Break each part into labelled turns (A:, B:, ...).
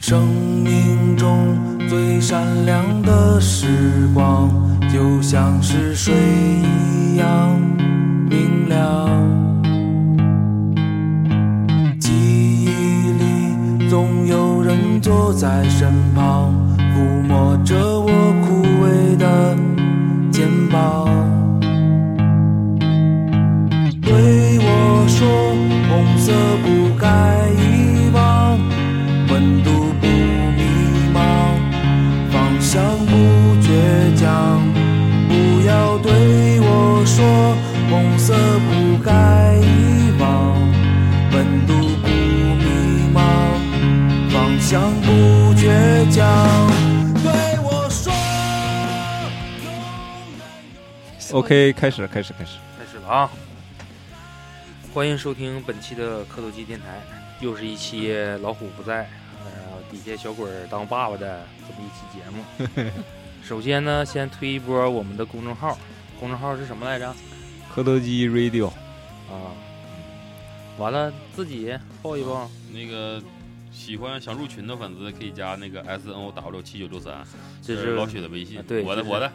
A: 生命中最闪亮的时光，就像是水一样明亮。记忆里总有人坐在身旁，抚摸着我枯萎的肩膀，对我说：“红色不该遗忘，温度不迷茫，方向不倔强。”不要对我说：“红色不该遗忘，温度不迷茫，方向不倔强。”对我说。
B: OK，开始，开始，开始。
C: 开始了啊！欢迎收听本期的磕头机电台，又是一期老虎不在，呃，底下小鬼儿当爸爸的这么一期节目。首先呢，先推一波我们的公众号，公众号是什么来着？
B: 磕头机 Radio，
C: 啊，完了自己报一报。
D: 那个喜欢想入群的粉丝可以加那个 S N O W 七九六三，
C: 这
D: 是
C: 是
D: 老许的微信
C: 啊。对
D: 我的
C: 这是
D: 我的，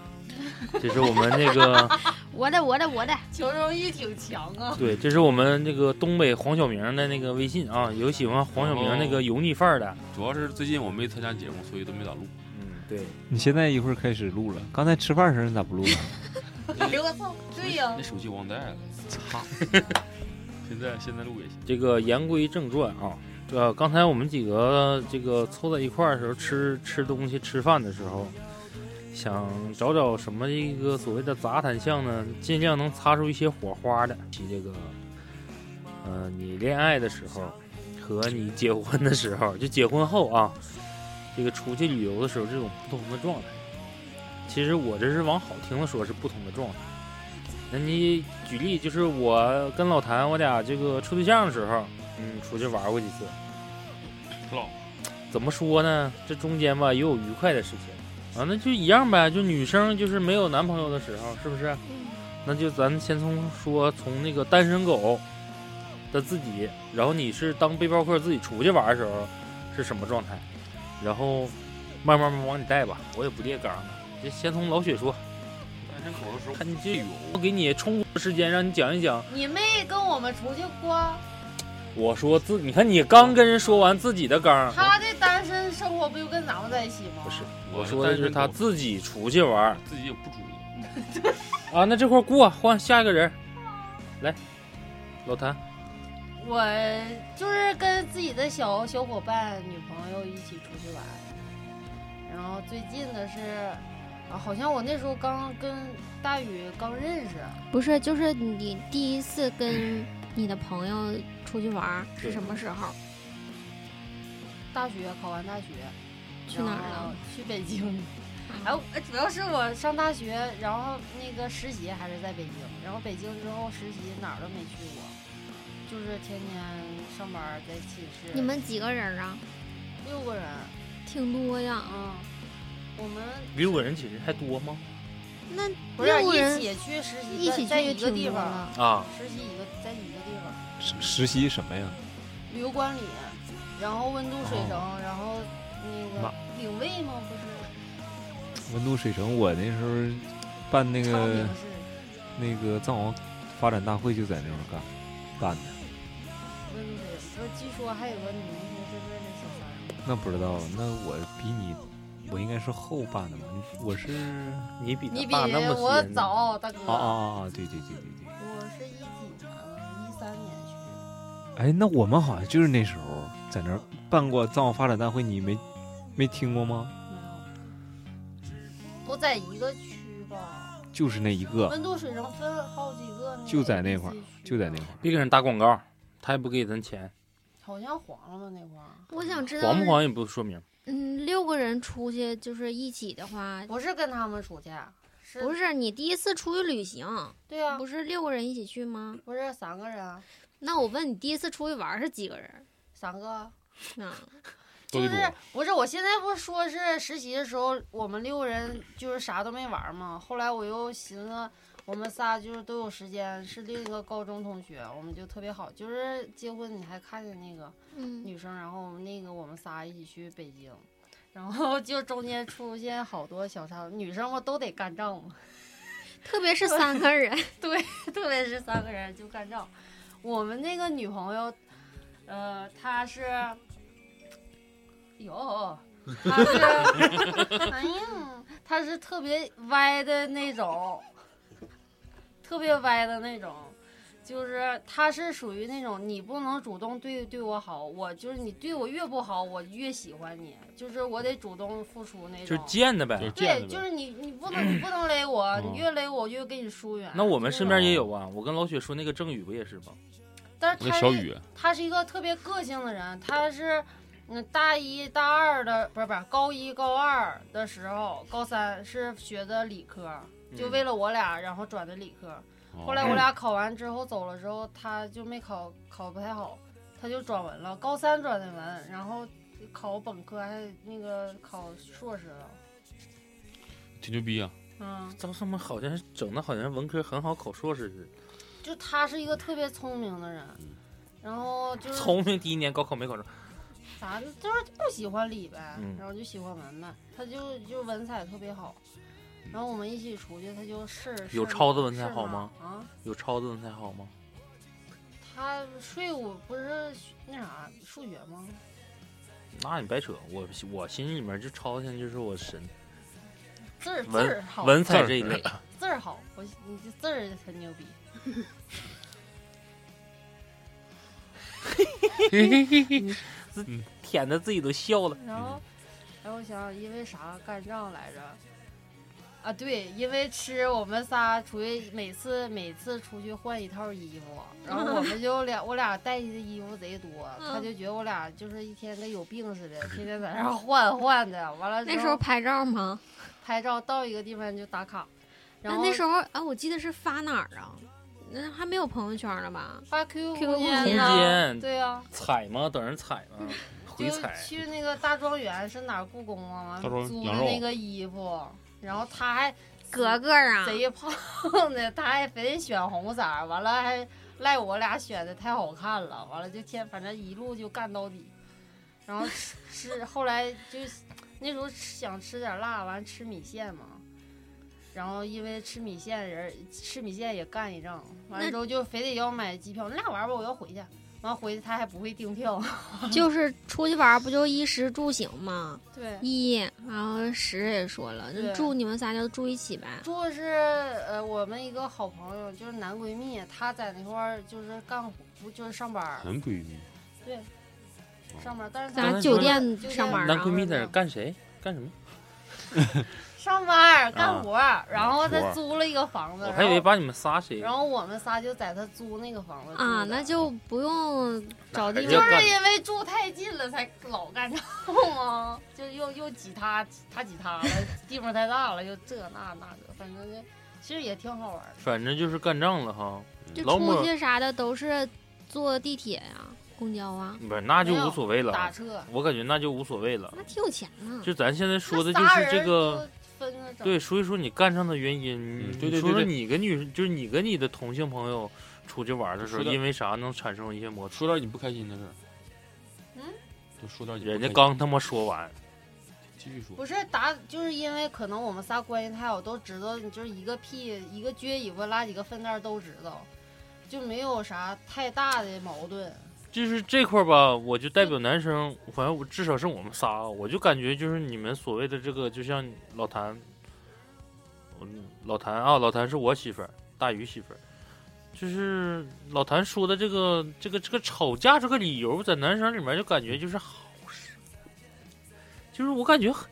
C: 这是我们那个。
E: 我的我的我的，
F: 求生欲挺强啊
C: 对，这是我们那个东北黄晓明的那个微信啊，有喜欢黄晓明那个油腻范儿的，
D: 主要是最近我没参加节目，所以都没咋录。
C: 嗯，对，
B: 你现在一会儿开始录了。刚才吃饭时候你咋不录了？
F: 留个蹭，对呀、
D: 那手机忘带了，
B: 操！
D: 现在现在录也行。
C: 这个言归正传啊，这刚才我们几个这个凑在一块儿的时候，吃吃东西、吃饭的时候，想找找什么一个所谓的杂谈项呢，尽量能擦出一些火花的。提这个，呃，你恋爱的时候和你结婚的时候，就结婚后啊，这个出去旅游的时候这种不同的状态。其实我这是往好听的说，是不同的状态。那你举例，就是我跟老谭，我俩这个处对象的时候，嗯，出去玩过几次。
D: 老
C: 怎么说呢？这中间吧也有愉快的事情啊，那就一样呗。就女生就是没有男朋友的时候，是不是？那就咱先从说从那个单身狗的自己，然后你是当背包客自己出去玩的时候是什么状态，然后慢慢慢慢往你带吧。我也不列纲了，就先从老雪说，
D: 单身狗的时候，
C: 看你这我给你充足时间，让你讲一讲。
F: 你没跟我们出去过，
C: 我说自，你看你刚跟人说完自己的纲，
F: 他的单身生活不就跟咱们在一起吗？
C: 不是，我
D: 我
C: 说的是他
D: 单身狗
C: 自己出去玩儿
D: 自己也不主意。
C: 啊。那这块儿过，换下一个人，来，老谭，
F: 我就是跟自己的小小伙伴、女朋友一起出去玩，然后最近的是，啊，好像我那时候刚跟大宇刚认识，
E: 不是，就是你第一次跟你的朋友出去玩儿
C: 对
E: 是什么时候？
F: 大学考完大学
E: 去哪儿
F: 然后
E: 了？
F: 去北京。哎，
E: 啊
F: 我主要是我上大学，然后那个实习还是在北京，然后北京之后实习哪儿都没去过，就是天天上班在寝室。
E: 你们几个人啊？
F: 六个人，
E: 挺多呀。
F: 嗯，我们
C: 六个人寝室还多吗？
E: 那
F: 不是
E: 六个人
F: 一起去实习，
E: 一起
F: 在在
E: 去也
F: 一个
E: 挺
F: 地
E: 多
F: 方
E: 的。
C: 啊，
F: 实习一个在一个地方，
B: 实实习什么呀？
F: 旅游管理，然后温度
B: 哦
F: 水城，然后那
C: 妈
F: 个领位吗？不是，
B: 温度水城，我那时候办那
F: 长
B: 个
F: 明市
B: 那个藏王发展大会就在那块儿干办的。
F: 温度水城，不是，据说还有个女明星是为了小三儿。
B: 那不知道，那我比你，我应该是后办的吧？你我是
C: 你比
F: 你
C: 他
F: 比
C: 大那么
F: 我
C: 些呢，
F: 早，大哥。
B: 啊啊啊！啊对对对对对。
F: 我是一几年了？一三年去的。
B: 哎，那我们好像就是那时候在那儿办过藏王发展大会，你没没听过吗？
F: 没有。不在一个区吧？
B: 就是那一个，
F: 温度水城分好几个那个
B: 就在那块儿
F: ABC 区吧
B: 就在那块儿。
C: 别给人打广告，他也不给咱钱，
F: 好像黄了吧那块儿？
E: 我想知道
C: 黄
E: 是，
C: 不黄也不说明。
E: 嗯，六个人出去就是一起的话，
F: 不是跟他们出去，是
E: 不是你第一次出去旅行，
F: 对啊，
E: 不是六个人一起去吗？
F: 不是三个人啊，
E: 那我问你，第一次出去玩儿是几个人？
F: 三个。
E: 啊，
C: 多
F: 就
C: 利多
F: 是不是？我现在不是说是实习的时候，我们六个人就是啥都没玩儿嘛。后来我又寻思，我们仨就是都有时间，是另一个高中同学，我们就特别好。就是结婚你还看见那个
E: 嗯，
F: 女生，然后我们那个我们仨一起去北京，然后就中间出现好多小插，女生嘛都得干仗嘛，
E: 特别是三个人，
F: 特别是三个人就干仗。我们那个女朋友，呃，她是，有，她是，哎呀，她是特别歪的那种，特别歪的那种，就是她是属于那种你不能主动对对我好，我就是你对我越不好，我越喜欢你，就是我得主动付出那种。
C: 就是贱的
D: 就是
C: 呗。
D: 见着呗
F: 对，就是你，你不能，你不能勒我，
C: 嗯
F: 你越勒我，我越跟你疏远。
C: 那我们身
F: 就是
C: 边也有啊，我跟老雪说那个郑宇不也是吗？
F: 但是
D: 那
F: 他
D: 小
F: 是
D: 雨，啊
F: 他是一个特别个性的人，他是嗯大一大二的不是不是高一高二的时候，高三是学的理科，
D: 嗯
F: 就为了我俩然后转的理科。
D: 哦
F: 后来我俩考完之后走了之后，他就没考考不太好，他就转文了，高三转的文，然后考本科还那个考硕士了，
D: 挺牛 逼啊！
F: 嗯。
C: 张胜们好像是整的好像文科很好考硕士似
F: 就他是一个特别聪明的人，
D: 嗯
F: 然后就
C: 的，
F: 是
C: 聪明第一年高考没考上，
F: 啥的，就是不喜欢理呗，
C: 嗯
F: 然后就喜欢文呗，他就就文采特别好。然后我们一起出去，他就是
C: 有超子文采好吗？
F: 是啊，
C: 有超子文采好吗？
F: 他税务不是那啥数学吗？
C: 那你白扯，我我心里面就超现就是我神，
F: 字儿字
C: 文
F: 儿好，
C: 文采这一类。
F: 字儿好，我你这字儿很牛逼。
C: 舔的自己都笑 了。
F: 然
E: 嗯
F: 后，然后我想想因为啥干仗来着？啊，对，因为吃我们仨出去，每次每次出去换一套衣服，然后我们 就俩我俩带的衣服贼多，
E: 嗯
F: 他就觉得我俩就是一天跟有病似的，天天在 那儿换换的，完了之
E: 那时
F: 后
E: 候拍照吗？
F: 拍照到一个地方就打卡，然
E: 那
F: 后
E: 那时候啊，我记得是发哪儿啊？那还没有朋友圈呢吧？
F: 发 QQ
E: QQ
F: 空
E: 空
C: 空
F: 间呢，
C: 间
F: 对呀、
C: 踩吗？等人踩 吗？回
F: 就
C: 踩。
F: 去那个大庄园是哪儿故宫啊？
D: 大
F: 完
D: 庄
F: 了租的
D: 羊肉
F: 那个衣服，然后他还
E: 格格啊，
F: 贼胖的，他还非得选红色儿，完了还赖我俩选的太好看了，完了就天，反正一路就干到底。然后吃吃，后来就那时候吃想吃点辣，完了吃米线嘛。然后因为吃米线人吃米线也干一仗，完了
E: 那
F: 之后就非得要买机票，那玩意儿吧，我要回去。完了回去他还不会订票，
E: 就是出去玩儿不就衣食住行吗？
F: 对
E: 一，然后十也说了，
F: 对
E: 就住你们仨就住一起呗。
F: 住的是呃我们一个好朋友，就是男闺蜜，他在那块儿就是干活，不就是上班儿
B: 嗯
D: 男闺蜜，
C: 嗯
F: 上班儿，但是
C: 刚
E: 咱
C: 才
E: 酒
C: 说
E: 店
F: 酒店
E: 上班儿
C: 男
E: 啊
C: 闺，蜜在这干谁？干什么？
F: 上班
C: 啊
F: 儿干活儿，然后
D: 活
F: 他
D: 儿
F: 租了一个房子，
C: 我
F: 然
C: 还以为
F: 后
C: 把你们仨谁
F: 然后我们仨就在他租那个房子住
E: 啊，
F: 的
E: 那就不用找地
C: 哪儿
E: 方
C: 要
F: 就
E: 儿。
C: 干
F: 是因为住太近了才老干 仗吗？就又又挤他他挤他了，地方太大了，又这那那个，反正就其实也挺好玩儿的。
C: 反正就是干仗了哈。
E: 就
C: 老母
E: 出去啥的都是坐地铁呀、公交啊，
C: 不是，啊那就无所谓
F: 打
C: 了。
F: 车，
C: 我感觉那就无所谓了。
E: 那挺有钱呢。
C: 就咱现在说的就
F: 那仨
C: 是这
F: 人
C: 个，
F: 就分着整
C: 对，说一说你干仗的原因。
D: 嗯
C: 你
D: 对对
C: 说
D: 对
C: 说
D: 对
C: 你跟女，就是你跟你的同性朋友出去玩的时候，
D: 说的
C: 因为啥能产生一些摩擦？
D: 说点你不开心的事儿。
F: 嗯，
D: 就说点你不
C: 人家
D: 开心
C: 刚他妈说完，
D: 继续说，
F: 不是打，就是因为可能我们仨关系太好，都知道你就是一个屁一个撅尾巴拉几个粪蛋儿都知道，就没有啥太大的矛盾。
C: 就是这块儿吧，我就代表男生，反正我至少是我们仨，啊我就感觉就是你们所谓的这个，就像老谭，嗯老谭啊，老谭是我媳妇儿，大鱼媳妇儿，就是老谭说的这个这个这个吵架这个理由，在男生里面就感觉就是好使，就是我感觉很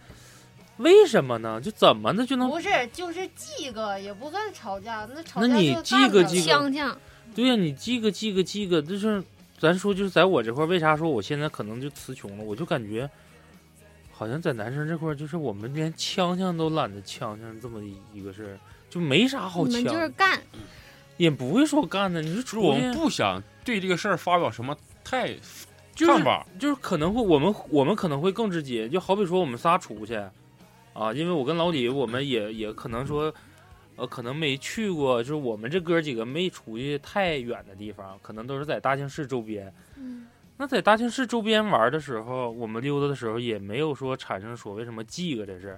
C: 为什么呢？就怎么的就能
F: 不是，就是记个也不算吵架，那吵
C: 那
F: 架
C: 你
F: 就
C: 记个
F: 干
C: 记个
F: 了
E: 呛呛，
C: 对呀、你记个记个记个，就是咱说就是在我这块儿，为啥说我现在可能就词穷了？我就感觉好像在男生这块儿，就是我们连呛呛都懒得呛呛，这么一个事儿，就没啥好
E: 你
C: 呛
E: 们，就是干，
C: 也不会说干的。你说
D: 就是
C: 出
D: 我
C: 去
D: 们不想对这个事儿发表什么太
C: 就
D: 看
C: 是
D: 法，
C: 就是可能会我们我们可能会更直接，就好比说我们仨出去啊，因为我跟老李我们也也可能说呃，可能没去过，就是我们这哥几个没出去太远的地方，可能都是在大庆市周边。
E: 嗯
C: 那在大庆市周边玩的时候，我们溜达的时候也没有说产生所谓什么饥饿这事儿，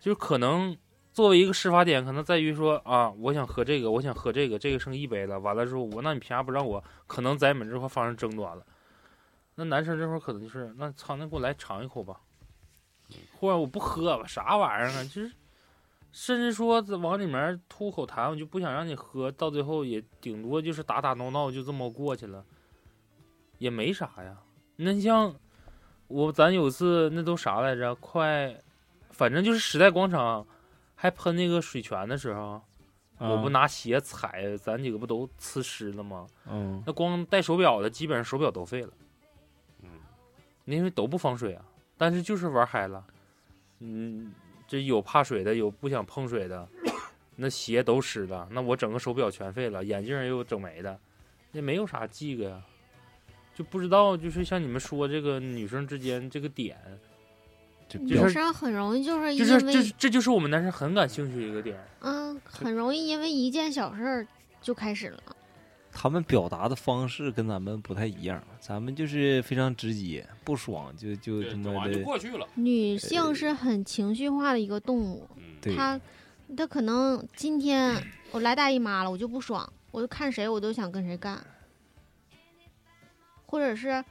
C: 就是可能作为一个出发点，可能在于说啊，我想喝这个，我想喝这个，这个剩一杯了，完了之后我那你凭啥不让我？可能在我们这块发生争端了。那男生这会儿可能就是那操，那给我来尝一口吧，或者我不喝吧，啥玩意儿啊？就是甚至说往里面吐口痰，我就不想让你喝，到最后也顶多就是打打闹闹就这么过去了。也没啥呀。那你像我，咱有次那都啥来着？快，反正就是时代广场还喷那个水泉的时候，我不
B: 啊，
C: 拿鞋踩，咱几个不都呲湿了吗？
B: 嗯，
C: 那光戴手表的，基本上手表都废了，
D: 嗯，
C: 因为都不防水啊。但是就是玩嗨了，嗯，这有怕水的，有不想碰水的，那鞋都湿了，那我整个手表全废了，眼镜儿也有整没的，那没有啥忌个呀，就不知道就是像你们说这个女生之间这个点，
B: 这
E: 女
B: 表
E: 生很容易就是
C: 就
E: 因
C: 是
E: 为、
C: 这这就是我们男生很感兴趣的一个点，
E: 嗯，很容易因为一件小事儿就开始了。
B: 他们表达的方式跟咱们不太一样，咱们就是非常直接，不爽就就
D: 对，
B: 他
D: 整
B: 妈
D: 完就
B: 的，
D: 过去了。
E: 女
C: 呃
E: 性是很情绪化的一个动物，
D: 嗯，
B: 对
E: 她她可能今天我来大姨妈了，我就不爽，我就看谁我都想跟谁干，或者是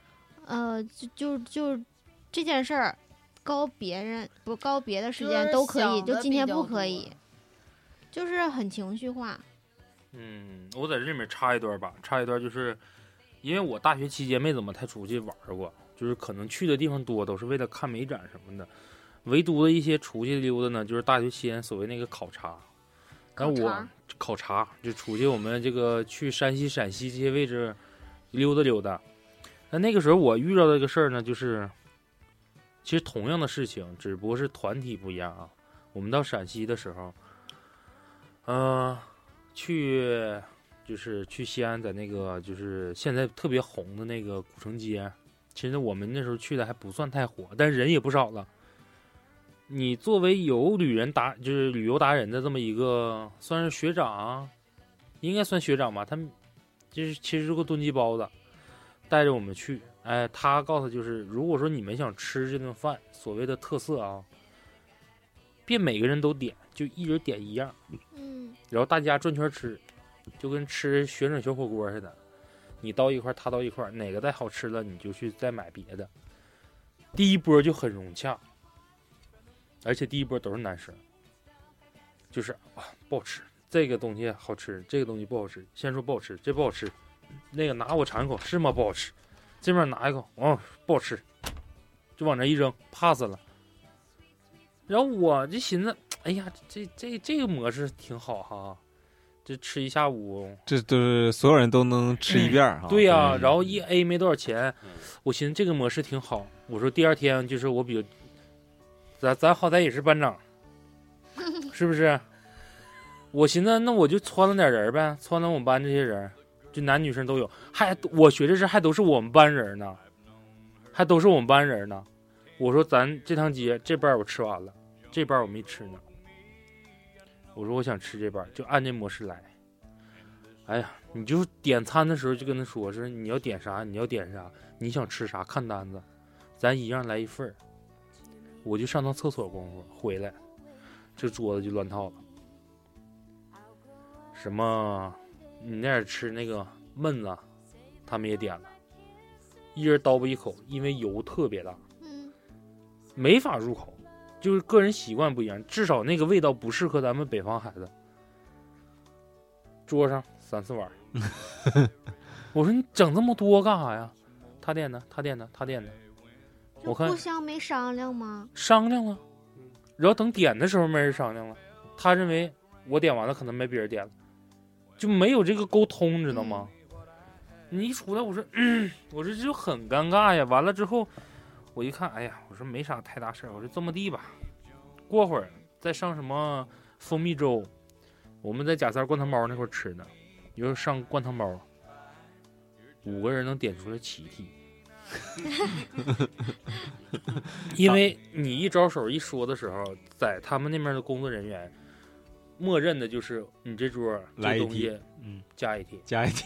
E: 呃，就就就这件事儿。高别人不高别的时间都可以，
F: 就是想得
E: 就今天
F: 比较
E: 不可以
F: 多，
E: 就是很情绪化。
C: 嗯，我在这里面插一段吧，插一段就是，因为我大学期间没怎么太出去玩儿过，就是可能去的地方多，都是为了看美展什么的，唯独的一些出去溜达呢，就是大学期间所谓那个考察。但
E: 考
C: 我
E: 察
C: 考察就出去，我们这个去山西、陕西这些位置溜达溜达。那那个时候我遇到的一个事儿呢，就是其实同样的事情，只不过是团体不一样啊。我们到陕西的时候，嗯、去就是去西安，在那个就是现在特别红的那个古城街，其实我们那时候去的还不算太火，但是人也不少了。你作为有旅人达，就是旅游达人的这么一个，算是学长，应该算学长吧。他们就是其实是个炖鸡包子，带着我们去。哎，他告诉就是，如果说你们想吃这顿饭，所谓的特色啊，别每个人都点，就一人点一样。
E: 嗯，
C: 然后大家转圈吃，就跟吃旋转小火锅似的，你到一块儿，他到一块儿，哪个再好吃了，你就去再买别的。第一波就很融洽，而且第一波都是男生，就是啊不好吃，这个东西好吃，这个东西不好吃，先说不好吃，这不好吃，那个拿我尝一口，是吗？不好吃，这边拿一口，哦，不好吃，就往那一扔，pass 了。然后我就寻思，哎呀，这这这个模式挺好哈，这吃一下午，
B: 这都是所有人都能吃一遍儿哈。
C: 对呀、
D: 嗯
C: 然后一 A 没多少钱
D: 嗯，
C: 我寻思这个模式挺好。我说第二天就是我比较，咱咱好歹也是班长，是不是？我寻思那我就撺掇点人呗，撺掇我们班这些人，就男女生都有，还我学这事还都是我们班人呢，还都是我们班人呢。我说咱这趟街这半儿我吃完了，这半儿我没吃呢。我说我想吃这半儿，就按这模式来。哎呀，你就点餐的时候就跟他说是你要点啥，你要点啥，你想吃啥看单子，咱一样来一份儿。我就上趟厕所功夫回来，这桌子就乱套了。什么，你那点吃那个焖子，他们也点了，一人叨吧一口，因为油特别大，
E: 嗯，
C: 没法入口，就是个人习惯不一样，至少那个味道不适合咱们北方孩子。桌上三四碗儿，我说你整这么多干啥呀？他点的，他点的，他点的，
E: 就
C: 我看
E: 互相没商量吗？
C: 商量了，然后等点的时候没人商量了，他认为我点完了可能没别人点了，就没有这个沟通，知道吗？你一出来，我说， 嗯、我说这就很尴尬呀。完了之后，我一看，哎呀，我说没啥太大事儿，我说这么地吧，过会儿再上什么蜂蜜粥，我们在贾三灌汤包那块儿吃的，一会儿上灌汤包，五个人能点出来七屉。 因为你一招手一说的时候，在他们那边的工作人员，默认的就是你这桌
B: 来
C: 这
B: 一
C: 东
B: 屉
C: 西
B: 嗯，
C: 加一屉。
B: 加一点，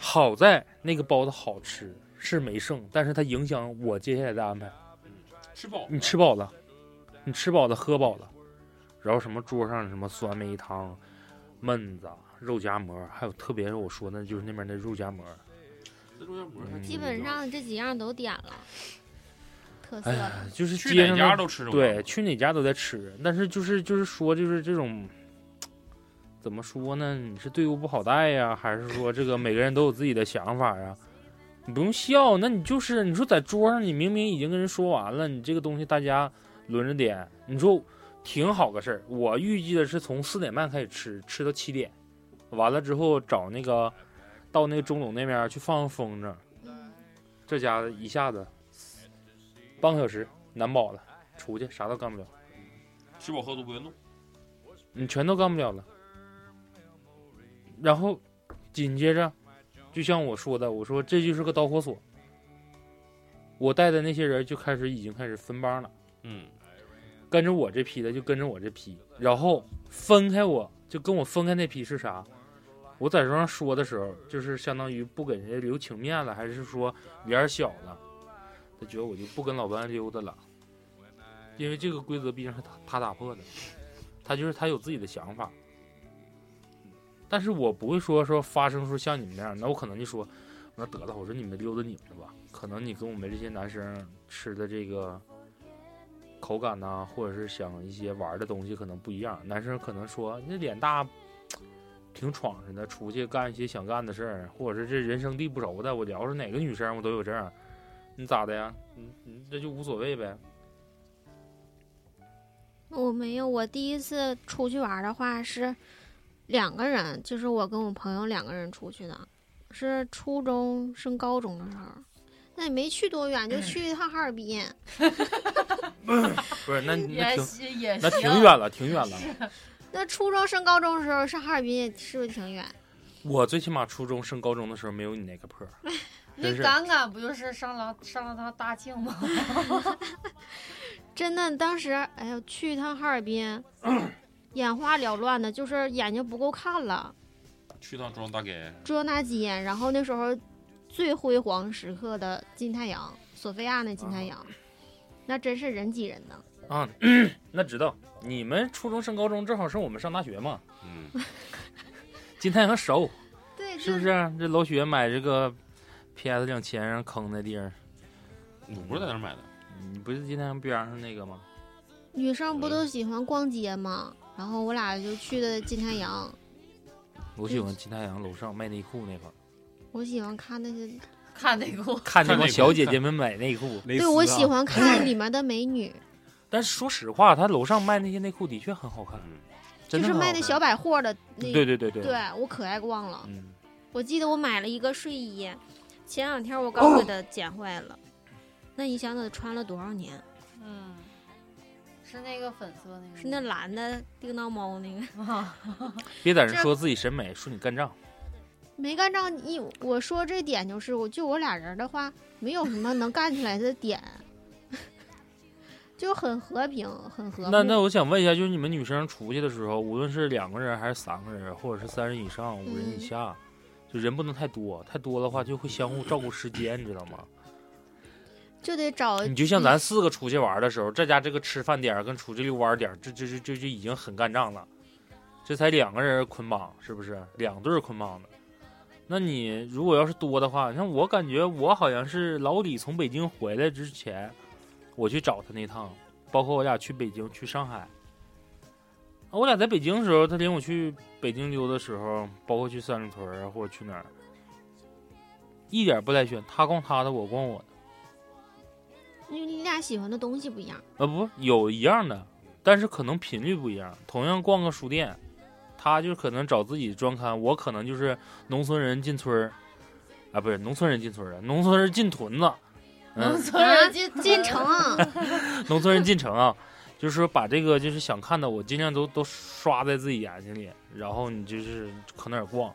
C: 好在那个包子好吃，是没剩，但是它影响我接下来的安排。
D: 嗯吃饱
C: 你吃饱了，你吃饱了，喝饱了，然后什么桌上什么酸梅汤、焖子、肉夹馍，还有特别是我说的就是那边的肉夹馍，
D: 自助面膜还
C: 嗯
E: 基本上这几样都点了，特色
C: 哎呀
E: 的，
C: 就是
D: 去
C: 街
D: 哪
C: 上
D: 家
C: 的
D: 都吃着。
C: 对，去哪家都在吃，但是就是就是说就是这种，怎么说呢？你是队伍不好带呀，还是说这个每个人都有自己的想法呀？你不用笑，那你就是你说在桌上，你明明已经跟人说完了，你这个东西大家轮着点，你说挺好个事儿。我预计的是从四点半开始吃，吃到七点，完了之后找那个到那个钟楼那边去放放风筝，
E: 嗯，
C: 这家伙一下子半个小时难保了，出去啥都干不了。
D: 吃饱喝足不运动，
C: 你嗯全都干不了了。然后紧接着，就像我说的，我说这就是个导火索。我带的那些人就开始已经开始分帮了，
D: 嗯，
C: 跟着我这批的就跟着我这批，然后分开我就跟我分开那批是啥？我在桌上说的时候，就是相当于不给人家留情面了，还是说脸儿小了？他觉得我就不跟老班溜达了，因为这个规则毕竟是他他打破的，他就是他有自己的想法。但是我不会说说发生说像你们那样，那我可能就说，那得了，我说你们溜达你们的吧，可能你跟我们这些男生吃的这个口感呐、或者是想一些玩的东西可能不一样，男生可能说你这脸大。挺闯实的，出去干一些想干的事儿，或者是这人生地不熟的，我聊着哪个女生我都有证儿，你咋的呀？你你这就无所谓呗。
E: 我没有，我第一次出去玩儿的话是两个人，就是我跟我朋友两个人出去的，是初中升高中的时候，那也没去多远，就去一趟哈尔滨。
C: 不是，那那
F: 也
C: 挺
F: 行也
C: 那
F: 行，
C: 挺远了，挺远了。
E: 那初中升高中的时候上哈尔滨也是不是挺远？
C: 我最起码初中升高中的时候没有你那个破儿，真
F: 那
C: 是
F: 敢敢不就是上了上了趟大庆吗？
E: 真的，当时哎呦去一趟哈尔滨，眼花缭乱的，就是眼睛不够看了，
D: 去趟中央大街，
E: 中央大街，然后那时候最辉煌时刻的金太阳，索菲亚那金太阳，那真是人挤人呢。
C: 啊。那知道你们初中升高中正好是我们上大学嘛。
D: 嗯，
C: 金太阳熟
E: 对，
C: 是不？
E: 就是
C: 这老雪买这个 PS 两千上坑那地儿，
D: 嗯我不是在那儿买的，
C: 你不是金太阳边上那个吗？
E: 女生
C: 嗯
E: 不都喜欢逛街吗？然后我俩就去的金太阳，
C: 我喜欢金太阳楼上卖内裤那块儿，
E: 我喜欢看那些，
F: 看内裤，
C: 看
D: 那
C: 那
D: 帮
C: 帮小姐姐们买内裤。
B: 蕾丝
E: 对
B: 啊
E: 我喜 欢看里面的美女，
C: 但是说实话，他楼上卖那些内裤的确很好看，
D: 嗯，
C: 真
E: 就
C: 的
E: 是
C: 很好
E: 卖那
C: 看
E: 小百货的那，
C: 对对对对，
E: 对我可爱逛了。
C: 嗯，
E: 我记得我买了一个睡衣，前两天我
C: 哦
E: 刚给它剪坏了。那你想，得穿了多少年？
F: 嗯，是那个粉色那个，
E: 是那蓝的叮当猫那 个，
F: 啊，
C: 别在这
E: 这
C: 说自己审美，说你干仗。
E: 没干仗。你我说这点就是，我就我俩人的话，没有什么能干起来的点， 就很和平，很和睦。
C: 那那我想问一下，就是你们女生出去的时候，无论是两个人还是三个人，或者是三人以上、五人以
E: 嗯
C: 下，就人不能太多，太多的话就会相互照顾时间，你知道吗？
E: 就得找
C: 你就像咱四个出去玩的时候，这家这个吃饭点儿跟出去遛弯儿点儿，这这这这就已经很干仗了。这才两个人捆绑，是不是？两对儿捆绑的。那你如果要是多的话，你看我感觉我好像是老李从北京回来之前，我去找他那趟，包括我俩去北京、去上海。啊我俩在北京的时候，他领我去北京溜的时候，包括去三里屯儿啊或者去哪儿，一点儿不带选，他逛他的，我逛我的。
E: 因为你俩喜欢的东西不一样。
C: 啊，不有一样的，但是可能频率不一样。同样逛个书店，他就可能找自己专刊，我可能就是农村人进村儿，啊，不是农村人进村儿啊，农村人进屯子，
F: 农
C: 嗯，
F: 村人
E: 啊
F: 进
E: 进城，
C: 农村人进城啊，就是说把这个就是想看的，我尽量都都刷在自己眼睛里，然后你就是可那儿逛，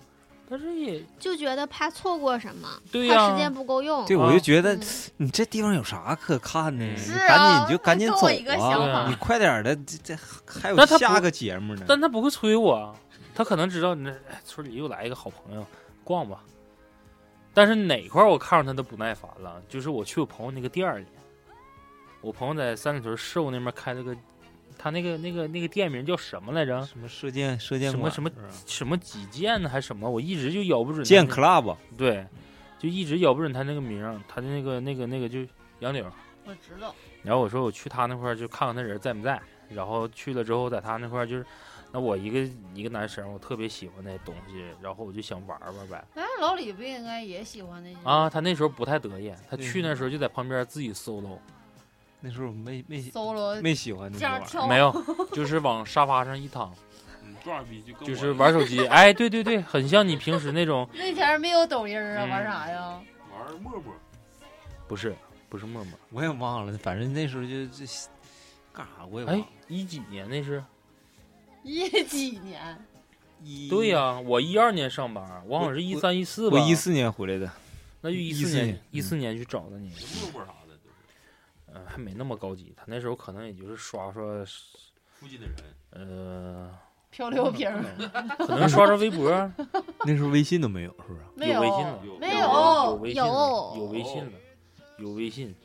C: 但是也
E: 就觉得怕错过什么，
C: 对呀、
E: 怕时间不够用。
B: 对，
C: 啊
B: 我就觉得
E: 嗯
B: 你这地方有啥可看的？你
D: 是
B: 赶紧你就赶紧
F: 跟
B: 走
F: 我一个想
B: 啊！
C: 法
B: 你快点儿的，这这还有
C: 但他不
B: 下个节目呢。
C: 但他不会催我啊，他可能知道你这哎村里又来一个好朋友，逛吧。但是哪块儿我看着他都不耐烦了，就是我去我朋友那个店儿里，我朋友在三里屯市务那边开了个，他那个那个那个店名叫什么来着？
B: 什么射箭射箭
C: 什么
B: 馆
C: 什么
B: 是吧
C: 什么几剑呢还是什么？我一直就咬不准他那
B: 剑
C: 个
B: club
C: 对，就一直咬不准他那个名儿，他的那个那个那个就杨柳。
F: 我知道，
C: 然后我说我去他那块儿就看看那人在不在，然后去了之后在他那块儿就是，那我一个一个男生我特别喜欢那东西，然后我就想玩玩呗。
F: 哎，老李不应该也喜欢那些
C: 啊，他那时候不太得意，他
B: 对
C: 去那时候就在旁边自己 solo，
B: 那时候我没没
F: solo
B: 没喜欢那
F: 这
B: 玩
F: 样
B: 意儿。
F: 跳？啊
C: 没有，啊就是往沙发上一躺，
D: 你壮逼就跟我
C: 就是玩手机。哎，对对对，很像你平时那种，
F: 那天儿没有抖音儿啊，
C: 嗯
F: 玩啥呀？
D: 玩陌陌，
C: 不是不是陌陌，
B: 我也忘了，反正那时候就这干啥我也忘
C: 哎
B: 了。，
C: 一几年那是？
F: 一几年？
B: 一
C: 对呀、我一二年上班，我好像是一三一四吧，
B: 我一四年回来的，
C: 那就一
B: 14
C: 四
B: 年
C: 年
B: 嗯
C: 一四年去找的你。
D: 陌陌啥的都是
C: 嗯，还没那么高级。他那时候可能也就是刷刷，
D: 附近的人，
C: 呃，
F: 漂流瓶儿
C: 嗯可能刷刷微博，
B: 那时候微信都没有，是不是？
F: 没
C: 有微信
F: 有
C: 了，
D: 有
F: 没
C: 有
F: 有
C: 微信
E: 有
C: 了，有微信了，有微信。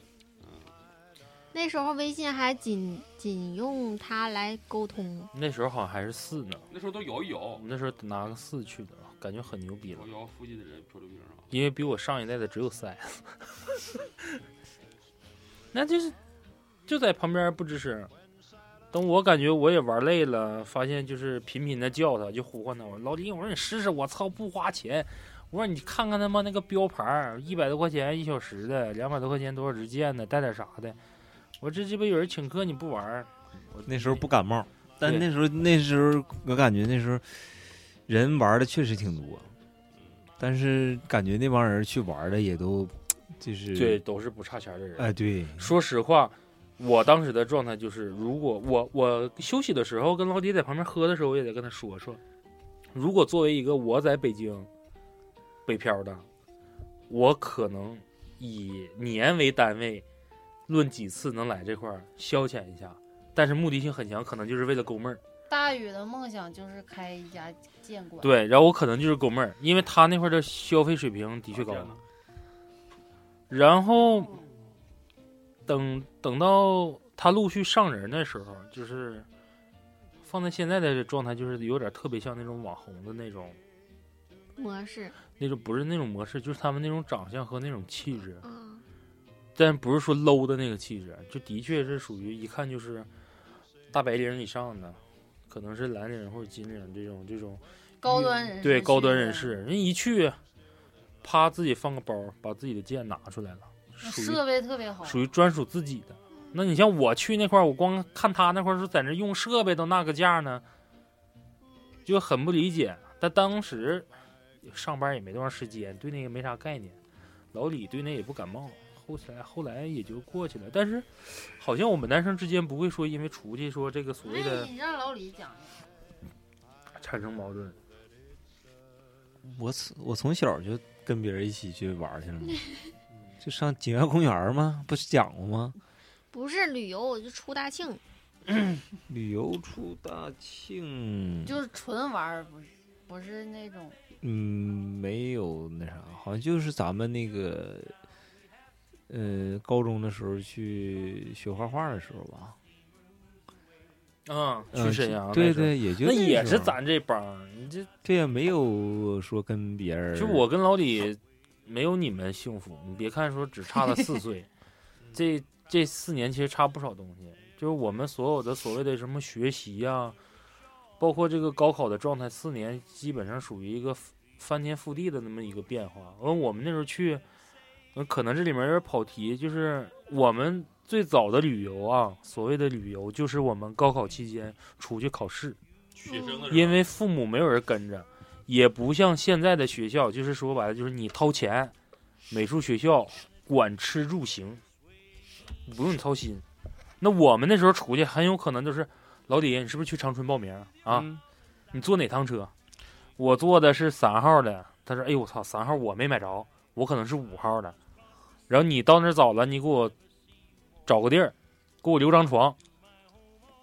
E: 那时候微信还仅仅用它来沟通，
C: 那时候好像还是四呢，
D: 那时候都摇一
C: 我
D: 摇，
C: 们那时候拿个四去的，感觉很牛逼了
D: 摇，一摇附近的人漂流瓶啥
C: 因为比我上一代的只有四 S，那就是就在旁边不吱声。等我感觉我也玩累了，发现就是频频的叫他，就呼唤他，我说老李，我说你试试，我操，不花钱。我说你看看他妈那个标牌，一百多块钱一小时的，两百多块钱多少支箭的，带点啥的。我这鸡巴有人请客你不玩儿？我
B: 那时候不感冒，但
C: 对
B: 那时候那时候我感觉那时候人玩的确实挺多，但是感觉那帮人去玩的也都就是
C: 对，，都是不差钱的人。
B: 哎对，
C: 说实话，我当时的状态就是，如果我我休息的时候跟老弟在旁边喝的时候，我也得跟他说说，如果作为一个我在北京北漂的，我可能以年为单位，论几次能来这块儿消遣一下，但是目的性很强，可能就是为了勾妹儿。
F: 大宇的梦想就是开一家剑馆，
C: 对，然后我可能就是勾妹儿，因为他那块儿的消费水平的确高。
D: 的，
C: 然后等等到他陆续上人的时候，就是放在现在的状态，就是有点特别像那种网红的那种，
E: 模式
C: 那种不是那种模式，就是他们那种长相和那种气质，
E: 啊，
C: 但不是说 low 的那个气质，就的确是属于一看就是大白领以上的，可能是蓝领或者金领这种这种
F: 高端人士
C: 对高端人
F: 去的，
C: 士，人一去，啪自己放个包，把自己的剑拿出来了，属于
F: 设备特别好，
C: 属于专属自己的。那你像我去那块儿，我光看他那块儿说在那用设备都那个价呢，就很不理解。但当时上班也没多长时间，对那个没啥概念。老李对那也不感冒，后来后来也就过去了。但是好像我们男生之间不会说因为出去说这个所谓
F: 哎
C: 的
F: 你让老李讲一下，
B: 哎
C: 产生矛盾。
B: 我从我从小就跟别人一起去玩去了嘛，就上景园公园吗？不是讲过吗？
E: 不是旅游，我就出大庆，
B: 旅游出大庆，
F: 就是纯玩儿，不是不是那种
B: 嗯，没有那啥，好像就是咱们那个，呃，高中的时候去学画画的时候吧，
C: 嗯，
B: 呃
C: 去沈阳、
B: 对，对，也就
C: 那也
B: 时
C: 是
B: 候，
C: 咱这帮儿，你这
B: 这也没有说跟别人，
C: 就我跟老李没有你们幸福，你别看说只差了四岁，这这四年其实差不少东西。就是我们所有的所谓的什么学习呀、包括这个高考的状态，四年基本上属于一个翻翻天覆地的那么一个变化。而我们那时候去，呃可能这里面有点跑题，就是我们最早的旅游啊，所谓的旅游就是我们高考期间出去考试。
D: 学生的时候
C: 因为父母没有人跟着，也不像现在的学校，就是说白了就是你掏钱，美术学校管吃住行，不用你操心。那我们那时候出去，很有可能就是老李，你是不是去长春报名啊？
B: 嗯
C: 你坐哪趟车？我坐的是三号的，他说：“哎呦我操，三号我没买着，我可能是五号的。”然后你到那儿早了，你给我找个地儿，给我留张床。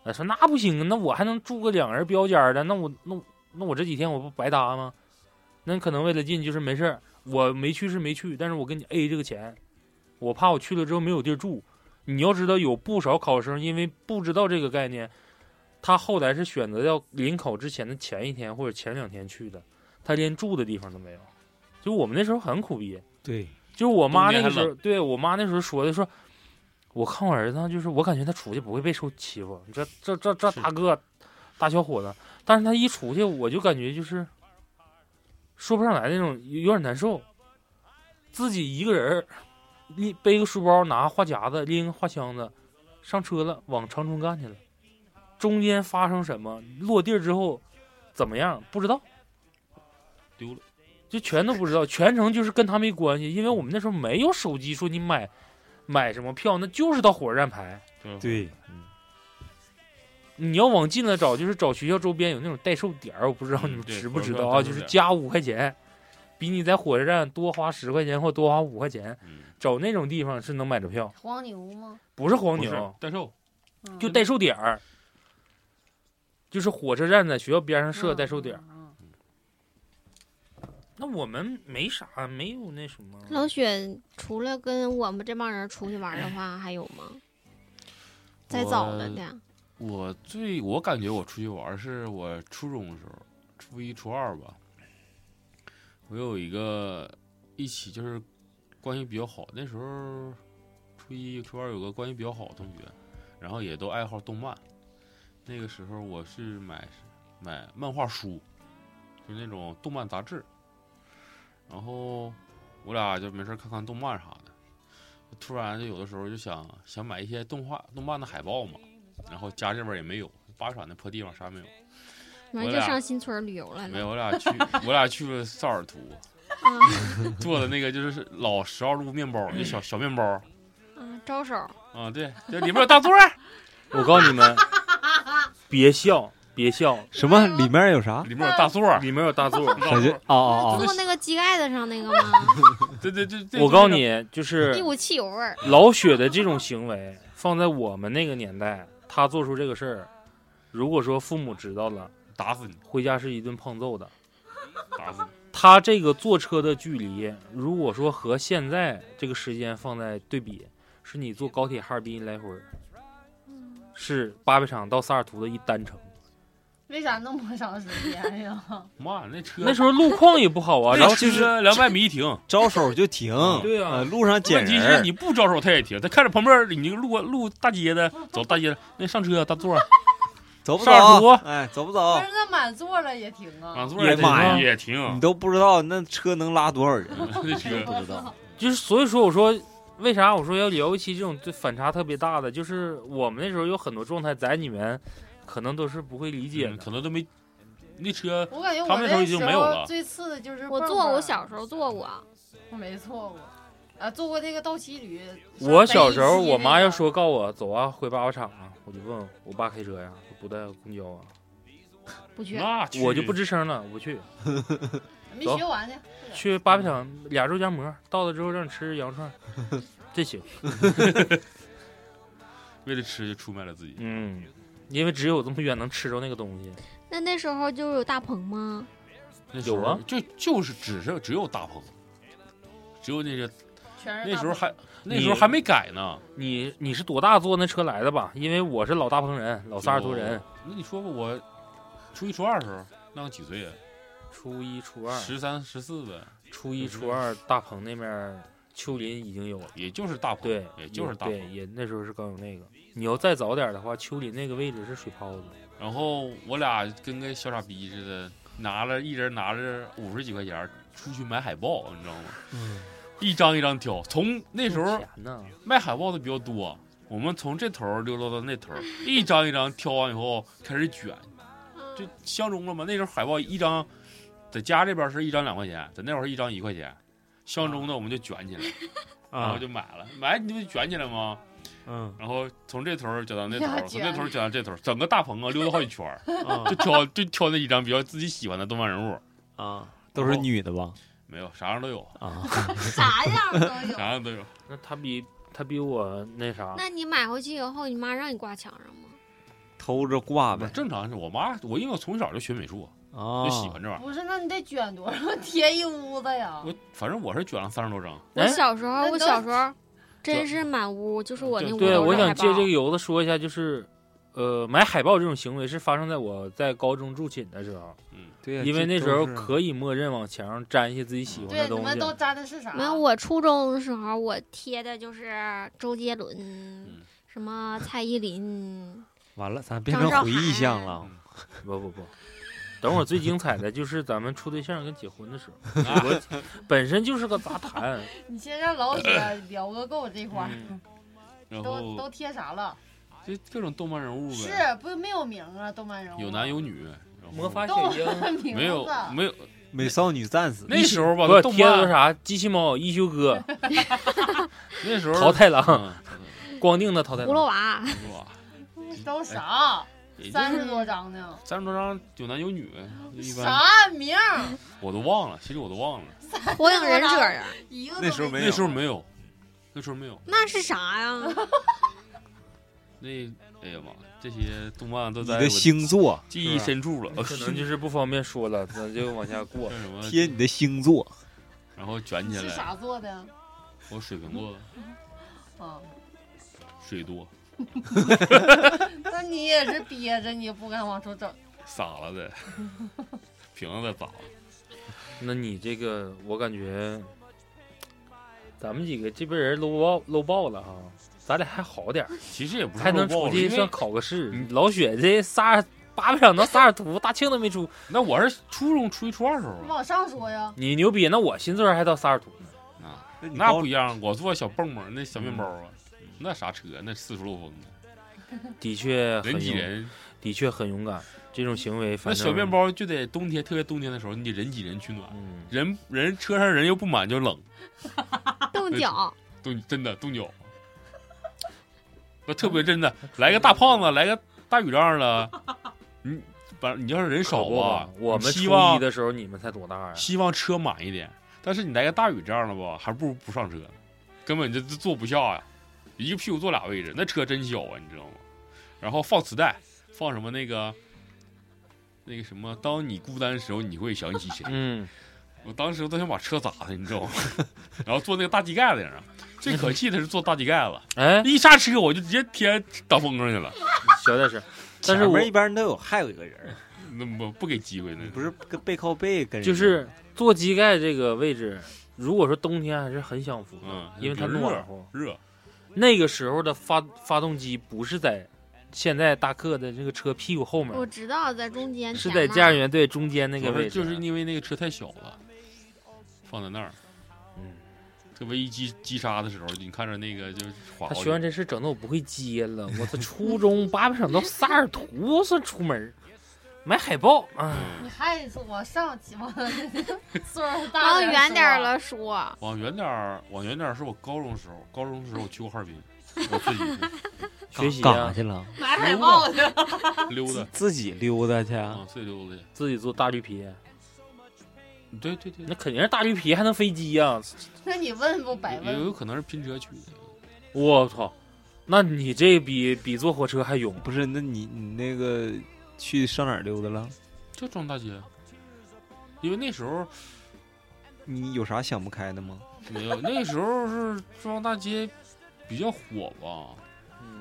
C: 呃，说那不行啊，那我还能住个两人标间儿的，那我那我那我这几天我不白搭吗？那你可能为了进就是没事儿，我没去是没去，但是我跟你 A 这个钱，我怕我去了之后没有地儿住。你要知道，有不少考生因为不知道这个概念，他后来是选择要临考之前的前一天或者前两天去的，他连住的地方都没有。就我们那时候很苦逼，
B: 对，
C: 就是我妈那
D: 冬天
C: 个
D: 还
C: 时候，对我妈那时候说的说，我看我儿子就是我感觉他出去不会被受欺负，这这这这
B: 是
C: 大个大小伙子，但是他一出去我就感觉就是说不上来那种，有有点难受，自己一个人儿，拎背个书包，拿话匣子，拎个话箱子，上车了，往长春干去了，中间发生什么，落地儿之后怎么样不知道。
D: 丢了。
C: 就全都不知道，全程就是跟他没关系，因为我们那时候没有手机，说你买买什么票，那就是到火车站排。
D: 嗯，
B: 对，
C: 你要往近了找，就是找学校周边有那种代售点儿，我不知道
D: 嗯
C: 你们
D: 对
C: 知不知
D: 火
C: 道
D: 车
C: 啊，
D: 站
C: 就是
D: 代售点
C: 加五块钱，比你在火车站多花十块钱或多花五块钱，
D: 嗯，
C: 找那种地方是能买着票，
F: 黄牛吗？
C: 不是黄
D: 不是
C: 牛，
D: 代售，
F: 嗯
C: 就代售点儿，就是火车站在学校边上设代售点儿。。
F: 嗯嗯嗯
C: 那我们没啥，没有那什么。
E: 老雪除了跟我们这帮人出去玩的话，还有吗？再早了的，
D: 我最我感觉我出去玩儿是我初中的时候，初一初二吧。我有一个一起就是关系比较好，那时候初一初二有个关系比较好的同学，然后也都爱好动漫。那个时候我是买买漫画书，就是那种动漫杂志，然后我俩就没事儿看看动漫啥的。突然就有的时候就想想买一些动画动漫的海报嘛，然后家这边也没有，八厂那破地方啥也没有，
E: 完
D: 我
E: 就
D: 俩
E: 上新村旅游来
D: 没
E: 了。
D: 有，我俩去我俩去了萨尔图，
E: 啊
D: 做的那个就是老十二路面包，就小小面包
E: 啊，招手！
D: 啊，对，就里面有大座儿，
C: 我告诉你们，别笑，别笑，
B: 什么里面有 啥？
D: 里面有大座儿，
C: 里面有大座。
D: 大
B: 感
D: 座
B: 觉
D: 儿，
B: 啊啊啊！
E: 坐那个机盖子上那个吗？
D: 对对对对，
C: 我告诉
D: 就那
C: 你，就是
E: 一股汽油味儿。
C: 老雪的这种行为，放在我们那个年代，他做出这个事儿，如果说父母知道了，
D: 个打死你，
C: 回家是一顿胖揍的。
D: 打死你，
C: 他这个坐车的距离，如果说和现在这个时间放在对比，是你坐高铁哈尔滨来回儿，
D: 嗯
C: 是八百场到萨尔图的一单程。
F: 为啥那么长时间呀？
D: 妈那车
C: 那时候路况也不好啊，然后
B: 就
D: 其
B: 是
D: 实两百米一停，
B: 招手就停，
C: 对啊
B: 呃路上捡
D: 问题是
B: 人
D: 你
B: 儿，
D: 不招手他也停，他看着旁边你路过路大街的走大街的，那上车大座儿，
B: 走不
C: 上
B: 走
C: 车？
B: 哎，走不
F: 不
B: 走
F: 是？
C: 哦
F: 那满座了也停
D: 满
F: 啊，
D: 座儿
B: 哎呀妈呀
D: 也
C: 嗯
D: 停，
B: 你都不知道那车能拉多少人，
D: 那车
B: 不知道。
C: 就是所以说我说为啥我说要聊一期这种对反差特别大的，就是我们那时候有很多状态，在你们可能都是不会理解的。
D: 嗯可能都没那车
F: 我感觉
D: 他
F: 我
D: 们那时候
F: 那
D: 已经没有了
F: 最次的就是
E: 我
F: 蹦
E: 坐，
F: 蹦
E: 我小时候坐过。
F: 我没坐过，啊，坐过那个倒骑驴。
C: 我小时候，我妈要说告我走啊，回八宝厂啊，我就问我爸开车呀，不带公交啊，
E: 不去，
D: 那去
C: 我就不吱声了，我不去，
F: 没学完呢，
C: 去八宝厂
D: 嗯
C: 俩肉夹馍，到了之后让你吃羊肉串， 这行，
D: 为了吃就出卖了自己。
C: 嗯，因为只有这么远能吃着那个东西，
E: 那那时候就有大棚吗？
D: 那时候
C: 有啊
D: 就就是只是只有大棚，只有那个
F: 全是
D: 那时候还那
C: 你
D: 时候还没改呢。
C: 你你是多大坐那车来的吧？因为我是老大棚人，老萨尔图人，
D: 那你说吧，我初一初二的时候，那我几岁呀？
C: 初一初二，
D: 十三十四呗，
C: 初
D: 嗯
C: 一初二大棚那面丘陵已经有了。
D: 也就是大棚，
C: 对，
D: 哦也就是大
C: 对，
D: 棚。
C: 也那时候是刚有那个。你要再早点的话，丘陵那个位置是水
F: 哦
C: 泡子，
D: 然后我俩跟个小傻逼似的，拿了一人拿着五十几块钱出去买海报，你知道吗？
B: 嗯，
D: 一张一张挑，从那时候
C: 钱呢，
D: 卖海报的比较多，我们从这头儿溜达到那头儿，一张一张挑完以后开始卷，
F: 嗯
D: 就相中了嘛。那时候海报一张，在家这边是一张两块钱，在那块儿一张一块钱，相中的我们就卷起来，然后啊就买了，买你不就卷起来吗？
B: 嗯
D: 然后从这头儿卷到那头
F: 呀
D: 儿，从
F: 卷
D: 那头儿卷到这头儿，整个大棚啊溜达好几圈儿，
B: 啊
D: 就挑就挑那一张比较自己喜欢的动漫人物。
B: 啊，都是女的吧？
D: 没有啥样都有，
B: 啊，
F: 啥样都有。
D: 啥样都有。
C: 那他比他比我那啥，
E: 那你买回去以后，你妈让你挂墙上吗？
B: 偷着挂
D: 不是
B: 呗
D: 正常是我妈，我因为我从小就学美术，
B: 啊
D: 就，喜欢这玩意儿。
F: 不是，那你得卷多少 贴一屋子呀？
D: 我反正我是卷了三十多张，
E: 我
C: 哎
E: 小时候，
F: 那
E: 我
F: 都
E: 小时候真
D: 对
E: 是满屋，就是我那屋
C: 对，
E: 都
C: 我
E: 是
C: 想
E: 海
C: 借这
E: 报
C: 个由子说一下，就是，呃，买海报这种行为是发生在我在高中住寝的时候，
B: 对呀，
C: 因为
B: 这
C: 那
B: 都
C: 时候
B: 是
C: 可以默认往墙上粘一些自己喜欢
F: 对，
C: 的
F: 你
C: 东
F: 们都
C: 西。
F: 粘的是啥？
E: 没有，我初中的时候我贴的就是周杰
C: 嗯
E: 伦，什么蔡依林，
B: 完了，咱变
E: 张
B: 成
E: 韶
B: 回忆像
E: 涵
B: 了。
C: 不不不，等会儿最精彩的就是咱们处对象跟结婚的 时候，我本身就是个杂谈，
F: 你先让老铁 聊个够这块儿，
C: 嗯
D: 然
F: 都都
D: 后
F: 贴啥了？
D: 就各种动漫人物
F: 是
D: 呗，
F: 不没有名啊？动漫人物
D: 有男有女。然后
C: 魔法
F: 动
C: 雪鹰。
F: 漫 名字
D: 没有没有
B: 美少女战士，
D: 那时候吧，
C: 不
D: 动
C: 贴的都
D: 漫
C: 啥？机器猫、一休哥、
D: 那时候
C: 桃太郎、
D: 嗯
C: 光腚的桃太
E: 葫芦
C: 郎，
E: 娃，
D: 是吧？
F: 都啥？
D: 哎也就
F: 三十
D: 是
F: 多张呢？
D: 三十多张有男有女，一般
F: 啥名儿？
D: 我都忘了，其实我都忘了，
E: 火影忍者 呀，
F: 一个都
B: 那时候
F: 没
B: 没
D: 那时
B: 有
D: 候没有，那时候没有，
E: 那是啥呀？
D: 那哎呀妈，这些动漫都
B: 你
D: 在
B: 的
D: 我
B: 星座，
D: 记忆深处了，
C: 可 能哦就是不方便说了，咱就往下过
D: 叫。什么
B: 贴你的星座，
D: 然后卷
F: 你
D: 起
F: 是
D: 来。
F: 啥做的？
D: 我水瓶座，
F: 啊，
D: 水多，
F: 那你也是憋着，你不敢往出整。
D: 傻了 的，瓶子的咋了？
C: 那你这个，我感觉咱们几个这边人搂爆搂爆了哈，咱俩还好点儿，
D: 其实也不是
C: 还能
D: 漏
C: 出
D: 爆了
C: 去
D: 因为
C: 算考个试
D: 嗯。
C: 老雪这仨八百场能仨点图，大庆都没出，
D: 那我是初中初一初二时候啊
F: 往上说呀，
C: 你牛逼！那我新作还到仨点图呢。
D: 啊，
B: 那你
D: 那
B: 高
D: 不一样，我坐小蹦蹦那小面包啊，
C: 嗯
D: 那啥车，那四十漏风的，
C: 的确很
D: 人挤
C: 勇，
D: 人，
C: 的确很勇敢，这种行为
D: 那
C: 反正
D: 小面，包就得冬天，特别冬天的时候，你得人挤人取暖，
C: 嗯，
D: 人人车上人又不满就冷，
E: 冻脚，
D: 冻真的冻脚，那特别真的，来个大胖子，来个大雨 仗了，你反正你要是人少
C: 可不
D: 吧
C: 嘛，我
D: 你
C: 们初
D: 希望
C: 一的时候你们才多大呀？
D: 希望车满一点，但是你来个大雨这样的吧，还不如不上车呢，根本就坐不下呀、一个屁股坐俩位置，那车真小啊，你知道吗？然后放磁带，放什么那个那个什么，当你孤单的时候，你会想起谁？
C: 嗯，
D: 我当时都想把车砸他，你知道吗？然后坐那个大机盖子上，最可气的是坐大机盖子，
C: 哎，
D: 一刹车我就直接贴挡风上去了，
C: 小点声。但是
B: 前
C: 我
B: 面一般都有还有一个人，
D: 那不不给机会呢
B: 你，不是跟背靠背跟人家，
C: 就是坐机盖这个位置，如果说冬天还是很享福的，
D: 嗯
C: 因为它
D: 比较热
C: 暖和。
D: 热，
C: 那个时候的发发动机不是在现在大客的这个车屁股后面，
E: 我知道在中间，
C: 嗯是在
E: 前
C: 驾驶
E: 面
C: 员队中间那个
D: 主要
C: 位
D: 是
C: 置。啊
D: 就是因为那个车太小了，放在那儿。
C: 嗯，
D: 特别一击击杀的时候，你看着那个就是滑
C: 他
D: 过去。
C: 学完这事整的我不会接了。我操，初中八百省到萨尔图算出门儿买海报啊，
F: 你
D: 嗯
F: 还是往上去往岁数大
E: 往远点
F: 点
E: 儿
F: 说。
E: 了说，
D: 往远点儿，往远点儿是我高中时候，高中时候我去过哈尔滨，我自己
C: 学习
B: 干啥
C: 啊，
B: 去了？
F: 买海报去，
D: 溜 达
B: 自己溜达去啊，
D: 啊，自己溜达去。
C: 自己做大绿皮，
D: 对对对，
C: 那肯定是大绿皮，还能飞机啊呀、
F: 那你问不白
D: 也有
F: 问？
D: 可能是拼车去的，
C: 我操，那你这比比坐火车还勇。
B: 不是？那你你那个去上哪儿溜达了？
D: 就庄大街，因为那时候
B: 你有啥想不开的吗？
D: 没有，那时候是庄大街比较火吧，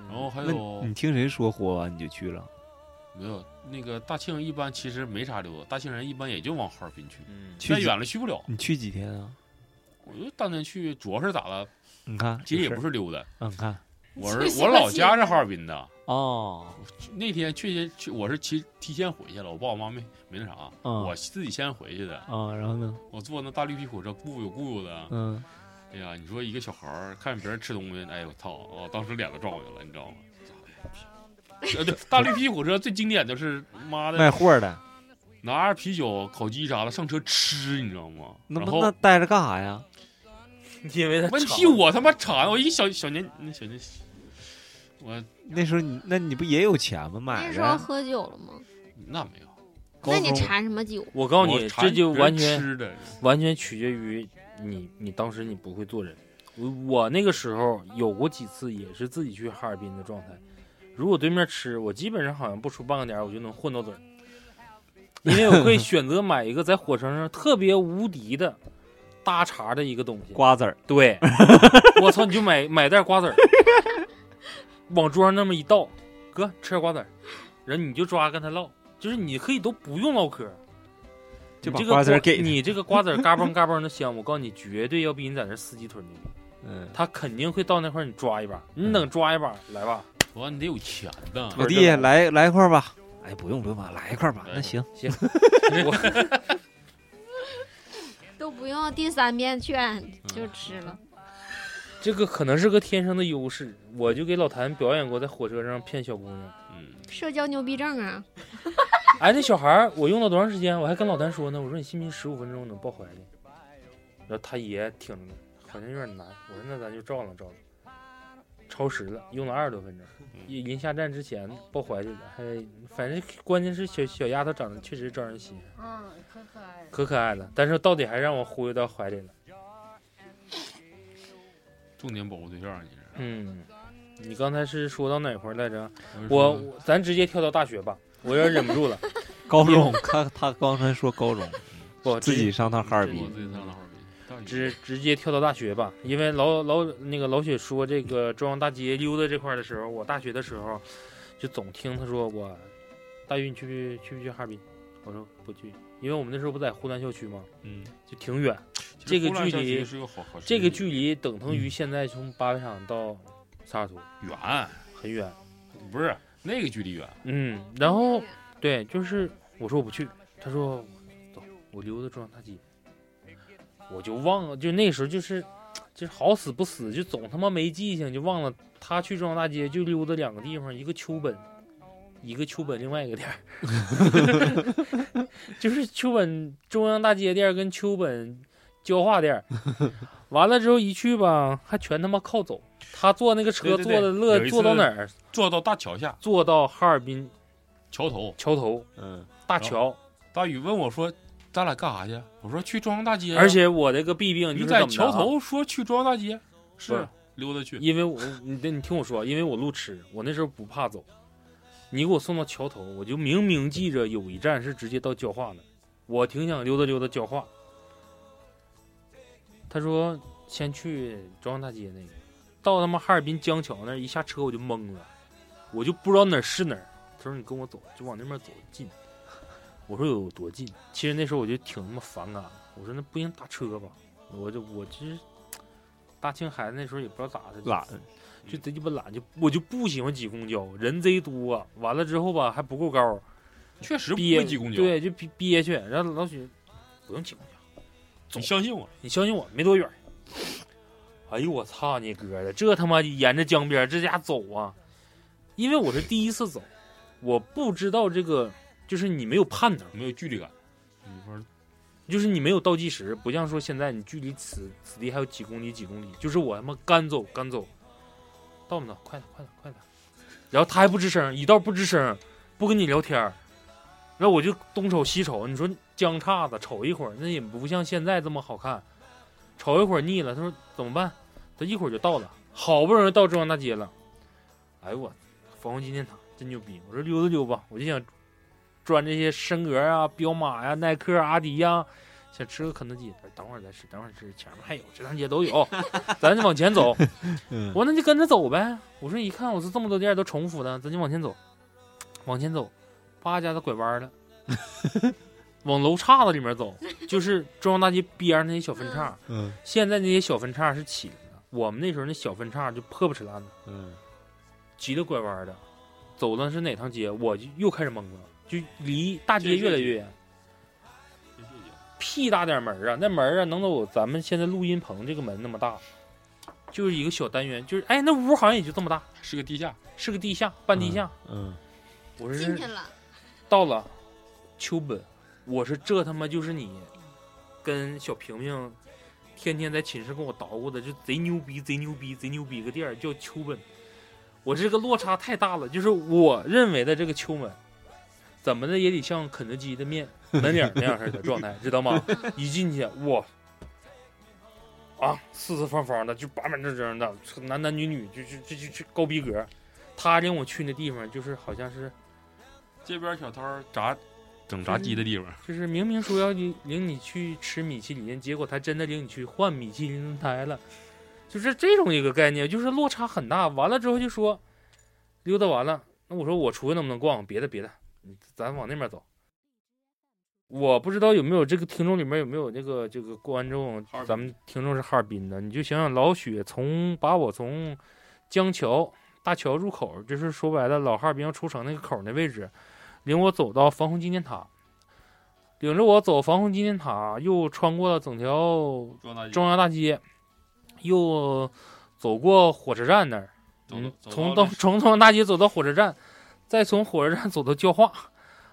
D: 然后还
B: 那
D: 有
B: 你听谁说火完你就去了？
D: 没有那个大庆一般其实没啥溜达，大庆人一般也就往哈尔滨去，
C: 嗯，
B: 去
D: 再
B: 几
D: 远了去不了。
B: 你去几天啊？
D: 我就当天去，主要是咋了？
B: 你看，
D: 其实也不
B: 是，
D: 是溜达，
B: 嗯，你看
D: 我
F: 这
D: 是
F: 什么
D: 我老
F: 节
D: 家
F: 目
D: 是哈尔滨的，
B: 哦，
D: 那天确实去，我是提提前回去了，我爸我妈没没那啥，
B: 嗯
D: 我自己先回去的。
B: 啊，然后呢？
D: 我坐那大绿皮火车，咕悠咕悠的。
B: 嗯，
D: 哎呀，你说一个小孩儿看别人吃东西，哎呦我操！我当时脸都撞过去了，你知道吗？ 呃，对，大绿皮火车最经典就是妈
B: 卖
D: 的
B: 货的，
D: 拿着啤酒、烤鸡啥的上车吃，你知道吗？
B: 那
D: 然
B: 不那
D: 后
B: 待着干啥呀？
C: 因为他
D: 问
C: 吵
D: 题我他妈馋，我一小小年那小年，我
B: 那时候你那你不也有钱吗？买
E: 那时候
B: 的
E: 喝酒了吗？
D: 那没有，
C: 哎高
E: 那你
C: 中
E: 馋什么酒？
C: 我告诉
D: 我
C: 你，
D: 馋
C: 这就
D: 别人
C: 完全
D: 吃的，
C: 完全取决于你，你当时你不会做人。我我那个时候有过几次也是自己去哈尔滨的状态，如果对面吃，我基本上好像不出半个点儿我就能混到嘴儿，因为我会选择买一个在火车上特别无敌的搭茬的一个东西。
B: 瓜子儿，
C: 对，我操，你就买买袋瓜子儿，往桌上那么一倒，哥吃点瓜子儿，然后你就抓跟他唠，就是你可以都不用唠嗑儿，
B: 就
C: 你
B: 把
C: 这个
B: 瓜子儿给他
C: 你这个瓜子儿嘎嘣嘎嘣的香，我告诉你，绝对要比你在那儿撕鸡腿牛逼。
B: 嗯，
C: 他肯定会到那块儿，你抓一把，你等抓一把来 吧，
D: 我你得有钱呐。
B: 老弟来来一块儿吧，哎，不用不用吧，来一块儿吧，
D: 来
B: 那行，
C: 我
E: 都不用第三遍
C: 嗯
E: 劝就吃了。
C: 这个可能是个天生的优势。我就给老谭表演过在火车上骗小姑娘，
D: 嗯，
E: 社交牛逼症啊！
C: 哎，那小孩儿我用了多长时间？我还跟老谭说呢，我说你信不信十五分钟能抱怀里？然后他爷挺着呢，好像有点难。我说那咱就照了照了，超时了，用了二十多分钟。临临下站之前抱怀里了，还反正关键是小小丫头长得确实招人稀罕。
F: 嗯，可可爱了。
C: 可可爱了，但是到底还让我忽悠到怀里了。
D: 重点保护对象，你是？
C: 嗯，你刚才是说到哪块儿来着？
D: 是
C: 我
D: 说
C: 我咱直接跳到大学吧，我有点忍不住了。
B: 高中，他他刚才说高中，
C: 不，
B: 自己上趟哈尔
D: 我
B: 滨，
D: 自己上了哈尔滨大学，
C: 直直接跳到大学吧，因为老老那个老雪说这个中央大街溜达这块儿的时候，我大学的时候就总听他说我大鱼你去不去去不去哈尔滨？我说不去，因为我们那时候不在湖南校区嘛，
D: 嗯，
C: 就挺远，
D: 其实
C: 这个
D: 呼兰
C: 距
D: 校区
C: 离
D: 是个好好
C: 这个
D: 学校
C: 距离等同于现在从八百场到萨尔图
D: 远，
C: 很远。
D: 不是那个距离远，
C: 嗯，然后对，就是我说我不去，他说走，我溜达中央大街，我就忘了，就那时候就是就是好死不死，就总他妈没记性，就忘了他去中央大街就溜达两个地方，一个丘本，一个丘本另外一个店儿， 就是丘本中央大街店儿跟丘本焦化店儿，完了之后一去吧，还全他妈靠走。他坐那个车
D: 对对
C: 坐
D: 对
C: 的乐
D: 有一
C: 坐到
D: 次
C: 哪儿？
D: 坐到大桥下
C: 坐到哈尔滨
D: 桥头。
C: 桥头
B: 嗯，
C: 大桥，
D: 大宇问我说：“咱俩干啥去？”我说：“去中央大街啊。”
C: 而且我这个弊病就
D: 你
C: 是
D: 在
C: 怎么着
D: 桥
C: 啊，
D: 头说去中央大街，是
C: 不是
D: 啊溜达去。
C: 因为我你得你听我说，因为我路痴，我那时候不怕走，你给我送到桥头，我就明明记着有一站是直接到焦化的，我挺想溜达溜达焦化。他说先去中央大街那个，到他妈哈尔滨江桥那儿一下车我就懵了，我就不知道哪儿是哪儿。他说你跟我走，就往那边走近。我说有多近？其实那时候我就挺他妈反感的，我说那不行打车吧，我就我这大庆孩子那时候也不知道咋的，
B: 懒，
C: 就贼鸡巴懒，就我就不喜欢挤公交，人贼多、完了之后吧还不够高，
D: 确实不
C: 憋
D: 会挤公交，
C: 对，就憋憋屈。然后老许不用挤公交，
D: 你相信我。
C: 你相信我，没多远。哎呦我操你哥的，这他妈沿着江边这家走啊！因为我是第一次走，我不知道这个，就是你没有盼头，
D: 没有距离感。你说
C: 就是你没有倒计时，不像说现在你距离此此地还有几公里几公里，就是我他妈干走干走，到没到？快点快点快点！然后他还不吱声，一道不吱声，不跟你聊天儿，然后我就东瞅西瞅，你说江岔子瞅一会儿，那也不像现在这么好看，瞅一会儿腻了，他说怎么办？他一会儿就到了，好不容易到中央大街了，哎呦我，防空纪念塔真牛逼！我说溜达溜吧，我就想转这些升格啊、彪马呀、耐克、啊阿迪呀、想吃个肯德基，等会儿再吃，等会儿吃，前面还有，这趟街都有，咱就往 前走。
B: 嗯
C: 我说那就跟着走呗。我说一看，我说这么多店都重复的，咱就往前走，往前走，叭家的拐弯了， 往楼岔子里面走，就是中央大街边上那些小分岔。
B: 嗯
C: 现在那些小分岔是起来的，我们那时候那小分岔就破不扯烂的。
B: 嗯，
C: 急得拐弯的，走的是哪趟街，我就又开始懵了，就离大街越来越远。屁大点门儿啊，那门儿啊能有咱们现在录音棚这个门那么大，就是一个小单元，就是哎那屋好像也就这么大，
D: 是个地下，
C: 是个地下半地下。
B: 嗯，
C: 我
E: 进去
C: 是
E: 了，
C: 到了秋本，我是这他妈就是你跟小平平天天在寝室跟我捣鼓的，就贼牛逼贼牛逼贼牛逼个店儿叫秋本，我这个落差太大了，就是我认为的这个秋本怎么的也得像肯德基的面门脸儿那样式的状态，知道吗？一进去哇，啊，四四方方的，就板板正正的，男男女女，就就就就就高逼格。他领我去那地方，就是好像是，
D: 这边小偷炸整炸鸡的地方，
C: 就是明明说要你领你去吃米其林，结果他真的领你去换米其林轮胎了，就是这种一个概念，就是落差很大。完了之后就说，溜达完了，那我说我出去能不能逛？别的别的，你咱往那边走。我不知道有没有这个听众里面有没有这个这个观众
D: 哈尔，滨
C: 咱们听众是哈尔滨的，你就想想老雪从把我从江桥大桥入口，就是说白了老哈尔滨要出城那个口儿那位置，领我走到防空纪念塔，领着我走防空纪念塔，又穿过了整条
D: 撞大街
C: 中央大街，又走过火车站那儿，
D: 走
C: 嗯
D: 到，走
C: 从
D: 到
C: 到
D: 那
C: 从中央大街走到火车站，再从火车站走到焦化，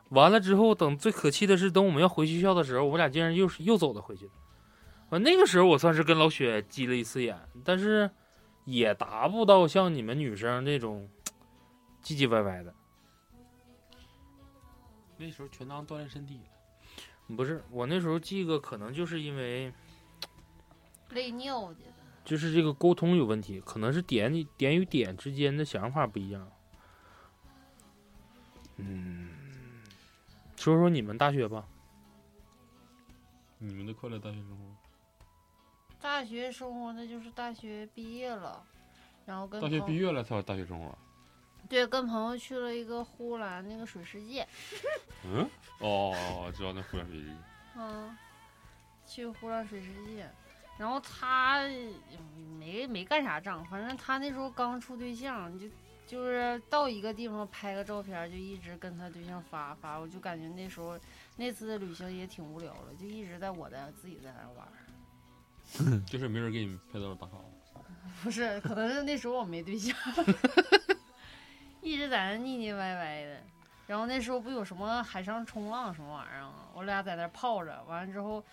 C: 完了之后，等最可气的是，等我们要回学校的时候，我们俩竟然又是又走了回去了。完那个时候，我算是跟老雪急了一次眼，但是也达不到像你们女生这种唧唧歪歪的。
D: 那时候全当锻炼身体了。
C: 不是我那时候记个，可能就是因为
F: 累尿，我觉得。
C: 就是这个沟通有问题，可能是点与点与点之间的想法不一样。嗯，说说你们大学吧，
D: 你们的快乐大学生活，
F: 大学生活那就是大学毕业了，然后跟
D: 大学
F: 朋
D: 毕业了才有大学生活。啊
F: 对跟朋友去了一个呼兰那个水世界，
D: 嗯，哦，知道那湖南水域，
F: 嗯，去呼兰水世界，然后他没没干啥仗，反正他那时候刚处对象，就就是到一个地方拍个照片，就一直跟他对象发发，我就感觉那时候那次的旅行也挺无聊了，就一直在我在自己在那玩儿，
D: 就是没人给你拍照打卡。
F: 不是，可能是那时候我没对象，一直在那腻腻歪歪的。然后那时候不有什么海上冲浪什么玩意儿啊，我俩在那儿泡着，完了之后，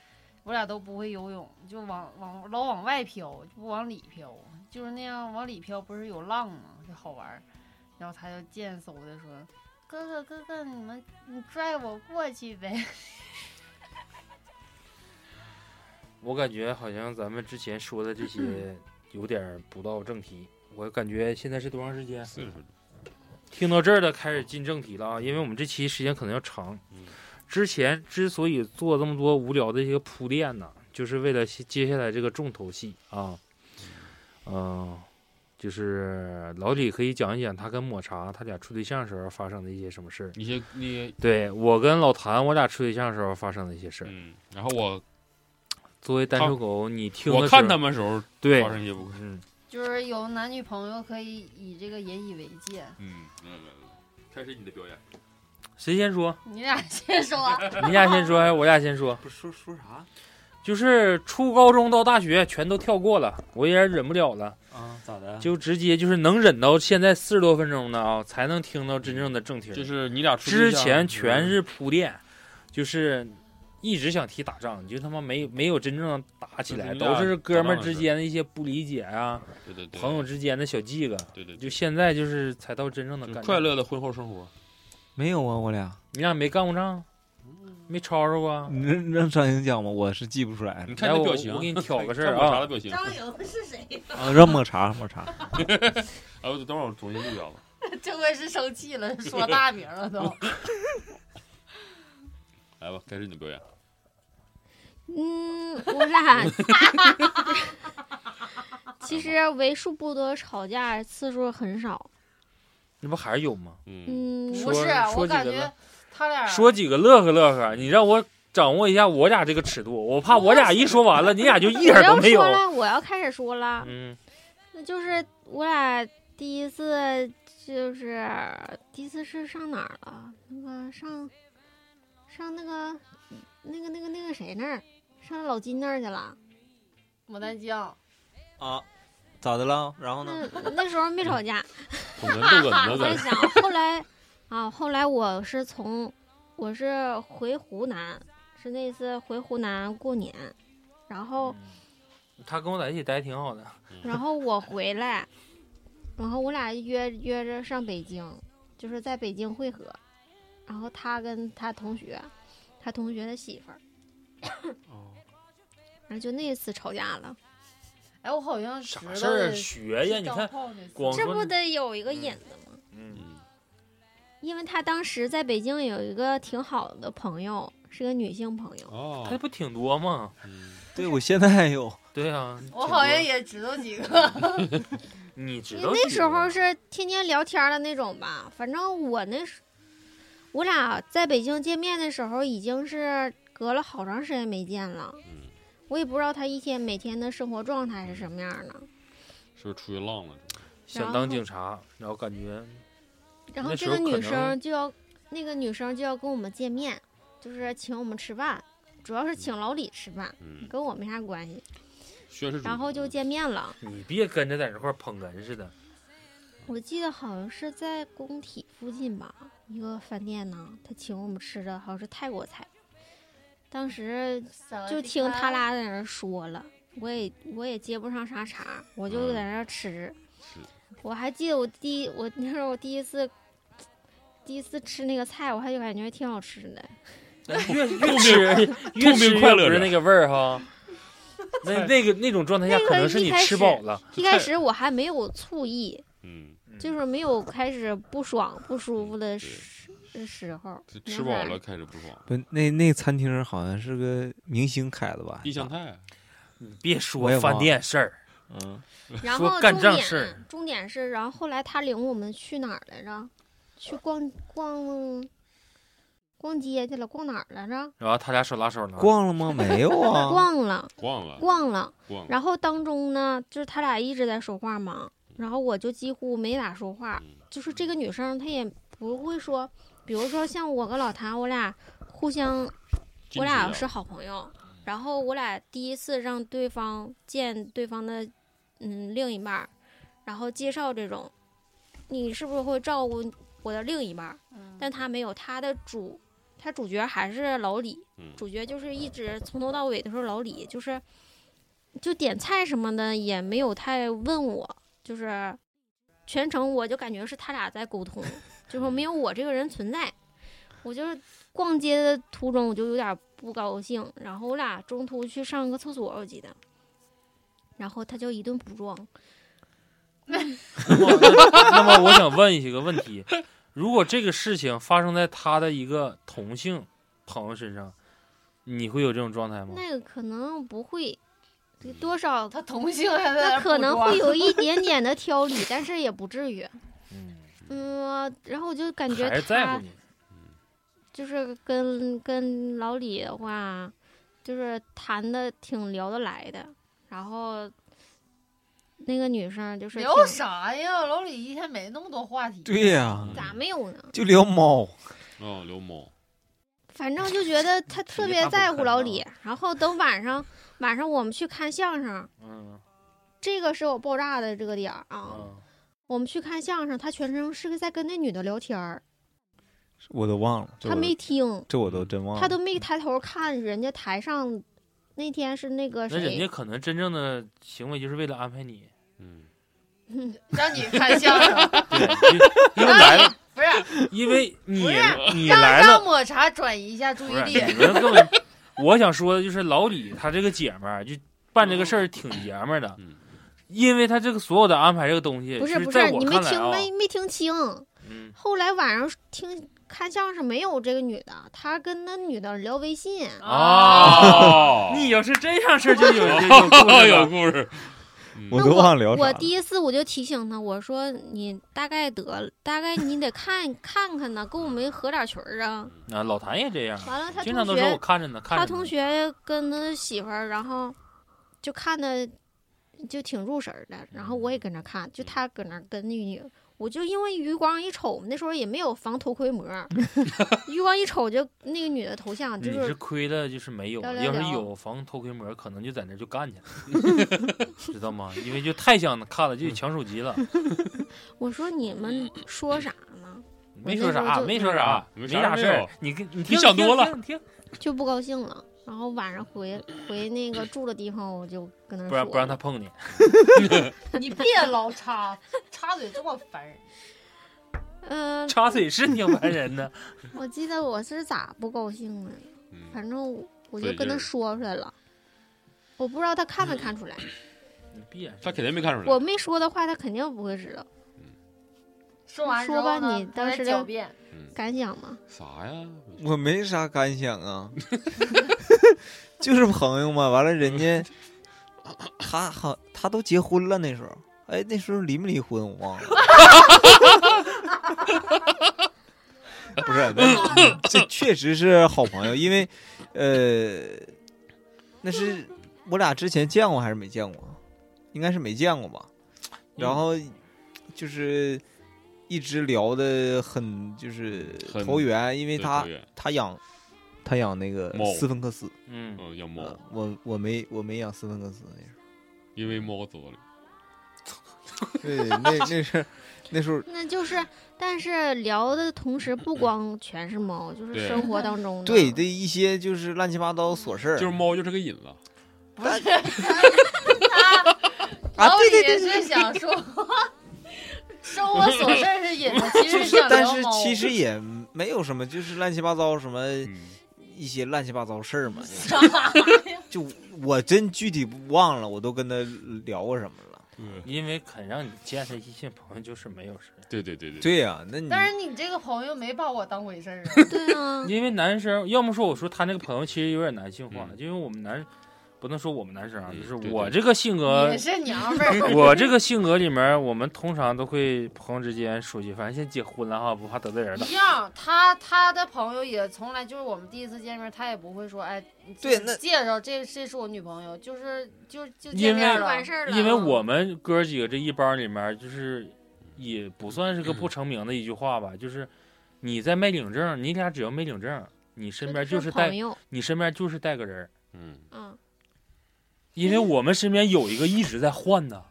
F: 我俩都不会游泳，就往往老往外飘，就不往里飘，就是那样往里飘，不是有浪吗？就好玩儿。然后他就贱嗖的说：“哥哥哥哥，你们你拽我过去呗。”
C: 我感觉好像咱们之前说的这 些有点儿不到正题。我感觉现在是多长时间？
D: 四十分钟，
C: 听到这儿的开始进正题了啊，因为我们这期时间可能要长
D: 嗯。
C: 之前之所以做这么多无聊的一个铺垫呢，就是为了接接下来这个重头戏啊，嗯、就是老李可以讲一讲他跟抹茶他俩处对象时候发生的一些什么事儿。
D: 一些你
C: 对我跟老谭，我俩处对象时候发生的一些事儿。
D: 嗯，然后我
C: 作为单身狗，你听
D: 我
C: 的时候
D: 看他们时候
C: 对
D: 发，生一些不快。
C: 嗯，
F: 就是有男女朋友可以以这个引以为戒。
D: 嗯，来来来，开始你的表演。
C: 谁先说？
F: 你俩先说。
C: 你俩先说还是我俩先说？
B: 不是说说啥
C: 就是初高中到大学全都跳过了，我也忍不了了，
B: 啊？咋
D: 嗯
B: 的？
C: 就直接就是能忍到现在四十多分钟的啊，才能听到真正的正题儿。
D: 就是你俩处
C: 之
D: 对象
C: 前全是铺垫，就是一直想提打仗，你就他妈没没有真正打起来，
D: 就是你
C: 都
D: 俩
C: 是哥们儿
D: 打仗的
C: 之
D: 事儿
C: 间的一些不理解啊，
D: 对对对，
C: 朋友之间的小记个。
D: 对对对，
C: 就现在就是才到真正的
D: 就是
C: 干
D: 快。乐的婚后生活。
B: 没有啊，我俩。
C: 你俩没干过仗，没吵吵过啊。
B: 你让让张莹讲吧，我是记不出 来了
D: 你看你
C: 来
D: 的表
C: 我
D: 情，啊
C: 我给你挑个事
D: 看
C: 儿
D: 抹茶的
C: 啊，
D: 表情。
F: 张莹是谁？
B: 啊。让抹茶抹茶，
D: 哎，我等会儿我重新录一下吧。
F: 这回是生气了，说大名了都。
D: 来吧，开始你的表演。
E: 嗯，我俩 其实为数不多吵架次数很少。
C: 那不还有吗？
D: 嗯，
E: 嗯，
C: 说
F: 不是，啊
C: 说
F: 我
C: 几个
F: 感
C: 了
F: 觉他俩
C: 说几个乐呵乐呵，你让我掌握一下我俩这个尺度，我怕我俩一说完了，你俩就一点
E: 我
C: 儿
E: 要
C: 都没有
E: 说。了，我要开始说了，
C: 嗯，
E: 那就是我俩第一次，就是第一次是上哪儿了？那个上上那个那个那个那个谁那儿，上老金那儿去了。
F: 牡丹江，
B: 啊， 咋的了？然后呢？
E: 那 那时候没吵架，
D: 捧哏 逗哏
E: 我
D: 的
E: 在
D: 在
E: 想，后来啊，后来我是从我是回湖南，是那次回湖南过年，然
G: 嗯
E: 后
C: 嗯他跟我在一起待挺好的，
E: 然后我回来，然后我俩约约着上北京，就是在北京会合，然后他跟他同学，他同学的媳妇儿，
D: 哦，
E: 然后就那次吵架了，
F: 哎，我好像知
G: 啥
F: 道
G: 事儿啊？
F: 的
G: 学呀，
F: 是
G: 你
F: 张
G: 看，
F: 炮那次
G: 光
E: 这
G: 说
E: 不
G: 你
E: 得有一个引子吗？
G: 嗯，
D: 嗯，
E: 因为他当时在北京有一个挺好的朋友，是个女性朋友，
B: 啊
D: 哦，
C: 他不挺多吗？
D: 嗯，
B: 对我现在还有，
C: 对啊，
F: 我好像也知道几 个。
C: 你知
E: 因
C: 道
E: 为那
C: 几
E: 时
C: 个
E: 候是天天聊天的那种吧。反正我那时，我俩在北京见面的时候，已经是隔了好长时间没见了。
D: 嗯
E: 我也不知道他一天每天的生活状态是什么样的。
D: 是不是出去浪了？
C: 想当警察，然后感觉
E: 然后
C: 那
E: 这
C: 时候
E: 个女
C: 可能
E: 生就要，那个女生就要跟我们见面，就是请我们吃饭，主要是请老李吃饭，
D: 嗯，
E: 跟我没啥关系。
D: 宣誓主义。
E: 然后就见面了，
C: 你别跟着在这块儿捧哏似的。
E: 我记得好像是在工体附近吧，一个饭店呢，他请我们吃的好像是泰国菜。当时
F: 呃
E: 就听他俩在那儿说了，我也我也接不上啥茬，我就在那儿吃。
D: 嗯是
E: 我还记得我第一我那时候我第一次第一次吃那个菜，我还就感觉挺好吃的。
C: 越越吃越吃
D: 痛并快
C: 越
D: 乐
C: 不
D: 着
C: 是那个味儿 哈。那那个那种状态下，
E: 那个
C: 可能是
E: 一
C: 你
E: 开
C: 吃
E: 始
C: 饱了，
E: 一开始我还没有醋意，
D: 嗯，
E: 就是没有开始不爽不舒服的时时候。
D: 这吃饱了开始不爽。
B: 不，那那餐厅好像是个明星开的吧？
D: 地香菜，
C: 你别
B: 我也
C: 说
B: 忘
C: 饭店事儿，
B: 嗯，
E: 然
C: 说
E: 后
C: 干
E: 重
C: 正
E: 点
C: 事儿
E: 重点是，然后后来他领我们去哪儿来着？去逛逛逛街去了，逛哪儿来着？
C: 然后他俩手拉手呢，
B: 逛了吗？没有啊。
E: 逛了，
D: 逛了，
E: 逛了。
D: 逛了。
E: 然后当中呢，就是他俩一直在说话嘛，然后我就几乎没咋说话。
D: 嗯
E: 就是这个女生她也不会说，比如说像我跟老谭，我俩互相我俩是好朋友，然后我俩第一次让对方见对方的嗯另一半儿，然后介绍这种，你是不是会照顾我的另一半儿？
F: 嗯
E: 但他没有，他的主他主角还是老李，
D: 嗯
E: 主角就是一直从头到尾都是老李，就是就点菜什么的也没有太问我，就是全程我就感觉是他俩在沟通，就说没有我这个人存在。我就是逛街的途中我就有点不高兴，然后我俩中途去上个厕所，我记得，然后他就一顿补妆，
C: 那么那那么我想问一个问题：如果这个事情发生在他的一个同性朋友身上，你会有这种状态吗？
E: 那个可能不会，多少
F: 他同性还在
E: 那
F: 那
E: 可能
F: 补妆
E: 会有一点点的挑理，但是也不至于。
C: 嗯，
E: 嗯，然后我就感觉
C: 还是在
E: 他
C: 乎你。
E: 就是跟跟老李的话，就是谈的挺聊得来的，然后那个女生就是挺
F: 聊啥呀？老李一天没那么多话题。
B: 对呀、
E: 咋没有呢？
B: 就聊猫，
D: 嗯哦，刘某，
E: 反正就觉得他特别在乎老李。然后等晚上晚上我们去看相声，
C: 嗯
E: 这个是我爆炸的这个点儿啊。
C: 嗯，
E: 我们去看相声，他全程是在跟那女的聊天儿，
B: 我都忘了。这
E: 他
B: 我
E: 没听，
B: 这我都真
C: 嗯
B: 忘了。
E: 他都没抬头看人家台上。那天是那个
C: 那人
E: 谁
C: 家，可能真正的行为就是为了安排你，
D: 嗯，
F: 让你看相声，
C: 对，因为因为来了，
F: 不是
C: 因为你
F: 不是
C: 你
F: 让
C: 来了
F: 让，抹茶转移一下注
C: 不
F: 意
C: 是
F: 力。
C: 你们根本，我想说的就是老李他这个姐们儿就办这个事儿挺爷们儿的
D: 嗯，
C: 因为他这个所有的安排这个东西，
E: 不是
C: 是
E: 不
C: 在
E: 是，
C: 我
E: 你没
C: 看来
E: 听
C: 啊，
E: 没没听清，
C: 嗯，
E: 后来晚上听看相声没有这个女的，她跟那女的聊微信，
D: 啊
F: 啊
C: 哦，
D: 哦，
C: 你要是这样事儿就有就有故
E: 哎
C: 事
D: 有
C: 了，
D: 故事，嗯
B: 我
E: 那
B: 都忘了聊啥
E: 我
B: 了
E: 第一次我就提醒她，我说你大概得，大概你得看看看呢，跟我们合点群儿啊。
C: 啊，老谭也这样，
E: 完了，她
C: 经常
E: 同
C: 都说我
E: 学，
C: 看着呢，看着
E: 她
C: 呢。
E: 同学跟他媳妇儿，然后就看的就挺入神儿的，然后我
C: 嗯
E: 也跟着看，就她搁那儿跟那女。我就因为余光一瞅，那时候也没有防头盔膜 儿，余光一瞅就那个女的头像，就
C: 嗯你是亏了，就是没有。
E: 聊聊
C: 要是
E: 聊
C: 有防偷窥膜，可能就在那儿就干去了，知道吗？因为就太想看了，就抢手机了。
E: 我说你们说啥呢？
C: 没说啥，
E: 我那
C: 没
E: 时候就
C: 说啥，
D: 没
C: 没
D: 啥
C: 啥
D: 事
C: 事
D: 儿
C: 儿。你跟你听，
D: 想多了
C: 听，听听
E: 就不高兴了。然后晚上回回那个住的地方，我就跟他说，
C: 不让不让他碰你。
F: 你别老插插嘴，这么烦人。
E: 嗯、
C: 插嘴是挺烦人的。
E: 我记得我是咋不高兴的，
D: 嗯，
E: 反正我我
D: 对
E: 就跟他
D: 就是
E: 说出来了。我不知道他看没看出来，
C: 闭眼
D: 他肯定没看出来
E: 我。没说的话，他肯定不会知道。
F: 说完之
E: 说吧
F: 后呢
E: 你
F: 他
E: 当
F: 在
E: 时
F: 狡
E: 的
F: 辩，
D: 嗯，
E: 敢想吗？
D: 啥呀？
B: 我没啥感想啊， 就是朋友嘛。完了，人家他好，他都结婚了那时候，哎，那时候离没离婚我忘了。 不是，那这确实是好朋友，因为呃，那是我俩之前见过还是没见过？应该是没见过吧。然后就是一直聊的很就是
D: 很
B: 投缘，因为
D: 这
B: 他
D: 导演
B: 他养他养那个
D: 猫
B: 斯芬克斯，
C: 嗯，
D: 嗯养猫
B: 呃，我我没我没养斯芬克斯那时候，
D: 因为猫走了。
B: 对，那那是那时候
E: 那就是，但是聊的同时不光全是猫，就是
D: 对
E: 生活当中 的
B: 对的一些就是乱七八糟琐事儿，
D: 就是猫就是个瘾了，
F: 不是他，
B: 啊
F: 老
B: 对对
F: 李
B: 对
F: 是想 说生活琐事儿是引的，其实
B: 就是
F: 想
B: 但
F: 聊
B: 是
F: 猫。
B: 其 实也没有什么，就是乱七八糟什么
D: 嗯，
B: 一些乱七八糟事儿嘛，
F: 啥呀
B: 就我真具体不忘了，我都跟他聊过什么了。
D: 对
C: 因为肯让你见他异性朋友就是没有事儿，
D: 嗯对对对对，
B: 对呀、那你
F: 但是你这个朋友没把我当回事儿啊，
E: 对 啊，
C: 因为男生要么说我说他那个朋友其实有点男性化，
D: 嗯
C: 因为我们男不能说我们男生啊，
D: 嗯
C: 就是
D: 对
C: 我
D: 对
C: 这个性格
F: 也是娘 们儿。
C: 我这个性格里面，我们通常都会朋友之间说句，反正现在结婚了哈，不怕得罪人的。
F: 一样，他他的朋友也从来就是我们第一次见面，他也不会说哎，
B: 对
F: 就是
B: 那
F: 介绍这这是我女朋友，就是就就
C: 因为
F: 见面
E: 就
F: 了
E: 完。事儿了。啊
C: 因为我们哥几个这一帮里面，就是也不算是个
D: 嗯
C: 不成名的一句话吧，就是你在没领证，你俩只要没领证，你身边就是带
E: 朋友，
C: 你身边就是带个人儿，
D: 嗯，
E: 嗯，
C: 因为我们身边有一个一直在换 的，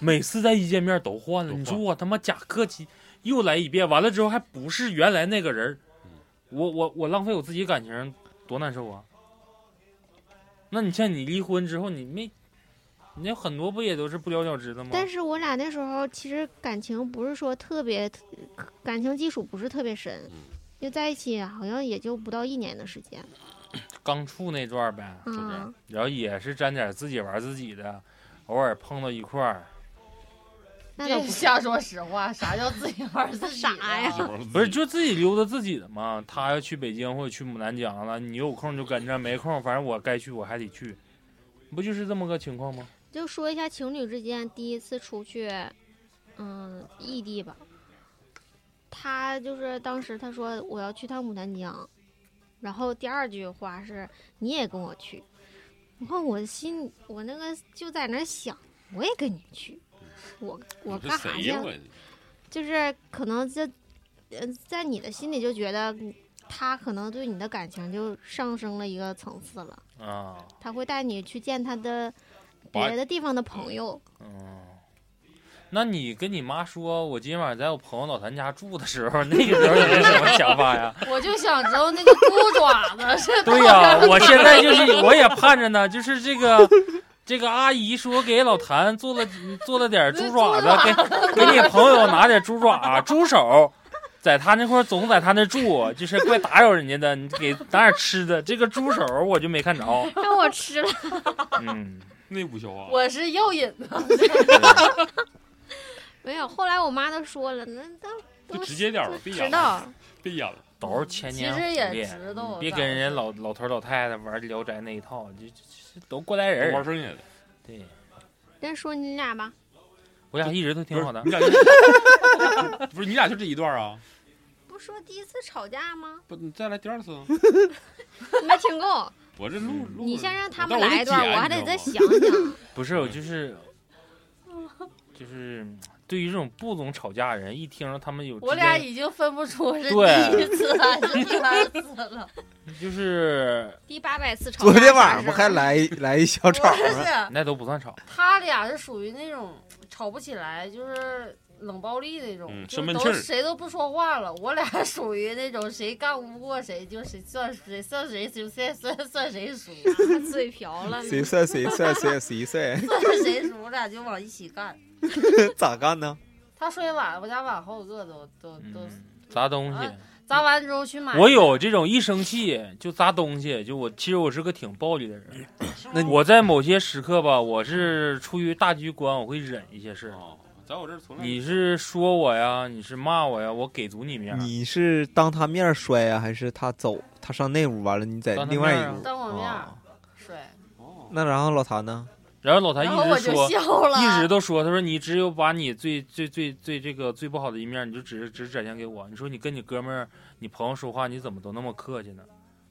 C: 每次在一见面都换了。
D: 都换
C: 你说我他妈假客气，又来一遍，完了之后还不是原来那个人儿
D: 嗯，
C: 我我我浪费我自己感情，多难受啊！那你像你离婚之后，你没，你那很多不也都是不了了之的吗？
E: 但是我俩那时候其实感情不是说特别，感情基础不是特别深
D: 嗯，
E: 就在一起好像也就不到一年的时间。
C: 刚处那段儿呗，
E: 嗯
C: 是不是？然后也是沾点儿自己玩儿自己的，偶尔碰到一块儿，
E: 那倒
F: 这
E: 不是，
F: 瞎说实话，啥叫自己玩儿自己的？
E: 啥呀
C: 不是就自己溜达自己的嘛。他要去北京或者去牡丹江了，你有空就跟着，没空反正我该去我还得去，不就是这么个情况吗？
E: 就说一下情侣之间第一次出去，嗯，异地吧。他就是当时他说我要去趟牡丹江，然后第二句话是你也跟我去，然后我心我那个就在那儿想，我也跟你去，我我
D: 嗯是
E: 干啥
D: 谁
E: 去
D: 呀
E: 啊？
D: 我？
E: 就是可能在，呃，在你的心里就觉得他可能对你的感情就上升了一个层次了，
C: 啊，
E: 他会带你去见他的
D: 把
E: 别的地方的朋友。
C: 嗯。那你跟你妈说，我今晚在我朋友老谭家住的时候，那个时候你是什么想法呀？
F: 我就想知道那个猪爪子是
C: 对 呀、我现在就是我也盼着呢，就是这个 这个阿姨说给老谭做了做了点猪爪 子，给给你朋友拿点猪爪、 猪手，在他那块儿总在他那住，就是怪打扰人家的， 你给拿点吃的。这个猪手我就没看 着，
E: 让我吃了，
C: 嗯，
D: 内部消化，
F: 啊我是药引的，
E: 没有。后来我妈都说了，那都
D: 就 直接 点儿吧，别
E: 知
D: 演了，
E: 道，
D: 别演了，
C: 都是千
F: 其
C: 年
F: 实
C: 苦
F: 也
C: 练
F: 知道。
C: 别跟人家老老头老太太玩《聊斋》那一套，就就就都过来
D: 都
C: 人
D: 玩
C: 儿。
D: 剩下的，
C: 对，
E: 先说你俩吧。
C: 我俩一直都挺好的
D: 不。是你俩就 不是你俩就这一段儿 啊？
E: 不说第一次吵架吗？
D: 不，你再来第二次啊。
E: 没听 够。
D: 我这录录，
E: 嗯你先让他们
D: 但我
E: 来一段，
D: 剪
E: 我还得
D: 你知道
E: 再
D: 吗
E: 想 想。
C: 不是，我
B: 嗯
C: 就是，就是对于这种不懂吵架的人，一听着他们有之
F: 我俩
C: 间
F: 已经分不出是第
C: 对
F: 一次还是第二次了。
C: 就是
E: 第八百次吵架，
B: 昨天晚上不还来一来一小吵
F: 不
B: 吗？
F: 是，
C: 那都不算吵，
F: 他俩是属于那种吵不起来，就是冷暴力那种，
D: 嗯
F: 就
D: 生
F: 是
D: 闷
F: 都
D: 气儿
F: 谁都不说话了。我俩 属于那种谁干不过谁，就谁算谁算谁谁算算算谁输，
E: 嘴 瓢 了。
B: 谁帅 谁帅谁谁帅，
F: 算谁输，我俩就往一起干。
B: 咋干呢？
F: 他睡得晚，我家晚好几个都都都啊
C: 嗯，砸东西。
F: 砸完之后去买。
C: 我有这种一生气就砸东西，就我其实我是个挺暴力的人。
B: 那你
C: 我在某些时刻吧，我是出于大局观，我会忍一些事
B: 哦
C: 儿。
D: 啊，在我这儿从来
C: 你是说我呀，你是骂我呀，我给足你面儿。
B: 你是当他面儿摔呀、还是他走，他上那屋完了，你在
C: 当他
B: 另外
C: 面
B: 一
C: 儿啊
B: 屋？
F: 当我面儿
B: 啊
F: 睡，
D: 哦，
B: 那然后老谭呢？
C: 然后老谭
F: 然后我
C: 一直
F: 就
C: 说，
F: 笑了，
C: 一直都说，他说你只有把你最最最最这个最不好的一面，你就只只展现给我。你说你跟你哥们儿、你朋友说话，你怎么都那么客气呢？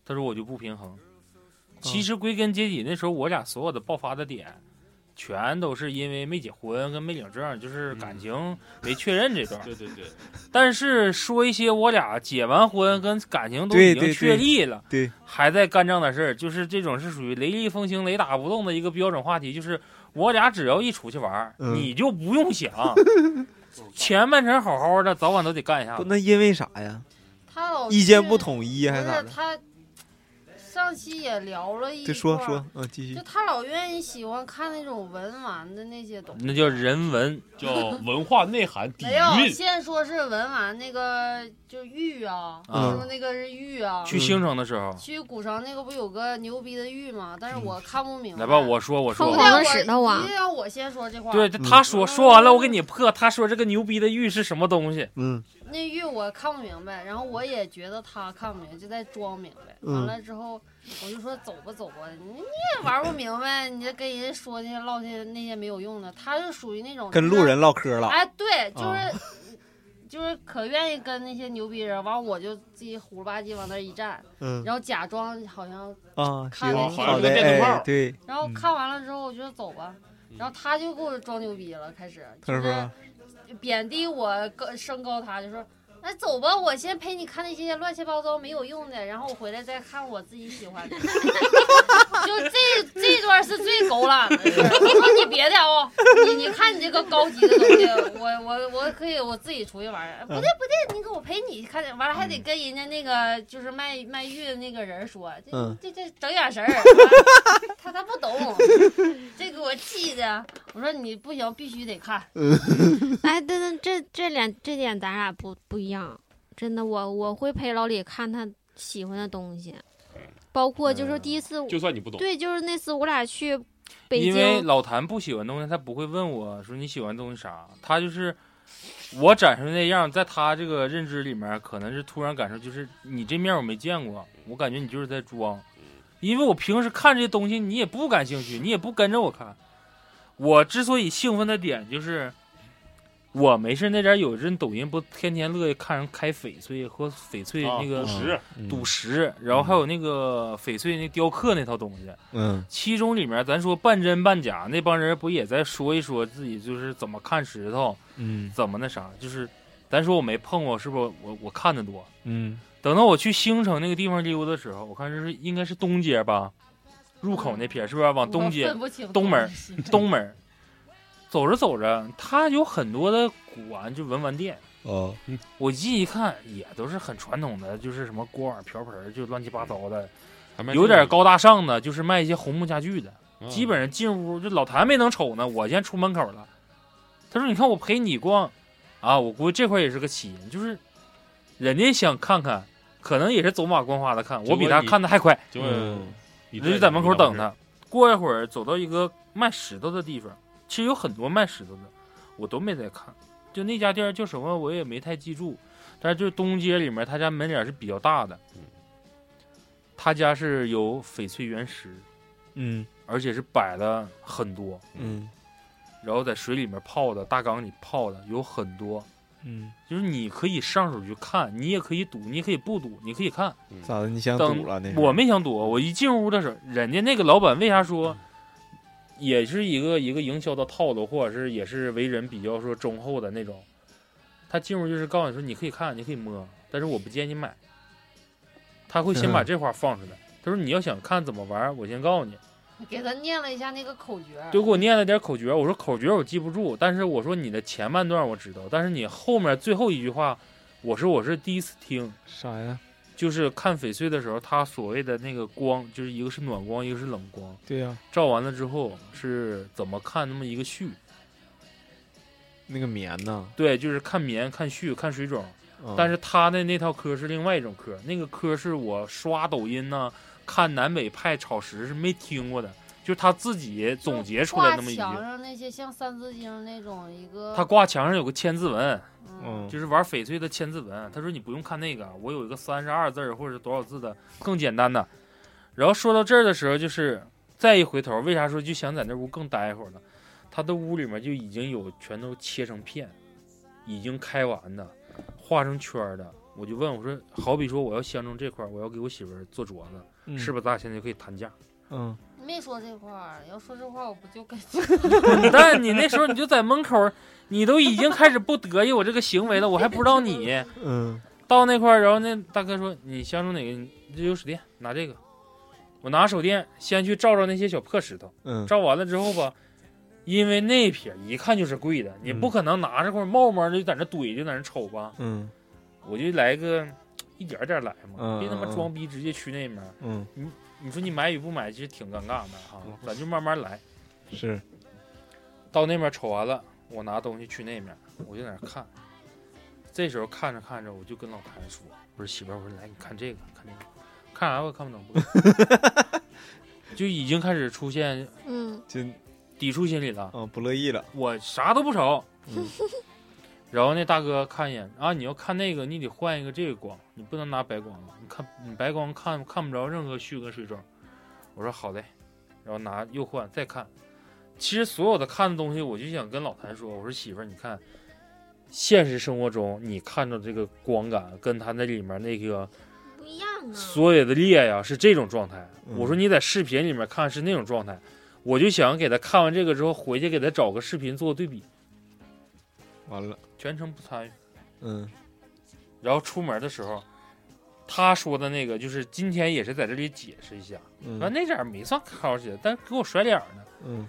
C: 他说我就不平衡。其实归根结底，那时候我俩所有的爆发的点，全都是因为没结婚跟没领证，就是感情没确认这段。
D: 对对对，
C: 但是说一些我俩结完婚跟感情都
B: 对
C: 已经
B: 对
C: 确立了，
B: 对
C: 还在干仗的事儿，就是这种是属于雷厉风行、雷打不动的一个标准话题。就是我俩只要一出去玩儿，
B: 嗯
C: 你就不 用想，前半程好好的，早晚都得干一下
B: 不，
C: 子。
B: 那因为啥呀？
F: 他老
B: 意见
F: 去
B: 不，统一
F: 哦不
B: 还是咋
F: 是
B: 的？
F: 他上期也聊了一
B: 就说
F: 块儿
B: 说，嗯，继续
F: 就。他老愿意喜欢看那种文玩的那些东西。
C: 那叫人文，
D: 叫文化内涵底
E: 哎
F: 没有，
D: 蕴，
F: 先说是文玩那个就玉啊，
C: 啊
F: 是不是那个是玉啊？
C: 去
B: 嗯
C: 兴城的时候，
F: 去古城那个不有个牛逼的玉吗？但是我看不
B: 嗯
F: 明
C: 嗯
F: 白。
C: 来吧，我说我
E: 疯
C: 说
F: 一定
E: 狂，
F: 要
E: 的石头啊
F: 我一定要我先说这话。
C: 对，他说说完了，我给你破，他说这个牛逼的玉是什么东西？
B: 嗯
F: 那玉我看不明白，然后我也觉得他看不明白，就在装明白。
B: 嗯
F: 完了之后，我就说走吧走吧，你你也玩不明白，你这跟人家说那些唠那些那些没有用的。他是属于那种
B: 跟路人唠嗑了。
F: 哎，对，就是、
B: 啊
F: 就是可愿意跟那些牛逼人，完我就自己虎了吧唧往那儿一站，
B: 嗯
F: 然后假装好像，
B: 啊，
F: 看
B: 行，
F: 了
B: 好
D: 一个
B: 的，
D: 电灯泡
B: 哎，对，
F: 然后
B: 嗯
F: 看完了之后我就走吧，然后他就给我装牛逼了，开始就
B: 他
F: 是
B: 说
F: 贬低我高升高他，就说。那走吧，我先陪你看那些乱七八糟没有用的，然后我回来再看我自己喜欢的。 就这这段是最狗懒的事儿。我说你别的啊、你你看你这个高级的东西，我我我可以我自己出去玩儿。哎不对不对，你给我陪你看，完了还得跟人家那个就是卖卖玉的那个人说，这、
B: 嗯
F: 这这整眼神儿，他他不懂， 这给我气的。我说你不行，必须得看。
E: 哎，对对，这这点这点咱俩不不一样，真的，我我会陪老李看他喜欢的东西，包括就是第一次，
D: 嗯就算你不懂，
E: 对，就是那次我俩去北
C: 因为
E: 京，
C: 老谭不喜欢东西，他不会问我说你喜欢东西啥，他就是我展示那样，在他这个认知里面，可能是突然感受就是你这面我没见过，我感觉你就是在装，因为我平时看这些东西你也不感兴趣，你也不跟着我看。我之所以兴奋的点就是，我没事那点儿有人抖音不天天乐意看人开翡翠和翡翠
D: 啊
C: 那个
D: 五十
B: 嗯
C: 赌石，然后还有那个翡翠那雕刻那套东西。
B: 嗯
C: 其中里面咱说半真半假，那帮人不也在说一说自己就是怎么看石头，
B: 嗯
C: 怎么那啥？就是咱说我没碰过，是不是我我看的多？
B: 嗯
C: 等到我去兴城那个地方溜达的时候，我看这是应该是东街吧，入口那撇是不是往东
F: 我
C: 街
F: 分不清
C: 东门儿
F: 东西
C: 东门儿？走着走着，它有很多的古玩，就文玩店。
B: 哦，
C: 我一一看，也都是很传统的，就是什么锅碗瓢盆儿，就乱七八糟的，
D: 还卖
C: 有
D: 这
C: 点
D: 个
C: 高大上的，啊就是卖一些红木家具的。
D: 嗯
C: 基本上进屋，这老谭没能瞅呢，我先出门口了。他说：“你看我陪你逛，啊，我估计这块也是个起因，就是人家想看看，可能也是走马观花的看，
D: 结
C: 我
D: 果
C: 比他
D: 你
C: 看的还快，
D: 就问你
C: 人就在门口等他。过一会儿走到一个卖石头的地方，其实有很多卖石头的，我都没在看，就那家店儿叫什么我也没太记住，但是就是东街里面他家门脸是比较大的
D: 嗯，
C: 他家是有翡翠原石。”
B: 嗯
C: 而且是摆了很多，
B: 嗯
C: 然后在水里面泡的，大缸里泡的有很多，
B: 嗯，
C: 就是你可以上手去看，你也可以赌，你也可以不赌，你可以看。
B: 咋的？你想
C: 等
B: 赌了那？
C: 我，没想赌，我一进屋的时候，人家那个老板为啥说，也是一个一个营销的套路，或者是也是为人比较说忠厚的那种，他进屋就是告诉你说你可以看，你可以摸，但是我不建议你买。他会先把这话放出来，他说你要想看怎么玩，我先告诉你。
F: 给他念了一下那个口诀儿，
C: 就给我念了点口诀，我说口诀我记不住，但是我说你的前半段我知道，但是你后面最后一句话，我说我是第一次听，
B: 啥呀？
C: 就是看翡翠的时候，它所谓的那个光，就是一个是暖光，一个是冷光，
B: 对呀，
C: 照完了之后是怎么看那么一个序，
B: 那个棉呢？
C: 对，就是看棉、看絮、看水肿。
B: 嗯
C: 但是他的那套科是另外一种科，那个科是我刷抖音呢、看南北派炒食是没听过的，就是他自己总结出来那么一句。
F: 墙上那些像《三字经》那种一个，
C: 他挂墙上有个千字文，
F: 嗯
B: 嗯，
C: 就是玩翡翠的千字文。他说你不用看那个，我有一个三十二字儿或者是多少字的更简单的。然后说到这儿的时候，就是再一回头，为啥说就想在那屋更待一会儿呢？他的屋里面就已经有全都切成片，已经开完的，画成圈儿的。我就问我说，好比说我要相中这块儿，我要给我媳妇儿做镯子，
B: 嗯
C: 是不是咱俩现在就可以谈价？
B: 嗯，
F: 没说这块儿，要说这块儿我不就跟
C: 滚蛋！你那时候你就在门口儿，你都已经开始不得意我这个行为了，我还不知道你。
B: 嗯
C: 到那块儿，然后那大哥说：“你相中哪个？你这有手电，拿这个。”我拿手电先去照照那些小破石头，
B: 嗯，
C: 照完了之后吧，因为那撇一看就是贵的，你
B: 嗯
C: 不可能拿着块儿冒冒的就在那堆就在那瞅吧，
B: 嗯
C: 我就来个一点儿点儿来嘛，
B: 嗯
C: 别他妈
B: 嗯嗯
C: 装逼直接去那面儿。
B: 嗯，
C: 你说你买与不买，其实挺尴尬的哈，咱就慢慢来。
B: 是，
C: 到那边瞅完了，我拿东西去那面，我就在那看。这时候看着看着，我就跟老谭说：“我说媳妇儿，我说来，你看这个，看这个，看啥我也看不懂，不懂 就已经开始出现
E: 嗯，
B: 就
C: 抵触心理了。
B: 啊不乐意了，
C: 我啥都不瞅。
B: 嗯
C: 然后那大哥看一眼啊，你要看那个，你得换一个这个光，你不能拿白光了，你看你白光看看不着任何虚跟水肿。我说好嘞，然后拿又换再看。其实所有的看的东西，我就想跟老谭说，我说媳妇儿，你看，现实生活中你看到这个光感跟他那里面那个
E: 不一样啊。
C: 所有的裂呀是这种状态。
B: 嗯
C: 我说你在视频里面看是那种状态，我就想给他看完这个之后，回去给他找个视频做对比，
B: 完了，
C: 全程不参与。
B: 嗯
C: 然后出门的时候，他说的那个就是今天也是在这里解释一下，
B: 嗯
C: 完那点儿没算靠起来，但是给我甩脸儿呢。
B: 嗯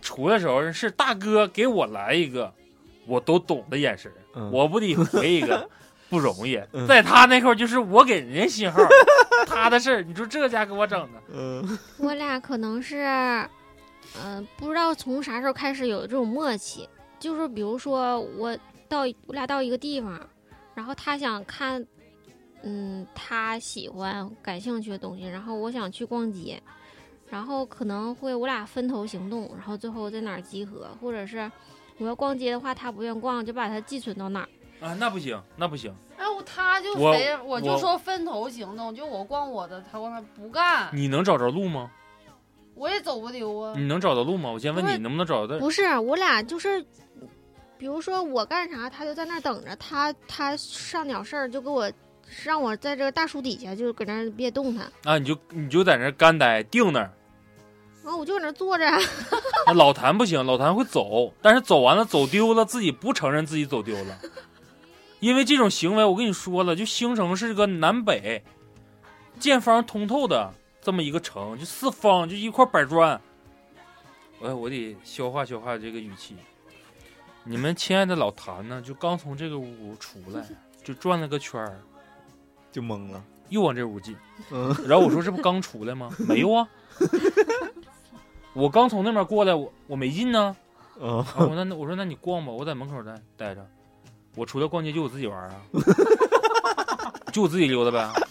C: 出的时候是大哥给我来一个我都懂的眼神儿，
B: 嗯
C: 我不得回一个 不容易。
B: 嗯
C: 在他那块儿就是我给人家信号儿，他的事儿，你说这家给我整的，
B: 嗯
E: 我俩可能是，呃，不知道从啥时候开始有这种默契，就是比如说我到我俩到一个地方，然后他想看，嗯，他喜欢感兴趣的东西，然后我想去逛街，然后可能会我俩分头行动，然后最后在哪儿集合，或者是我要逛街的话，他不愿逛，就把他寄存到哪儿。
C: 啊，那不行，那不行。
F: 哎，我他就
C: 我
F: 谁，我就
C: 我
F: 说分头行动，就我逛我的，他逛他不
E: 啊
F: 干，
C: 你能找着路吗？
F: 我也走不丢啊。
C: 你能找着路吗？我先问
E: 嗯不
C: 你
E: 是
C: 能不能找得到？
E: 不是，我俩就是，比如说我干啥，他就在那儿等着，他他上鸟事儿就给我让我在这个大树底下，就搁那儿别动他，
C: 啊，你就你就在那儿干待定那儿。
E: 然后我就搁那儿坐着，啊
C: 那老谭不行，老谭会走，但是走完了走丢了，自己不承认自己走丢了，因为这种行为，我跟你说了，就兴城是个南北见方通透的这么一个城，就四方就一块板砖。哎，我得消化消化这个语气。你们亲爱的老谭呢，就刚从这个屋出来，就转了个圈儿，
B: 就懵了，
C: 又往这屋进。
B: 嗯
C: 然后我说：“这不刚出来吗？”没有啊，我刚从那边过来，我我没进呢。
B: 嗯
C: 啊，我那我说那你逛吧，我在门口待待着，我除了逛街就我自己玩啊， 就我自己溜达呗。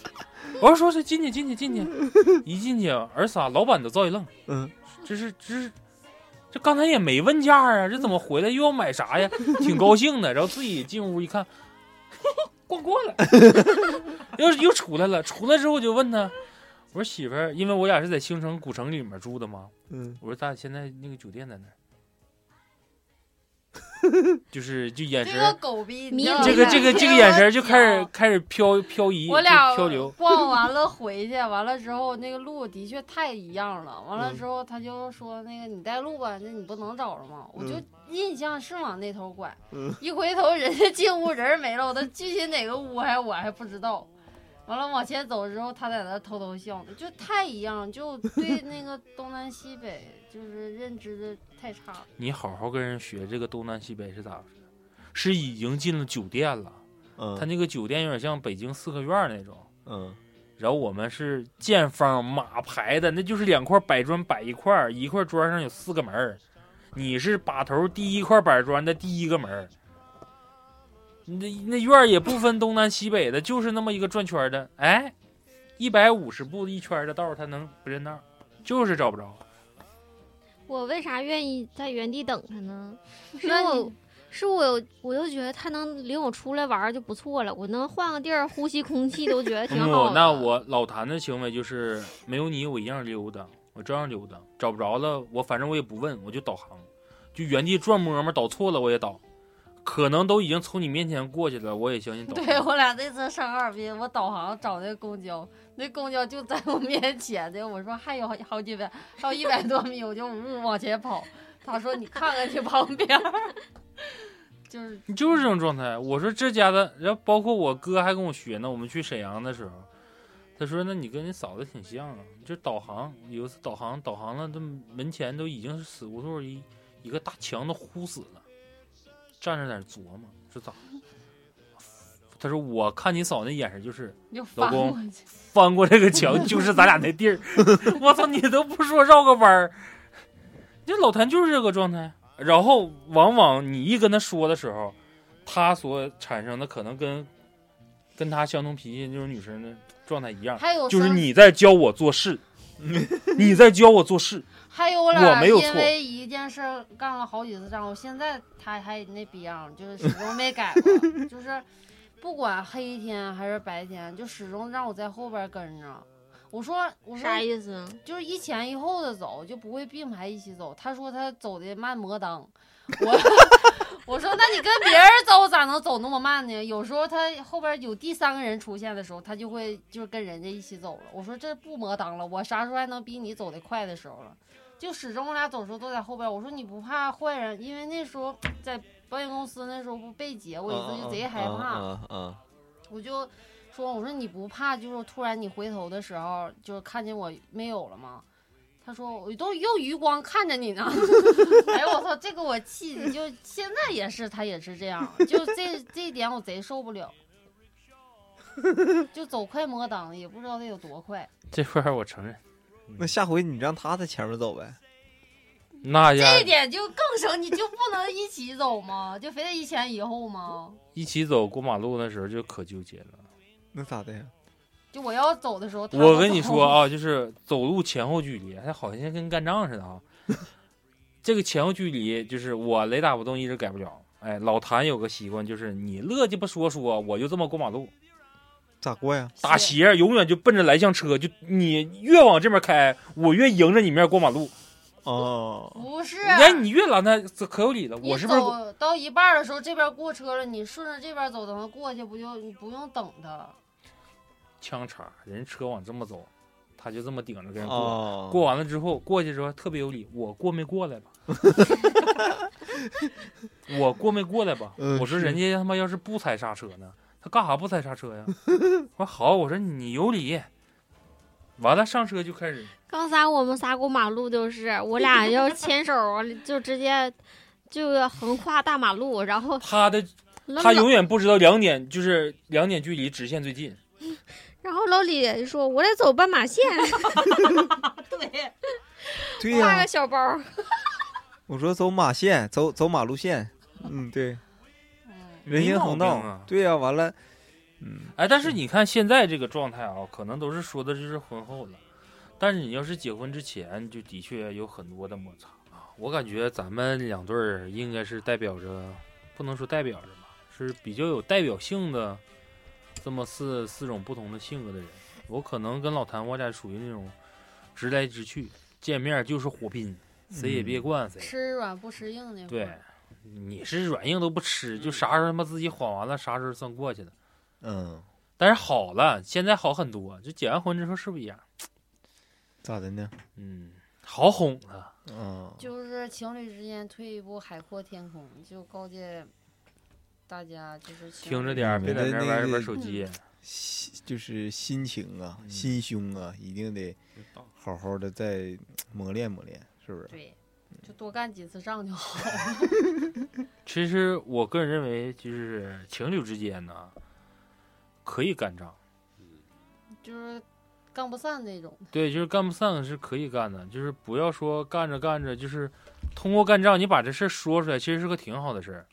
C: 我说是进去进去进去，一进去儿仨老板都照一愣，
B: 嗯
C: 这是这是这刚才也没问价啊，这怎么回来又要买啥呀？挺高兴的，然后自己进屋一看， 逛过了，又又出来了。出来之后我就问他，我说媳妇儿，因为我俩是在兴城古城里面住的嘛，
B: 嗯
C: 我说咱俩现在那个酒店在哪儿？ 就是就眼
F: 这
C: 神
F: 个
C: 儿，
F: 狗逼，
E: 迷
F: 你知道
C: 这
E: 离个
C: 个
F: 吗
C: 这个这个眼神儿就开始。开始漂漂移，
F: 嗯我俩
C: 就漂流。
F: 逛完了回去，完了之后那个路的确太一样了。完
C: 嗯
F: 了之后他就说那个你带路吧，那你不能找着吗？我就
B: 嗯
F: 印象是往那头拐，
B: 嗯
F: 一回头人家进屋人儿没了，我都具体哪个屋还我还不知道。完了往前走之后，他在那偷偷笑，就太一样，就对那个东南西北就是认知的太差了。
C: 你好好跟人学这个东南西北是咋回事？是已经进了酒店了，他
B: 嗯
C: 那个酒店有点像北京四合院儿那种。
B: 嗯
C: 然后我们是见方马牌的，那就是两块摆砖摆一块儿，一块砖上有四个门儿。你是把头第一块板砖的第一个门儿。那那院儿也不分东南西北的，就是那么一个转圈儿的，哎，一百五十步一圈儿的道儿，他能不认道儿，就是找不着。
E: 我为啥愿意在原地等他呢？是
F: 那
E: 我
F: 你
E: 是我有，我就觉得他能领我出来玩儿就不错了，我能换个地儿呼吸空气都觉得挺
C: 嗯
E: 好
C: 我
E: 的。
C: 那我老谭的行为就是没有你，我一样溜达，我照样溜达，找不着了，我反正我也不问，我就导航，就原地转摸摸，导错了我也导，可能都已经从你面前过去了，我也相信导航。
F: 对我俩那次上哈尔滨，我导航找那公交，那公交就在我面前 的。我说还有好几百，还有一百多米，我就呜呜往前跑。他说你看看你旁边儿， 就是
C: 你就是这种状态。我说这家的，然后包括我哥还跟我学呢。我们去沈阳的时候，他说：“那你跟你嫂子挺像啊，就导航。有一次导航导航了，这门前都已经是死胡同一一个大墙都呼死了，站着在那儿琢磨，说咋？”他说：“我看你嫂那眼神就是
F: 你就翻过去。
C: 翻过这个墙就是咱俩那地 儿。我操，你都不说绕个弯儿，这老谭就是这个状态。然后往往你一跟他说的时候，他所产生的可能跟跟他相同脾气那种女生的状态一样，
F: 还有
C: 啊就是
F: 上，
C: 你在教我做 事，你在教我做事。
F: 还有我
C: 我
F: 俩
C: 没有
F: 因
C: 错
F: 为一件事儿干了好几次仗。我现在他还那逼样儿，就是始终没改 过，就是不管黑天还是白天，就始终让我在后边儿跟着。我说我说
E: 啥意思？啊
F: 就是一前一后的走，就不会并排一起走。他说他走的慢磨裆，我我说那你跟别人走咋能走那么慢呢？有时候他后边有第三个人出现的时候，他就会就是跟人家一起走了。我说这不磨裆了，我啥时候还能比你走得快的时候了？就始终我俩走的时候都在后边。我说你不怕坏人？因为那时候在保险公司那时候不被劫
B: 啊
F: 过一次，就贼害怕。
B: 嗯嗯嗯
F: 我就说，我说你不怕，就是突然你回头的时候，就是看见我没有了吗？他说我都用余光看着你呢。 哎呦我操，这个我气的，就现在也是，他也是这样，就这这一点我贼受不了。就走快摸裆，也不知道得有多快。
C: 这块儿我承认，
B: 嗯那下回你让他在前面走呗。
C: 那
F: 这一
C: 家
F: 点就更生气，就不能一起走吗？就非得一前一后吗？
C: 一起走过马路那时候就可纠结了。
B: 那咋的呀？
F: 就我要走的时候，他
C: 我
F: 不
C: 跟你
F: 走
C: 说，啊，就是走路前后距离，它好像跟干仗似的啊。这个前后距离就是我雷打不动，一直改不了。哎，老谭有个习惯，就是你乐鸡巴说说，我就这么过马路，
B: 咋过呀？
C: 打斜永远就奔着来向车，就你越往这边开，我越迎着你面过马路。
B: 哦，
F: 不是，
C: 哎，你越拦他，这可有理了。
F: 你
C: 我是不是
F: 走到一半儿的时候，这边过车了，你顺着这边走，等他过去，不就你不用等
C: 啊
F: 他？
C: 枪叉？人车往这么走，他就这么顶着跟人过。
B: 哦，
C: 过完了之后，过去之后特别有理，我过没过来吧？我过没过来吧？
B: 嗯
C: 我说人家他妈要是不踩刹车呢，他干啥不踩刹车呀？我说好，我说你有理。完了上车就开始，
E: 刚才我们仨过马路都是，我俩要牵手啊就直接就横跨大马路，然后
C: 他的
E: 老
C: 他永远不知道两点就是两点距离直线最近，
E: 然后老李也说：“我得走斑马线，
F: 对，
B: 对
E: 挎
B: 呀
E: 个，小包。
B: 我说走马线，走走马路线。嗯，对，
F: 嗯，
B: 人行横道。
C: 没毛病啊
B: 对呀，完了，嗯，
C: 哎，但是你看现在这个状态啊，可能都是说的就是婚后了，但是你要是结婚之前，就的确有很多的摩擦啊。我感觉咱们两对儿应该是代表着，不能说代表着吧，是比较有代表性的这么四四种不同的性格的人。我可能跟老谭我俩属于那种直来直去，见面就是火拼，谁也别惯谁。
F: 吃软不吃硬那块
C: 对
F: 儿，，
C: 你是软硬都不吃，就啥时候他妈自己缓完了，啥时候算过去的。
B: 嗯，
C: 但是好了，现在好很多。就结完婚之后是不一样，
B: 咋的呢？
C: 嗯，好哄了。
B: 嗯，
F: 就是情侣之间退一步，海阔天空。就告诫大家，就是情
C: 听着
F: 侣
C: 点儿，
B: 嗯
C: 别在那
B: 那
C: 儿
B: 那
C: 玩
B: 个
C: 玩手机。
B: 心就是心情啊，
C: 嗯
B: 心胸啊，一定得好好的再磨练磨练，是不是？
F: 对，就多干几次仗就好。
C: 其实我个人认为，就是情侣之间呢，可以干仗。
D: 嗯
F: 就是干不散那种，
C: 嗯对，就是干不散是可以干的，就是不要说干着干着就是通过干仗，你把这事儿说出来，其实是个挺好的事儿。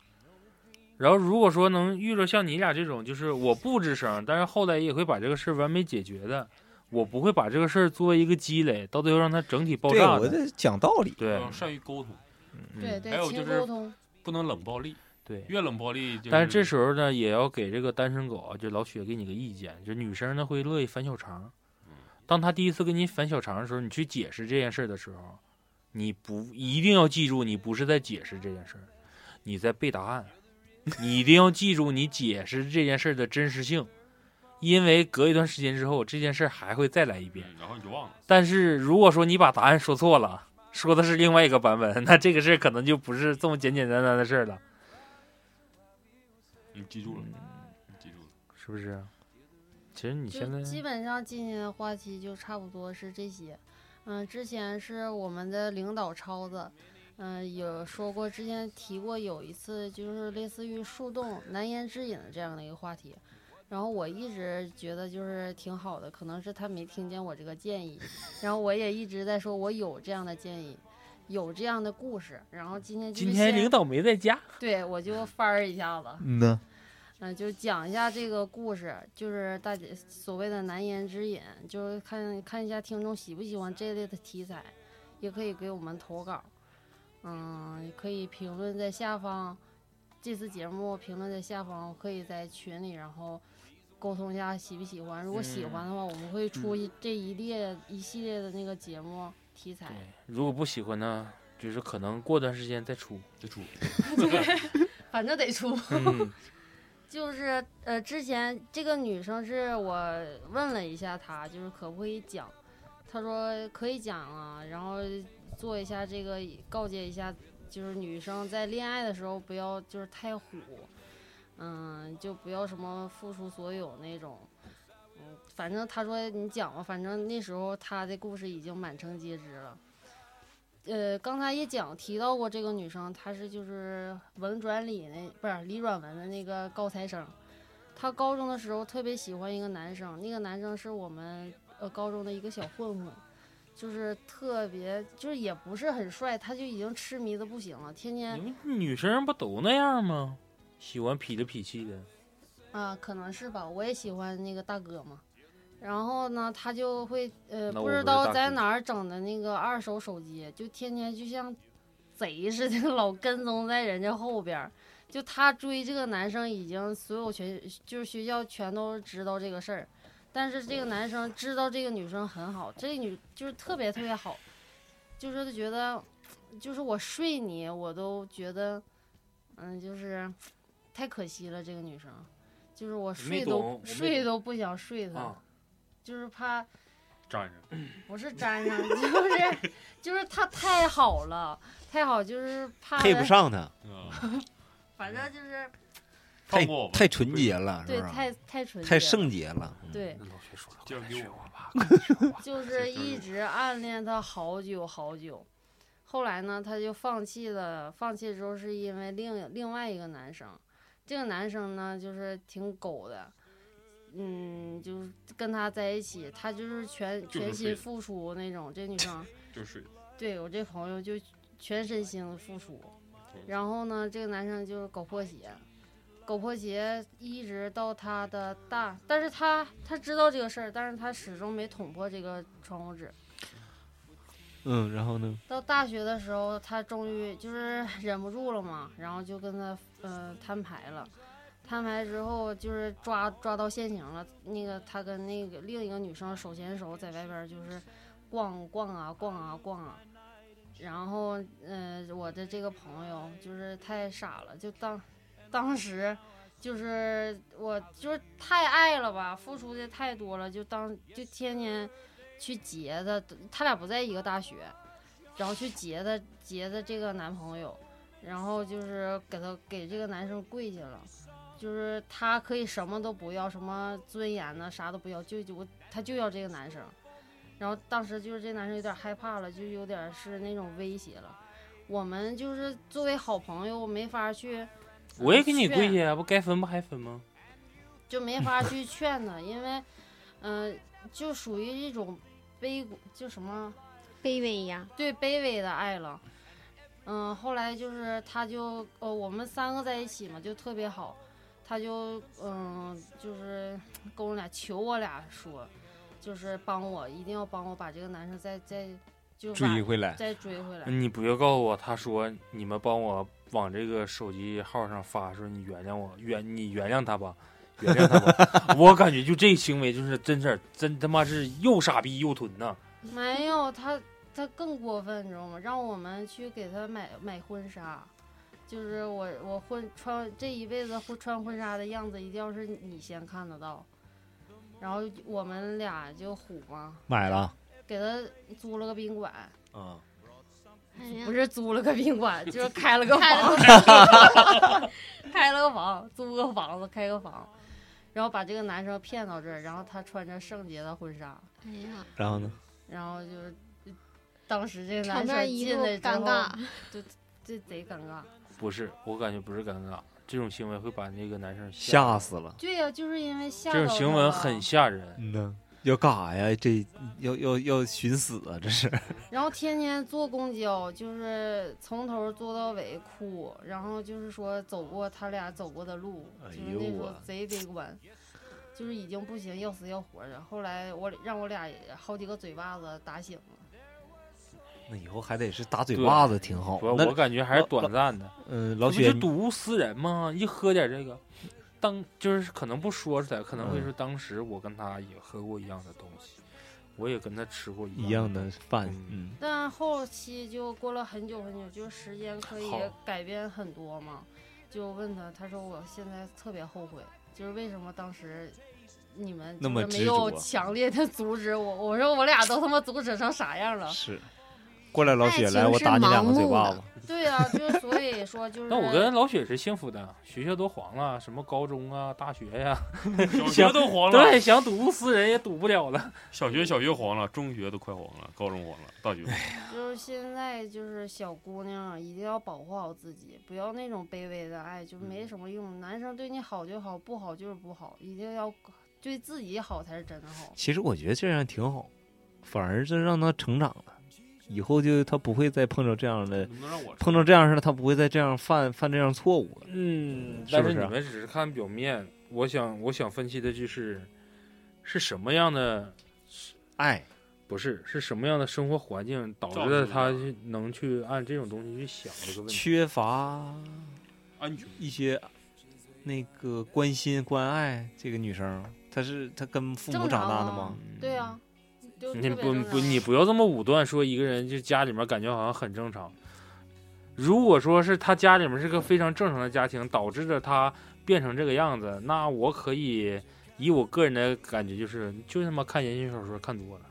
C: 然后如果说能遇着像你俩这种，就是我不吱声，但是后来也会把这个事儿完美解决的。我不会把这个事儿作为一个积累，到最后让它整体爆
B: 对，
C: 炸
B: 我
C: 的。
B: 这讲道理，
C: 对
D: 要善于沟通，
C: 嗯
F: 对
D: 还有
F: 对，
D: 就
F: 勤
D: 是
F: 沟通，
D: 不能冷暴力，
C: 对。
D: 越冷暴力就
C: 但是这
D: 是
C: 时候呢，也要给这个单身狗啊，就老许给你个意见，就女生呢会乐意翻小肠。
F: 嗯
C: 当她第一次跟你翻小肠的时候，你去解释这件事儿的时候，你不一定要记住，你不是在解释这件事儿，你在背答案。你一定要记住，你解释这件事儿的真实性，因为隔一段时间之后，这件事儿还会再来一遍。
D: 嗯然后你就忘了，
C: 但是如果说你把答案说错了，说的是另外一个版本，那这个事儿可能就不是这么简简单单的事儿了，
D: 你记
C: 嗯
D: 住了，你记住了。
C: 是啊不是？其实你
F: 就
C: 现在
F: 基本上今年的话题就差不多是这些。嗯，之前是我们的领导超子，嗯，有说过之前提过有一次就是类似于树洞难言之隐的这样的一个话题。然后我一直觉得就是挺好的，可能是他没听见我这个建议，然后我也一直在说我有这样的建议，有这样的故事。然后今天就是
C: 今天
F: 先
C: 领导没在家，
F: 对我就翻儿一下子，
B: 嗯呢，
F: 嗯、就讲一下这个故事，就是大姐所谓的难言之隐，就是看看一下听众喜不喜欢这类的题材，也可以给我们投稿，嗯，也可以评论在下方，这次节目评论在下方，可以在群里然后沟通一下喜不喜欢，如果喜欢的话，我们会出一这一列一系列的那个节目题材
C: 对，，如果不喜欢呢，就是可能过段时间再 出。
D: 再出，
F: 反正得出。
C: 嗯，
F: 就是呃，之前这个女生是我问了一下她，就是可不可以讲，她说可以讲啊，然后做一下这个告诫一下，就是女生在恋爱的时候不要就是太虎，嗯，就不要什么付出所有那种。嗯，反正她说你讲吧，反正那时候她的故事已经满城皆知了。呃，刚才也讲提到过这个女生，她是就是文转理那不是理转文的那个高材生。她高中的时候特别喜欢一个男生，那个男生是我们呃高中的一个小混混，就是特别就是也不是很帅，他就已经痴迷的不行了，天天
C: 你们女生不都那样吗？喜欢痞里痞气的，
F: 啊，可能是吧，我也喜欢那个大哥嘛。然后呢，他就会呃，
C: 那我
F: 不
C: 不是
F: 知
C: 大
F: 道在
C: 哥
F: 哪儿整的那个二手手机，就天天就像贼似的， 老跟踪在人家后边儿。就他追这个男生，已经所有全就是学校全都知道这个事儿，但是这个男生知道这个女生很好，这个女就是特别特别好，就是他觉得，就是我睡你，我都觉得，嗯，就是太可惜了，这个女生，就是我睡
C: 懂我
F: 都
C: 没
F: 睡
C: 懂
F: 都不想睡她，
C: 啊
F: 就是怕
D: 粘上。
F: 不是粘上， 就是就是她太好了，太好就是怕
G: 配
F: 她
G: 不，上他，
D: 啊，
F: 反正就是
D: 放
G: 太
D: 过我吧，
G: 太纯洁了，
F: 对
G: 是不
F: 太
G: 是？
F: 太纯
G: 嗯
F: 洁
G: 太
F: 了，嗯
G: 圣洁了，
F: 对。
C: 那老学说了，
D: 交给我
C: 吧。
F: 就是
D: 就是
F: 一直暗恋他好久好久，后来呢，他就放弃了。放弃之后是因为另另外一个男生，这个男生呢就是挺狗的，嗯，就是跟他在一起，他就是全
D: 就是
F: 全
D: 废
F: 心
D: 了
F: 付出那种。这女生
D: 就是
F: 对我这朋友就全身心的付出，然后呢，这个男生就是搞破鞋，搞破鞋一直到他的大，但是他他知道这个事儿，但是他始终没捅破这个窗户纸。
G: 嗯，然后呢？
F: 到大学的时候，他终于就是 忍不住了嘛，然后就跟他呃摊牌了。摊牌之后就是抓抓到现行了，那个他跟那个另一个女生手牵手在外边儿就是逛逛啊逛啊逛啊，然后嗯、呃我的这个朋友就是太傻了，就当当时就是我就是太爱了吧，付出的太多了，就当就天天去截他，他俩不在一个大学，然后去截她截她这个男朋友，然后就是给她给这个男生跪下了，就是她可以什么都不要，什么尊严呢，啥都不要，就就我她就要这个男生。然后当时就是这男生有点害怕了，就有点是那种威胁了。我们就是作为好朋友，没法去，
C: 我也给你
F: 劝
C: 跪下呀，不该分不还分吗？
F: 就没法去劝他，因为，嗯、就属于一种卑，就什么
E: 卑微呀，
F: 对卑微的爱了。嗯，后来就是他就呃，我们三个在一起嘛，就特别好。他就嗯，就是跟我俩求我俩说，就是帮我，一定要帮我把这个男生再再就是把
G: 追回来。
F: 再追回来。
C: 你不要告诉我，他说你们帮我往这个手机号上发，说你原谅我，原你原谅他吧，原谅他 吧。我感觉就这行为就是真事儿，真他妈是又傻逼又囤呐。
F: 没有他，他更过分，你知道吗？让我们去给他买买婚纱，就是我我婚穿这一辈子婚穿婚纱的样子，一定要是你先看得到。然后我们俩就虎嘛，
G: 买了，
F: 给他租了个宾馆，
G: 嗯，
E: 哎呀
F: 不是租了个宾 馆，就是开了个
E: 开
F: 房
E: 了，
F: 开了个房，租个房子，开个房，然后把这个男生骗到这儿，然后他穿着圣洁的婚纱，
E: 哎呀，
G: 然后呢？
F: 然后就是当时这个
E: 场
F: 男生
E: 面一
F: 进
E: 度
F: 来之
E: 尴
F: 后，
E: 尬。
F: 这贼尴尬。
C: 不是，我感觉不是尴尬，这种行为会把那个男生吓
G: 吓死了。
F: 对呀、就是因为吓
C: 这种行为很吓人。
G: 嗯呐，
B: 要干啥呀？这要要要寻死啊！这是
F: 然后天天坐公交，就是从头坐到尾哭，然后就是说走过他俩走过的路，
G: 哎
F: 就是那时
G: 呦
F: 候
G: 啊
F: 贼悲观，就是已经不行，要死要活的。后来我让我俩也好几个嘴巴子打醒了，
B: 那以后还得是打嘴
C: 对
B: 巴子挺好。
C: 我
B: 那
C: 我感觉还是短暂的。
B: 嗯，
C: 这
B: 老
C: 不
B: 雪
C: 就，睹物思人吗？一喝点这个，当就是可能不说出来，可能会
B: 嗯
C: 说当时我跟他也喝过一样的东西，我也跟他吃过
B: 一
C: 样
B: 样的饭，嗯
C: 嗯，
F: 但后期就过了很久很久，就是时间可以
C: 好
F: 改变很多嘛。就问他，他说我现在特别后悔，就是为什么当时。你们
B: 那么
F: 就是
B: 执
F: 没
B: 着啊
F: 有强烈的阻止我，我说我俩都他妈阻止成啥样了，
B: 是。啊过来，老雪，
E: 爱情
B: 来，我
E: 是
B: 打你两个
E: 盲
B: 嘴
E: 目
B: 巴
E: 的
B: 子。
F: 对呀、啊，就是所以说就是。
C: 那我跟老雪是幸福的，学校都黄了，什么高中啊、大学呀、
D: 小学都黄了，
C: 对，想睹物思人也睹不了 了。
D: 小学小学黄了，中学都快黄了，高中黄了，大学黄了
F: 就是现在就是小姑娘啊一定要保护好自己，不要那种卑微的爱，就
B: 嗯
F: 没什么用。男生对你好就好，不好就是不好，一定要对自己好才是真的好。
B: 其实我觉得这样挺好，反而是让他成长了，以后就他不会再碰着这样的，
D: 能不能让我
B: 碰着这样的事，他不会再这样犯犯这样错误了。
C: 嗯，
B: 是
C: 但
B: 不
C: 是
B: 是啊
C: 你们只是看表面，我想我想分析的就是是什么样的
B: 哎
G: 爱
C: 不是，是什么样的生活环境导
D: 造
C: 致
D: 成
C: 了
D: 的
C: 他去能去按这种东西去想这个问题？
B: 缺乏
D: 安全？
B: 一些那个关心关爱，这个女生她是她跟父母
F: 正常
B: 长大的
F: 啊
B: 吗？
F: 对啊，就特
C: 嗯你嗯
F: 别
C: 不
F: 正
C: 不，
F: 常
C: 你不要这么武断说一个人就家里面感觉好像很正常。如果说是他家里面是个非常正常的家庭，导致了他变成这个样子，那我可以以我个人的感觉就是，就他妈看言情小说看多了，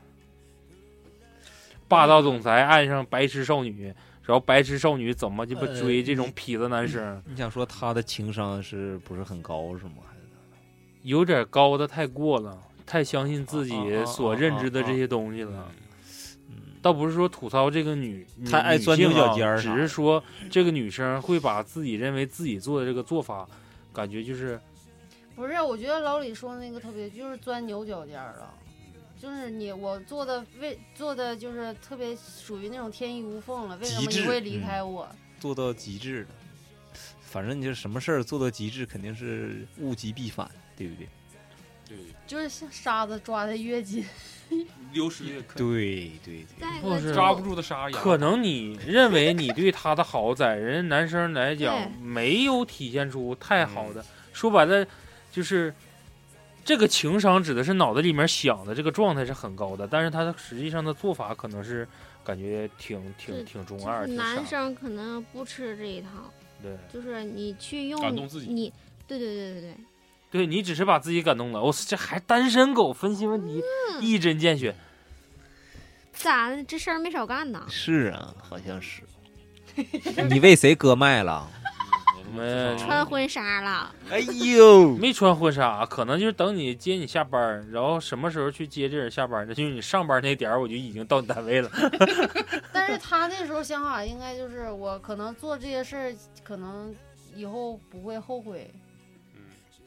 C: 霸道总裁爱上白痴少女，然后白痴少女怎么鸡巴
B: 呃
C: 追这种
B: 你
C: 痞子男生？
B: 你想说她的情商是不是很高是吗？还是
C: 有点高的太过了，太相信自
B: 啊啊
C: 己
B: 啊
C: 所认知的这些东西了。
B: 嗯，
C: 倒不是说吐槽这个女，女
B: 太爱钻
C: 女性啊
B: 牛角尖儿啥
C: 只
B: 的
C: 是说这个女生会把自己认为自己做的这个做法，感觉就是
F: 不是，我觉得老李说的那个特别，就是钻牛角尖儿了。就是你我做的为做的就是特别属于那种天衣无缝了，为什么
B: 极
F: 你
B: 致
F: 会离
B: 嗯
F: 开我？
B: 做到极致了。反正你就什么事儿做到极致，肯定是物极必反，对不对？
D: 对，
F: 就是像沙子抓的越紧，
D: 流失也可
B: 对对对
E: 再一
C: 不
E: 个
C: 是
E: 就
D: 抓不住的沙哑。
C: 可能你认为你对她的好，在人家男生来讲
E: 对
C: 没有体现出太好的，说白了就是。这个情商指的是脑子里面想的这个状态是很高的，但是他实际上的做法可能是感觉挺
E: 是
C: 挺挺中
E: 就
C: 二，
E: 是
C: 挺傻
E: 男生可能不吃这一套，
C: 对，
E: 就是你去用
D: 感动自己
E: 你对对对对对，
C: 对你只是把自己感动了。我、这还单身狗分析问题，
E: 嗯
C: 一针见血。
E: 咋的？这事儿没少干呢。
B: 是啊，好像 是。你为谁割麦了？
D: 我他
C: 嗯
D: 妈
E: 穿婚纱了，
B: 哎 呦，
C: 没穿婚纱，啊可能就是等你接你下班儿，然后什么时候去接这人下班儿，那就是你上班那点儿，我就已经到你单位了。
F: 但是他那时候想法应该就是我可能做这些事儿，可能以后不会后悔。
D: 嗯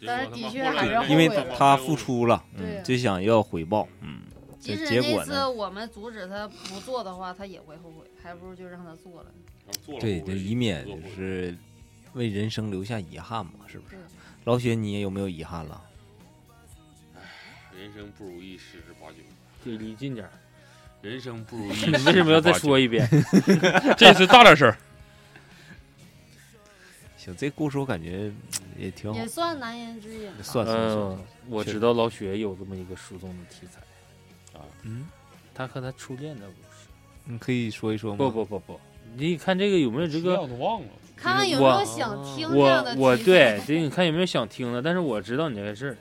F: 但是的确还是
B: 因为
F: 啊后悔
B: 他付，出了，啊
F: 对
B: 嗯，就想要回报，嗯，
F: 即使
G: 结
F: 那
G: 果
F: 次
G: 呢？
F: 我们阻止他不做的话，他也会后悔，还不如就让他做了。
G: 对，就以免就是为人生留下遗憾嘛，是不是？老雪，你也有没有遗憾了？
D: 人生不如意十之八九，
C: 就离近点儿。
D: 人生不 如 意。
C: 你为什么要再说
D: 一？
C: 一遍？
D: 这次大点声儿。
G: 行，这故事我感觉嗯也挺好
F: 也，算难言之隐吧。
G: 算算算
C: 嗯，我知道老雪有这么一个书中的题材，
B: 嗯，
C: 她啊和她初恋的故事。嗯
B: 你可以说一说吗？
C: 不不不不，你看这个有没有这
D: 这个
C: 个？
D: 我都忘了。
F: 看看有没有想听这样的
C: 我
F: 题材
C: 我 对，这你看有没有想听的？但是我知道你这个事儿。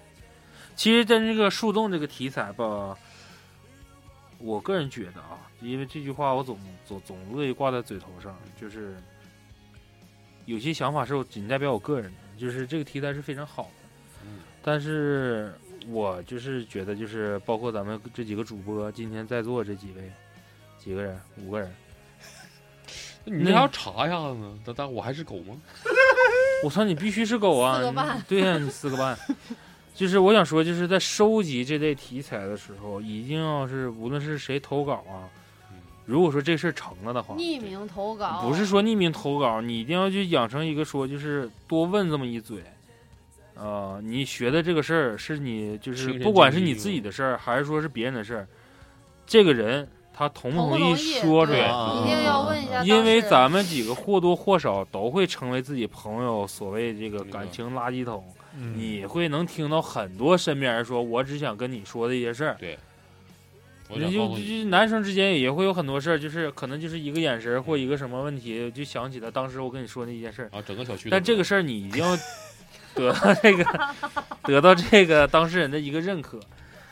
C: 其实，在这个树洞这个题材吧，我个人觉得啊，因为这句话我总总总乐意挂在嘴头上，就是有些想法是我仅代表我个人的，就是这个题材是非常好的。但是我就是觉得，就是包括咱们这几个主播，今天在座这几位，几个人，五个人，
D: 你为啥要查一下子呢？但但我还是狗吗？
C: 我操，你必须是狗啊！
F: 四个半
C: 你对呀、你四个半。 就是我想说，就是在收集这类题材的时候，一定要是无论是谁投稿啊，
D: 嗯
C: 如果说这事儿成了的话，
F: 匿名投稿，
C: 不是说匿名投稿，你一定要去养成一个说，就是多问这么一嘴。呃，你学的这个事儿是你就
D: 亲
C: 是
D: 身
C: 不管是
D: 经历
C: 你自己的事儿，还是说是别人的事儿，这个人他同不
F: 同不
C: 意
F: 同意
C: 说出
F: 对
C: 来，
G: 啊
F: 一定要问一下当事人，
C: 因为咱们几个或多或少都会成为自己朋友所谓这个感情垃圾桶，
B: 嗯，
C: 你会能听到很多身边人说：“我只想跟你说的一些事儿。”
D: 我
C: 人
D: 想
C: 就
D: 告
C: 就
D: 诉你，
C: 就男生之间也会有很多事儿，就是可能就是一个眼神儿或一个什么问题，就想起了当时我跟你说那一件事儿。
D: 啊，整个小区都知道。
C: 但这个事儿你一定要得到这个，得到这个当事人的一个认可，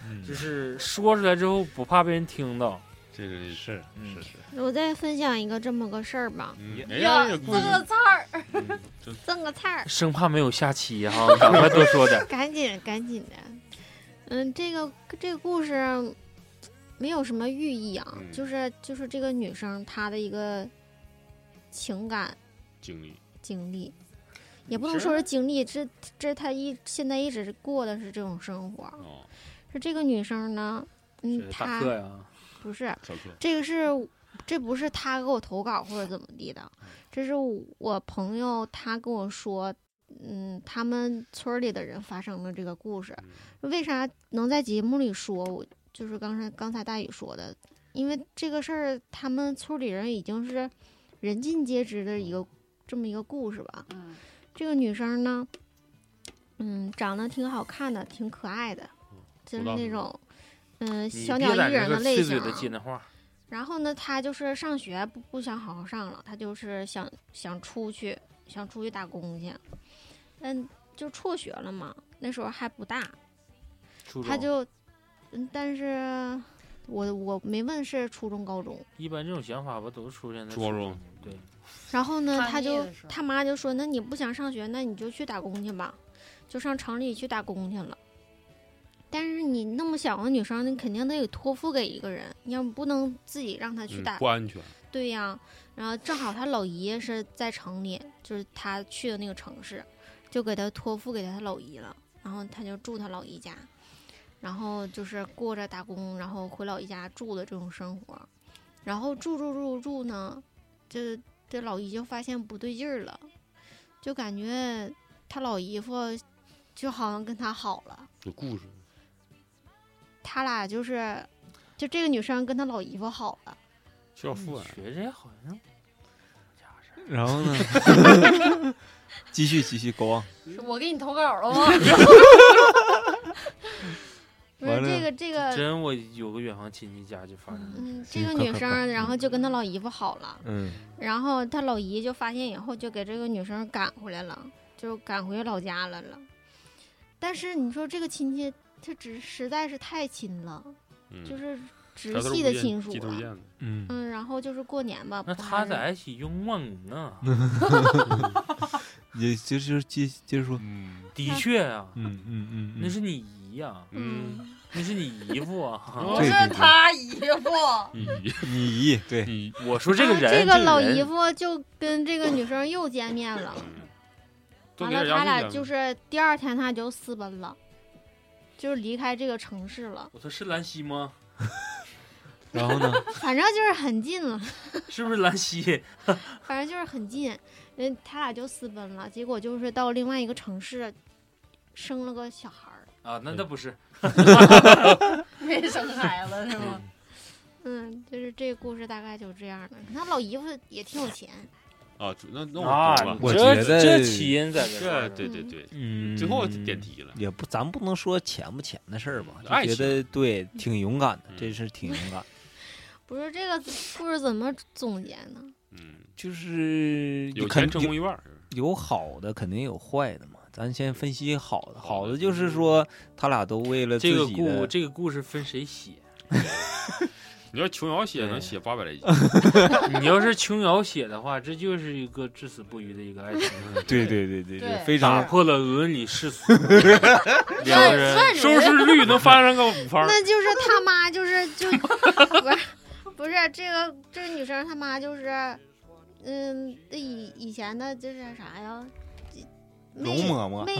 D: 嗯
C: 就是说出来之后不怕被人听到。
D: 这是是嗯
C: 嗯，
E: 我再分享一个这么个事儿吧，
D: 人
F: 要
D: 家
F: 这
D: 这故事
F: 个菜儿，
E: 赠个菜儿，
C: 生怕没有下期哈， 赶快多说 点儿。
E: 赶紧赶紧的。嗯，这个这个故事没有什么寓意啊，
D: 嗯
E: 就是就是这个女生她的一个情感
D: 经历，
E: 经历，也不能说是经历，这这她一现在一直过的是这种生活。
D: 哦，
E: 是这个女生呢，嗯，
C: 嗯是大
E: 她
C: 课呀、
E: 不是
D: 小克，
E: 这个是这不是他给我投稿或者怎么地的，
C: 嗯
E: 这是我朋友他跟我说，嗯，他们村儿里的人发生的这个故事，
D: 嗯
E: 为啥能在节目里说？我就是刚才刚才大宇说的，因为这个事儿，他们村里人已经是人尽皆知的一个这么一个故事吧。
F: 嗯，
E: 这个女生呢，嗯，长得挺好看的，挺可爱的，就是
D: 不大
E: 那
D: 不
E: 种。嗯，
C: 你
E: 小
C: 别
E: 鸟
C: 在
E: 依
C: 这
E: 人
C: 个
E: 的类
C: 碎嘴
E: 型啊、
C: 的接那话，
E: 然后呢，他就是上学不不想好好上了，他就是想想出去，想出去打工去，嗯，就辍学了嘛。那时候还不大，
C: 初中
E: 他就，嗯，但是我我没问是初中高中。
C: 一般这种想法吧，都是出现在
D: 初高
C: 初
D: 中
C: 中对，
E: 然后呢，
F: 叛
E: 他
F: 逆
E: 就
F: 的时候
E: 他妈就说：“那你不想上学，那你就去打工去吧，就上城里去打工去了。”但是你那么小个女生，你肯定得托付给一个人，你要不能自己让她去
D: 嗯
E: 打
D: 不安全，
E: 对呀、然后正好他老姨是在城里，就是他去的那个城市，就给他托付给他老姨了，然后他就住他老姨家，然后就是过着打工，然后回老姨家住的这种生活，然后住住住住呢，这这老姨就发现不对劲儿了，就感觉他老姨夫就好像跟他好了，
D: 有故事，
E: 他俩就是，就这个女生跟他老姨夫好了。
D: 需要
E: 嗯
D: 父
B: 啊
D: 爱。
C: 学这好像家事儿
B: 然后呢？继续继续，go on，
F: 是我给你投稿了吗？
E: 不是
B: 完了
E: 这个这个
C: 真我有个远房亲戚家就发生了，
E: 嗯，这
G: 行
E: 个
G: 快
E: 女
G: 快
E: 生
G: 快
E: 儿，然后就跟她老姨夫好了，
G: 嗯，
E: 然后她老姨就发现以后，就给这个女生赶回来了，就赶回老家来了。但是你说这个亲戚，他只实在是太亲了，
D: 嗯
E: 就是直
D: 抬头
E: 系
D: 不
E: 的
D: 见
E: 亲属
D: 低头
E: 了。
D: 见的
B: 嗯，
E: 嗯，然后就是过年吧，
C: 那
E: 不
C: 他
E: 还是
C: 在一起用万能啊，
B: 嗯也就就接接着说，
D: 嗯
C: 的确啊，
B: 嗯嗯嗯，
C: 那是你姨呀、
D: 嗯，哦
E: 嗯，
C: 那是你姨夫 啊。
F: 不
B: 对
F: 是
B: 对对
F: 他姨夫，
D: 你
B: 你姨对，
D: 你
C: 我说这个
E: 啊
C: 人，
E: 这
C: 这个
E: 个老
C: 人
E: 姨夫就跟这个女生又见面了，
D: 多
E: 完
D: 给点
E: 了
D: 洋
E: 他
D: 气
E: 俩
D: 点
E: 就
D: 呗
E: 是第二天他就私奔了，就是离开这个城市了。
C: 我说是兰溪吗？
H: 然后呢？
E: 反正就是很近了，
C: 是不是兰溪？
E: 反正就是很近。人他俩就私奔了，结果就是到另外一个城市，生了个小孩儿。
C: 啊，那那不是，
F: 没生孩子是 吗？
E: 嗯，就是这个故事大概就这样了。那老姨夫也挺有钱，
D: 啊，主那那
C: 啊
D: 我懂了，
H: 我
C: 这
H: 觉得
C: 这起因在这儿呢，
D: 这对对对，
H: 嗯
D: 最后点题了，
B: 也不，咱不能说钱不钱的事儿吧，
D: 爱
B: 就觉
D: 情
B: 得对，挺勇敢的，
D: 嗯
B: 这是挺勇敢的，
E: 不是这个故事怎么总结呢？
D: 嗯，
B: 就是
D: 有
B: 肯
D: 钱争
B: 有
D: 功一半儿，
B: 有好的，肯定有坏的嘛。咱先分析好的，好的就是说他俩都为了自
C: 这个
B: 己
C: 故
B: 的，
C: 这个故事分谁写？
D: 你要琼瑶写
B: 对
D: 能写八百来集，
C: 你要是琼瑶写的话，这就是一个至死不渝的一个爱情，
H: 对对对对
F: 对
H: 非
C: 打
H: 常
C: 破了伦理世俗，两个人
E: 算
D: 收视率能翻上个五番儿，
E: 那就是他妈就是就不是不是这个这个女生她妈就是，嗯，那以以前的就是啥呀？
H: 容
E: 妹
H: 嬷嬷
E: 妹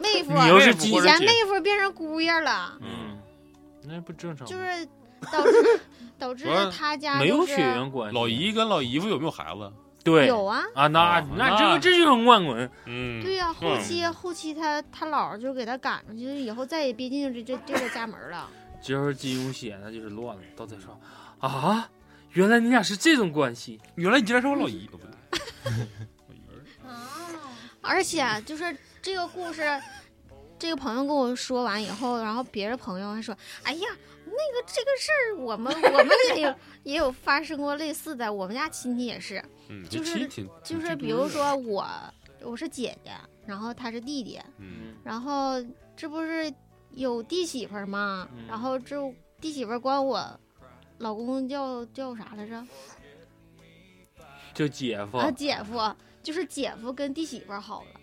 E: 妹夫，
C: 你要是
E: 以
C: 鸡
E: 前妹夫变成姑爷了，
C: 嗯，那不正常吗，
E: 就是导致导致
D: 主要
E: 他家
C: 没
E: 就
C: 有
E: 是
C: 血缘关系。
D: 老姨跟老姨夫有没有孩子？
C: 对
E: 有啊，
C: 啊，那
D: 啊
C: 那
D: 那
C: 这个这就是乱伦，
D: 嗯，
E: 对呀、后期后期他他姥儿就给他赶出去，以后再也别进这这这个家门儿了。
C: 这要是金庸写那就是乱了。到再说啊，原来你俩是这种关系，
D: 原来你竟然是我老姨，哦不对老姨
F: 啊，
E: 而且就是这个故事，这个朋友跟我说完以后，然后别的朋友还说：“哎呀，那个这个事儿，我们我们也有也有发生过类似的，我们家亲戚也是，
D: 嗯，
E: 就
D: 这
E: 是
D: 其实挺
E: 就是比如，说我我是姐姐，然后他是弟弟，
D: 嗯
C: 嗯，
E: 然后这不是有弟媳妇儿吗？
C: 嗯
E: 然后这弟媳妇儿管我老公叫叫啥来着？
C: 就姐夫
E: 啊，
C: 啊，
E: 姐夫，就是姐夫跟弟媳妇儿好了。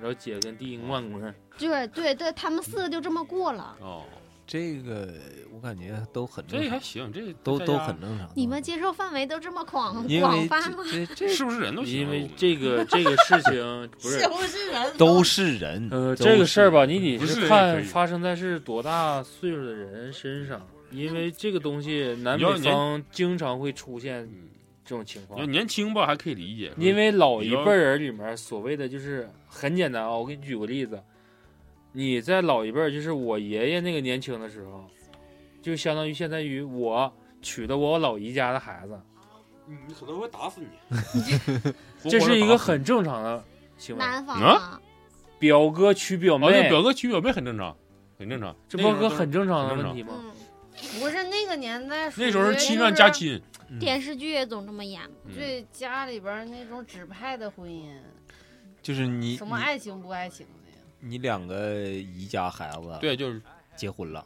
C: 然后姐跟弟乱伦，
E: 对对对，他们四个就这么过了。
D: 哦，
B: 这个我感觉都很正
D: 这还
B: 常，
D: 行，这
B: 嗯都
D: 大
B: 都
D: 家
B: 很正常。
E: 你们接受范围都这么广
B: 因
E: 广
B: 为
E: 泛吗？
B: 这 这
D: 是不是人都行啊？
C: 因
D: 我
C: 为
D: 们
C: 这个这个事 情不是。
F: 不是人
B: 都是人，
D: 嗯
C: 呃，
B: 都
C: 这个
B: 是
C: 事儿吧，你
D: 不
C: 得
D: 是也可
C: 看
D: 以
C: 发生在是多大岁数的人身上，因为这个东西南
D: 你要
C: 北
D: 年
C: 方经常会出现
D: 嗯
C: 这种情
D: 要
C: 况。
D: 年轻吧还可以理解，
C: 因为老一
D: 你要
C: 辈儿人里面所谓的就是很简单啊，我给你举个例子，你在老一辈儿，就是我爷爷那个年轻的时候，就相当于现在于我娶的我老姨家的孩子，
D: 你可能会打死你，
C: 这是一个很正常的行为。
E: 南方
D: 啊
E: 啊，
C: 表哥娶表
D: 啊，对，
C: 妹，
D: 表哥娶表妹很正常，很正常。
C: 这
D: 那
C: 不
D: 时
C: 是
D: 候都
C: 很正常
D: 很
C: 的
D: 正
C: 问题吗？
E: 嗯，
F: 不是那个年代，
D: 那时候是亲上加，亲，
E: 电视剧也总这么演。
D: 嗯
F: 对家里边儿那种指派的婚姻，
H: 就是你
F: 什么爱情不爱情的呀？
B: 你两个姨家孩子
D: 对，就是
B: 结婚了，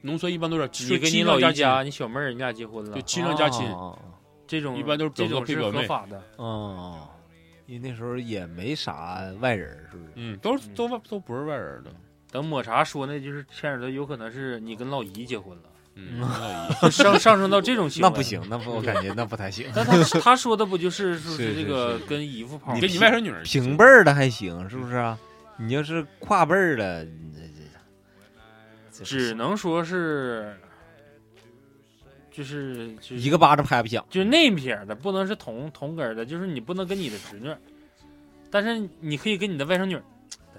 D: 农村一般都是
C: 你
D: 亲
C: 跟你
D: 亲
C: 老姨
D: 上加亲，
C: 家，你小妹儿人家结婚了啊
D: 对，，亲上加亲，
B: 哦
C: 这种
D: 一般都是表
C: 这
D: 哥
C: 种
D: 配
C: 是
D: 表
C: 合
D: 妹
C: 法的。
B: 哦哦，因为那时候也没啥外人，是不是？
D: 嗯，都是都都不是外人的，
C: 等抹茶说那就是牵扯到有可能是你跟老姨结 婚了，
D: 嗯，老姨
C: 就上上升到这种行为，
B: 那不。行，那不我感觉那不太 行。
C: 但他他说的 不就是说
B: 是
C: 这个跟姨父泡
D: 你跟你外甥女儿
B: 平辈儿的还行，是不是啊？你要是跨辈儿的，你这这这
C: 只能说是，就是就是
B: 一个巴掌拍不响。
C: 就是那撇儿的，不能是同同根儿的，就是你不能跟你的侄女儿，但是你可以跟你的外甥女儿。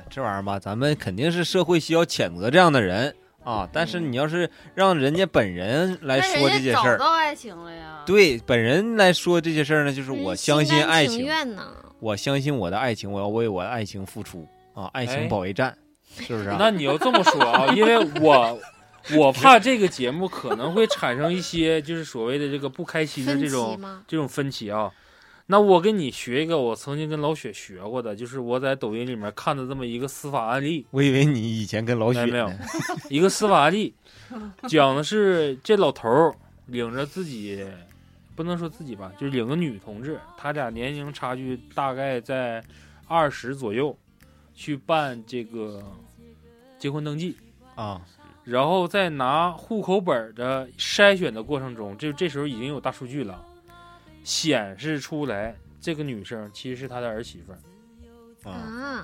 B: 这玩意儿吧，咱们肯定是社会需要谴责这样的人啊。但是
G: 嗯
B: 你要是让人家本人来
F: 但
B: 说这
F: 人家
B: 些
F: 找
B: 事儿，
F: 到爱情了呀。
B: 对本人来说这些事儿呢，就是
E: 人
B: 我
E: 家
B: 相
E: 嗯心
B: 信
E: 甘
B: 爱
E: 情
B: 情，
E: 愿呢。
B: 我相信我的爱情，我要为我的爱情付出啊！爱
C: 哎
B: 情保卫 战，是不是、啊？
C: 那你要这么说啊，因为我我怕这个节目可能会产生一些就是所谓的这个不开心的
E: 分
C: 这
E: 歧
C: 种
E: 吗？
C: 这种分歧啊。那我跟你学一个，我曾经跟老雪学过的，就是我在抖音里面看的这么一个司法案例，
B: 我以为你以前跟老雪
C: 没有
B: 呢，
C: 一个司法案 例，讲的是这老头儿领着自己，不能说自己吧，就是领个女同志，他俩年龄差距大概在二十左右，去办这个结婚登记。
B: 啊，
C: 然后在拿户口本的筛选的过程中，这这时候已经有大数据了，显示出来这个女生其实是他的儿媳妇
B: 啊
C: 儿，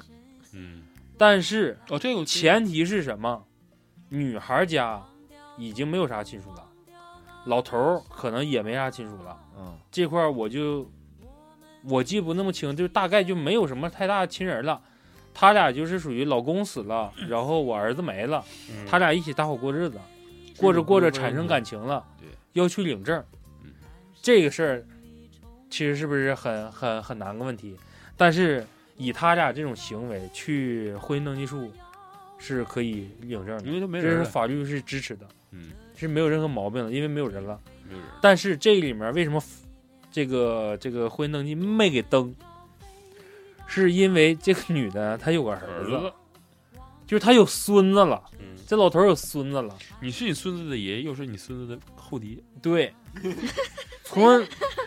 E: 啊，
D: 嗯，
C: 但是
D: 哦，这个
C: 前提是什么？女孩家已经没有啥亲属了，老头儿可能也没啥亲属了。
B: 嗯
C: 这块儿我就我记不那么清，就是大概就没有什么太大亲人了。他俩就是属于老公死了，然后我儿子没了，
D: 嗯
C: 他俩一起搭伙过日子，过着嗯过着产生感情了
D: 对，
C: 要去领证
D: 嗯，
C: 这个事儿其实是不是很很很难个问题？但是以他俩这种行为去婚姻登记处是可以领证的
D: 因，为都没
C: 这
D: 人
C: 是
D: 了，
C: 法律是支持的，
D: 嗯，
C: 是没有任何毛病的，因为没有人了。
D: 没有人。
C: 但是这里面为什么 f- 这个这个婚姻登记没给登？是因为这个女的她有个儿
D: 儿
C: 子，
D: 子，
C: 就是她有孙子了。
D: 嗯，
C: 这老头儿有孙子了，
D: 你是你孙子的爷，又是你孙子的后爹，
C: 对，从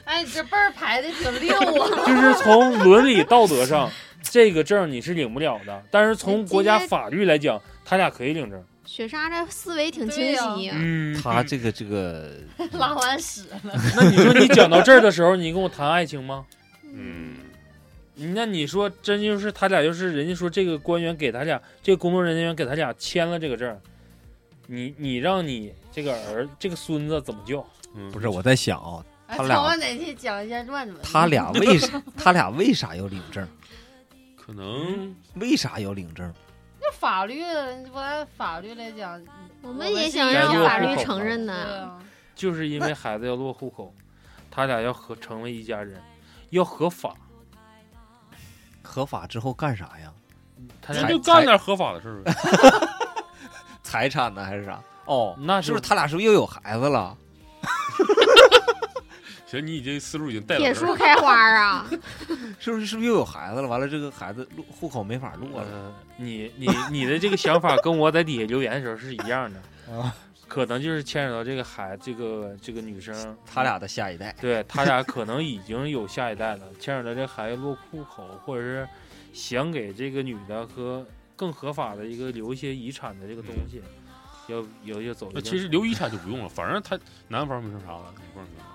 F: 哎，你这辈儿排的挺溜 啊！
C: 就是从伦理道德上，这个证你是领不了的。但是从国家
E: 今天
C: 法律来讲，他俩可以领证。
E: 雪莎这思维挺
F: 对
E: 清
F: 呀
E: 晰呀、
C: 嗯
G: 他这个这个
F: 拉完屎了，
C: 那你说你讲到这儿的时候，你跟我谈爱情吗？
D: 嗯，
C: 那你说真就是他俩就是人家说这个官员给他俩这个工作人员给他俩签了这个证儿，你你让你这个儿这个孙子怎么叫？
D: 嗯
G: 不是我在想啊，
F: 哎
G: 他俩
F: 早晚哪天讲一下乱伦。
G: 他 俩为啥他俩为啥要领证？
D: 可
C: 嗯
D: 能
G: 为啥要领证？
F: 那法律，不按法律来讲，
E: 我
F: 我
E: 们也
F: 是
E: 想
F: 一
E: 让
F: 家
E: 法
F: 人
E: 律
C: 口
E: 承
C: 嘛
E: 认
F: 对
E: 呢。
F: 啊，
C: 就是因为孩子要落户口，他俩要合成为一家人，要合法，
G: 合法之后干啥呀？
C: 他
D: 那
C: 俩
D: 就干点合法的事儿呗。
G: 财产呢还是啥？哦，
B: 嗯
C: 那
G: 是不是他俩是不是又有孩子了？
D: 行，你已经思路已经带到
E: 铁
D: 这儿
E: 树
D: 了。
E: 开花啊！
G: 是不是是不是又有孩子了？完了这个孩子录户口没法录了。
C: 呃，你你你的这个想法跟我在底下留言的时候是一 样的
B: 啊，
C: 可能就是牵扯到这个孩这个这个女生，
G: 他俩的下一代，
C: 对他俩可能已经有下一代了，牵扯到这孩子落户口，或者是想给这个女的和更合法的一个留一些遗产的这个东西，
G: 嗯
C: 要要要走一定程度。
D: 那呃其实留遗产就不用了，反正他男方没说啥了，女方没说啥。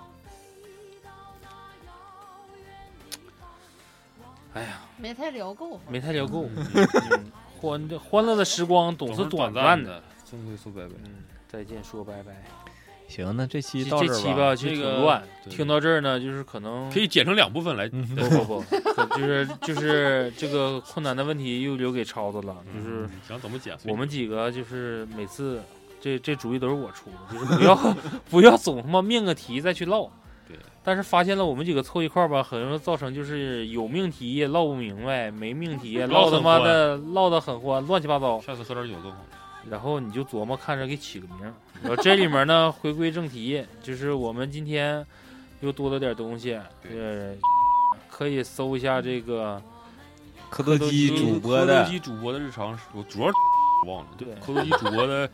F: 没太聊够。
C: 没太聊够，
D: 嗯
C: 嗯欢这欢乐的时光总是短暂的。
D: 的，终归说拜拜。
C: 嗯，再见，说拜拜。
G: 行，那这期
C: 这
G: 到
C: 这
G: 儿
C: 期
G: 吧。
C: 就
D: 这
C: 挺
D: 个
C: 乱，
D: 对
C: 听到这儿呢，就是可能
D: 可以剪成两部分来。
C: 不不不，可就是就是这个困难的问题又留给超子了，就是
D: 嗯想怎么剪，随
C: 我
D: 你
C: 们几个就是每次这这主意都是我出的，就是不要 不要总他妈命个题再去唠。
D: 对，
C: 但是发现了我们几个凑一块儿吧，很容易造成就是有命题也唠不明白，没命题也唠
D: 唠
C: 他
D: 很
C: 妈的唠得很欢，乱七八糟。
D: 下次喝点酒更好。
C: 然后你就琢磨看着给起个名儿。然后这里面呢，回归正题，就是我们今天又多了点东西，呃，可以搜一下这个，
B: 科多
C: 基
B: 基主播
D: 科
B: 的
D: 多基主播的日常，我主要忘了。
C: 对
D: 科多基主播的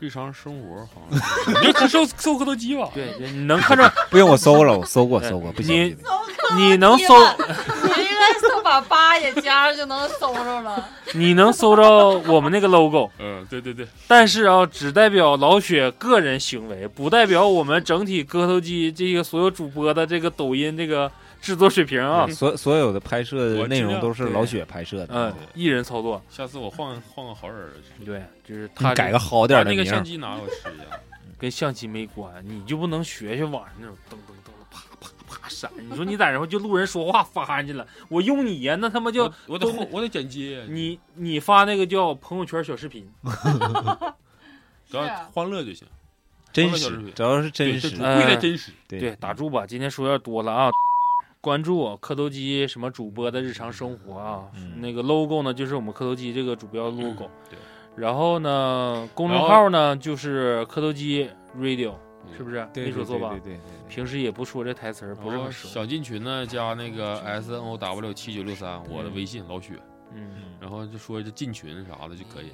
D: 日常生活好 像 是，你就搜搜科多基吧。
C: 对，你能看着，
B: 不用我搜了，我搜过
C: 哎
B: 搜过，不
C: 你
B: 行，不行
C: 你能搜，
F: 你 应该搜把八也加上就能搜着了。
C: 你能搜着我们那个 logo，
D: 嗯，对对对，
C: 但是啊，只代表老雪个人行为，不代表我们整体磕头机这个所有主播的这个抖音这个制作水平啊，
B: 所所有的拍摄
D: 我
B: 内
D: 尽
B: 容
D: 量
B: 都是
C: 对
B: 老雪拍摄的
C: 嗯，，一人操作，
D: 下次我换换个好点儿的，
C: 对，就是
G: 你
C: 他
G: 改个好点
D: 把
G: 儿的
D: 那个
G: 名
D: 相
G: 儿，
D: 机拿我试一下。
C: 跟相机没关，你就不能学学网上那种噔噔噔的啪啪啪 闪？你说你在这块就路人说话发上去了，我用你呀，那他妈叫
D: 我我得换我得剪接，
B: 嗯
C: 你你发那个叫朋友圈小视频，
D: 只要欢乐就行，
B: 真
D: 说了就
B: 实
D: 是，
B: 主要是真
D: 对这
B: 实
D: 主，
C: 嗯
D: 贵在真实。
C: 对，
B: 嗯
C: 打住吧，今天说有点多了啊。关注我磕头机什么主播的日常生活啊，
B: 嗯
C: 那个 logo 呢就是我们磕头机这个主标 logo，、
D: 对
C: 然后呢公众
D: 然后
C: 号呢就是磕头机 radio，是不
D: 是？
C: 是？
B: 对
C: 没说错吧？
B: 对哦对对对对
C: 平时也不说这台词儿，不是
D: 然后
C: 很熟。
D: 小进群呢，加那个 S N O W 七九六三，我的微信老许，
C: 嗯，
D: 然后就说这进群啥的就可以。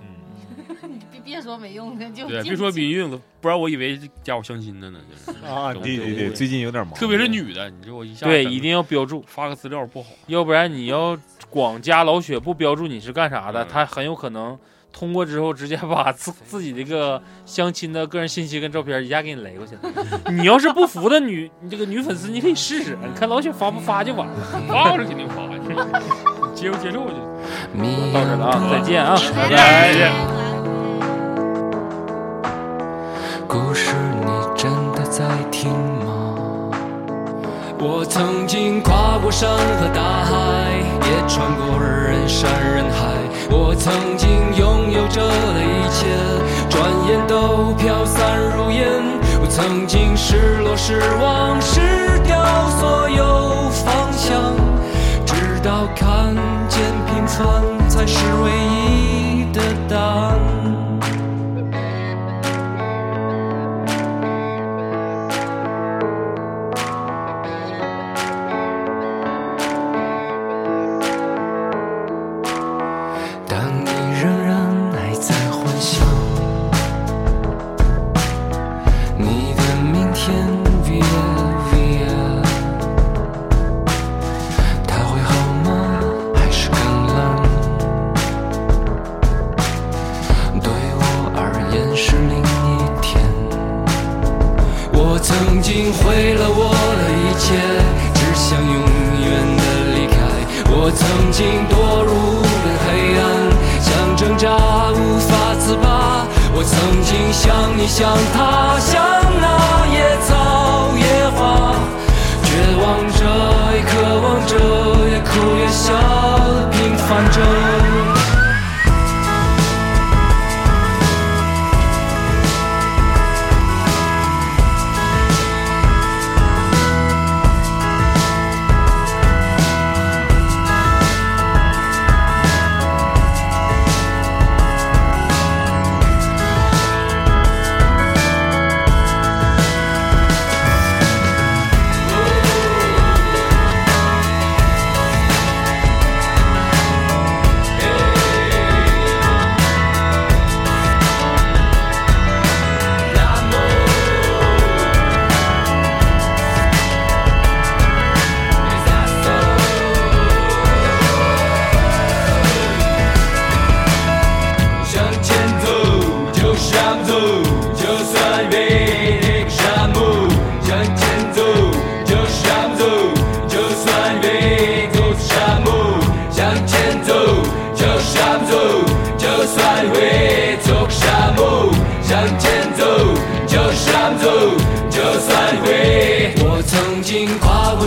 B: 嗯，
F: 你别别说没用的，就
D: 对，
F: 进
D: 别说
F: 去
D: 民用了，不然我以为加我相亲的呢， 就是。
B: 啊，
D: 对
B: 对
D: 对
B: 对
D: 对
B: 对，最近有点忙，
D: 特别是女的，你这我一下
C: 对，
D: 整
C: 一定要标注。
D: 发个资料 不好。
C: 要不然你要广加老雪不标注你是干啥的，
D: 嗯
C: 他很有可能通过之后直接 把自自己这个相亲的个人信息跟照片一下给你雷过去了。 你要是不服的女，你这个女粉丝你可以试试，你看老雪发不发就完 了。
D: 发是肯定发，你接不接受就。
C: 到这了啊，再见啊，
E: 拜
C: 拜
E: 拜。
A: 故事你真的在听吗？我曾经跨过山和大海，也穿过人山人海。我曾经拥有着的一切，转眼都飘散如烟。我曾经失落、失望、失掉所有方向，直到看见平凡才是唯一的答案。当你仍然还在幻想，你的明天 via via，它会好吗？还是更冷？对我而言是另一天。我曾经毁了我的一切，只想永远的离开。我曾经堕入无边黑暗，想挣扎无法自拔。我曾经像你，像他，像那野草野花，绝望着，也渴望着，也哭也笑，平凡着。向前走，就想走，就算被那个沙漠。向前走，就想走，就算被走沙漠。向前走，就想走，就算会走沙漠。向前走，就想走，就算会。我曾经跨过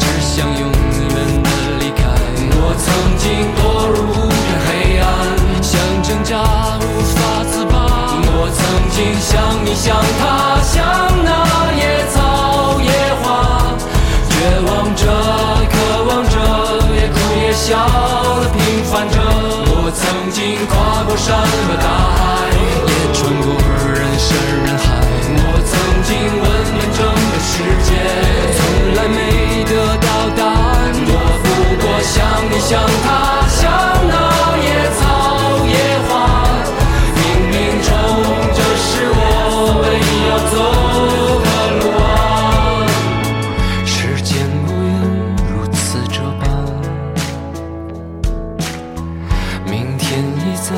A: 只想永远的离开。我曾经堕入无边黑暗，想挣扎无法自拔。我曾经像你，像他，像那野草野花，绝望着，渴望着，也哭也笑的平凡着。我曾经跨过山和大海，也穿过人山人海。我曾经问遍整个世界，从来没得到答案。我不过像你，像他，像那野草野花。冥冥中，这是我唯一要走的路啊！时间无言，如此这般，明天已在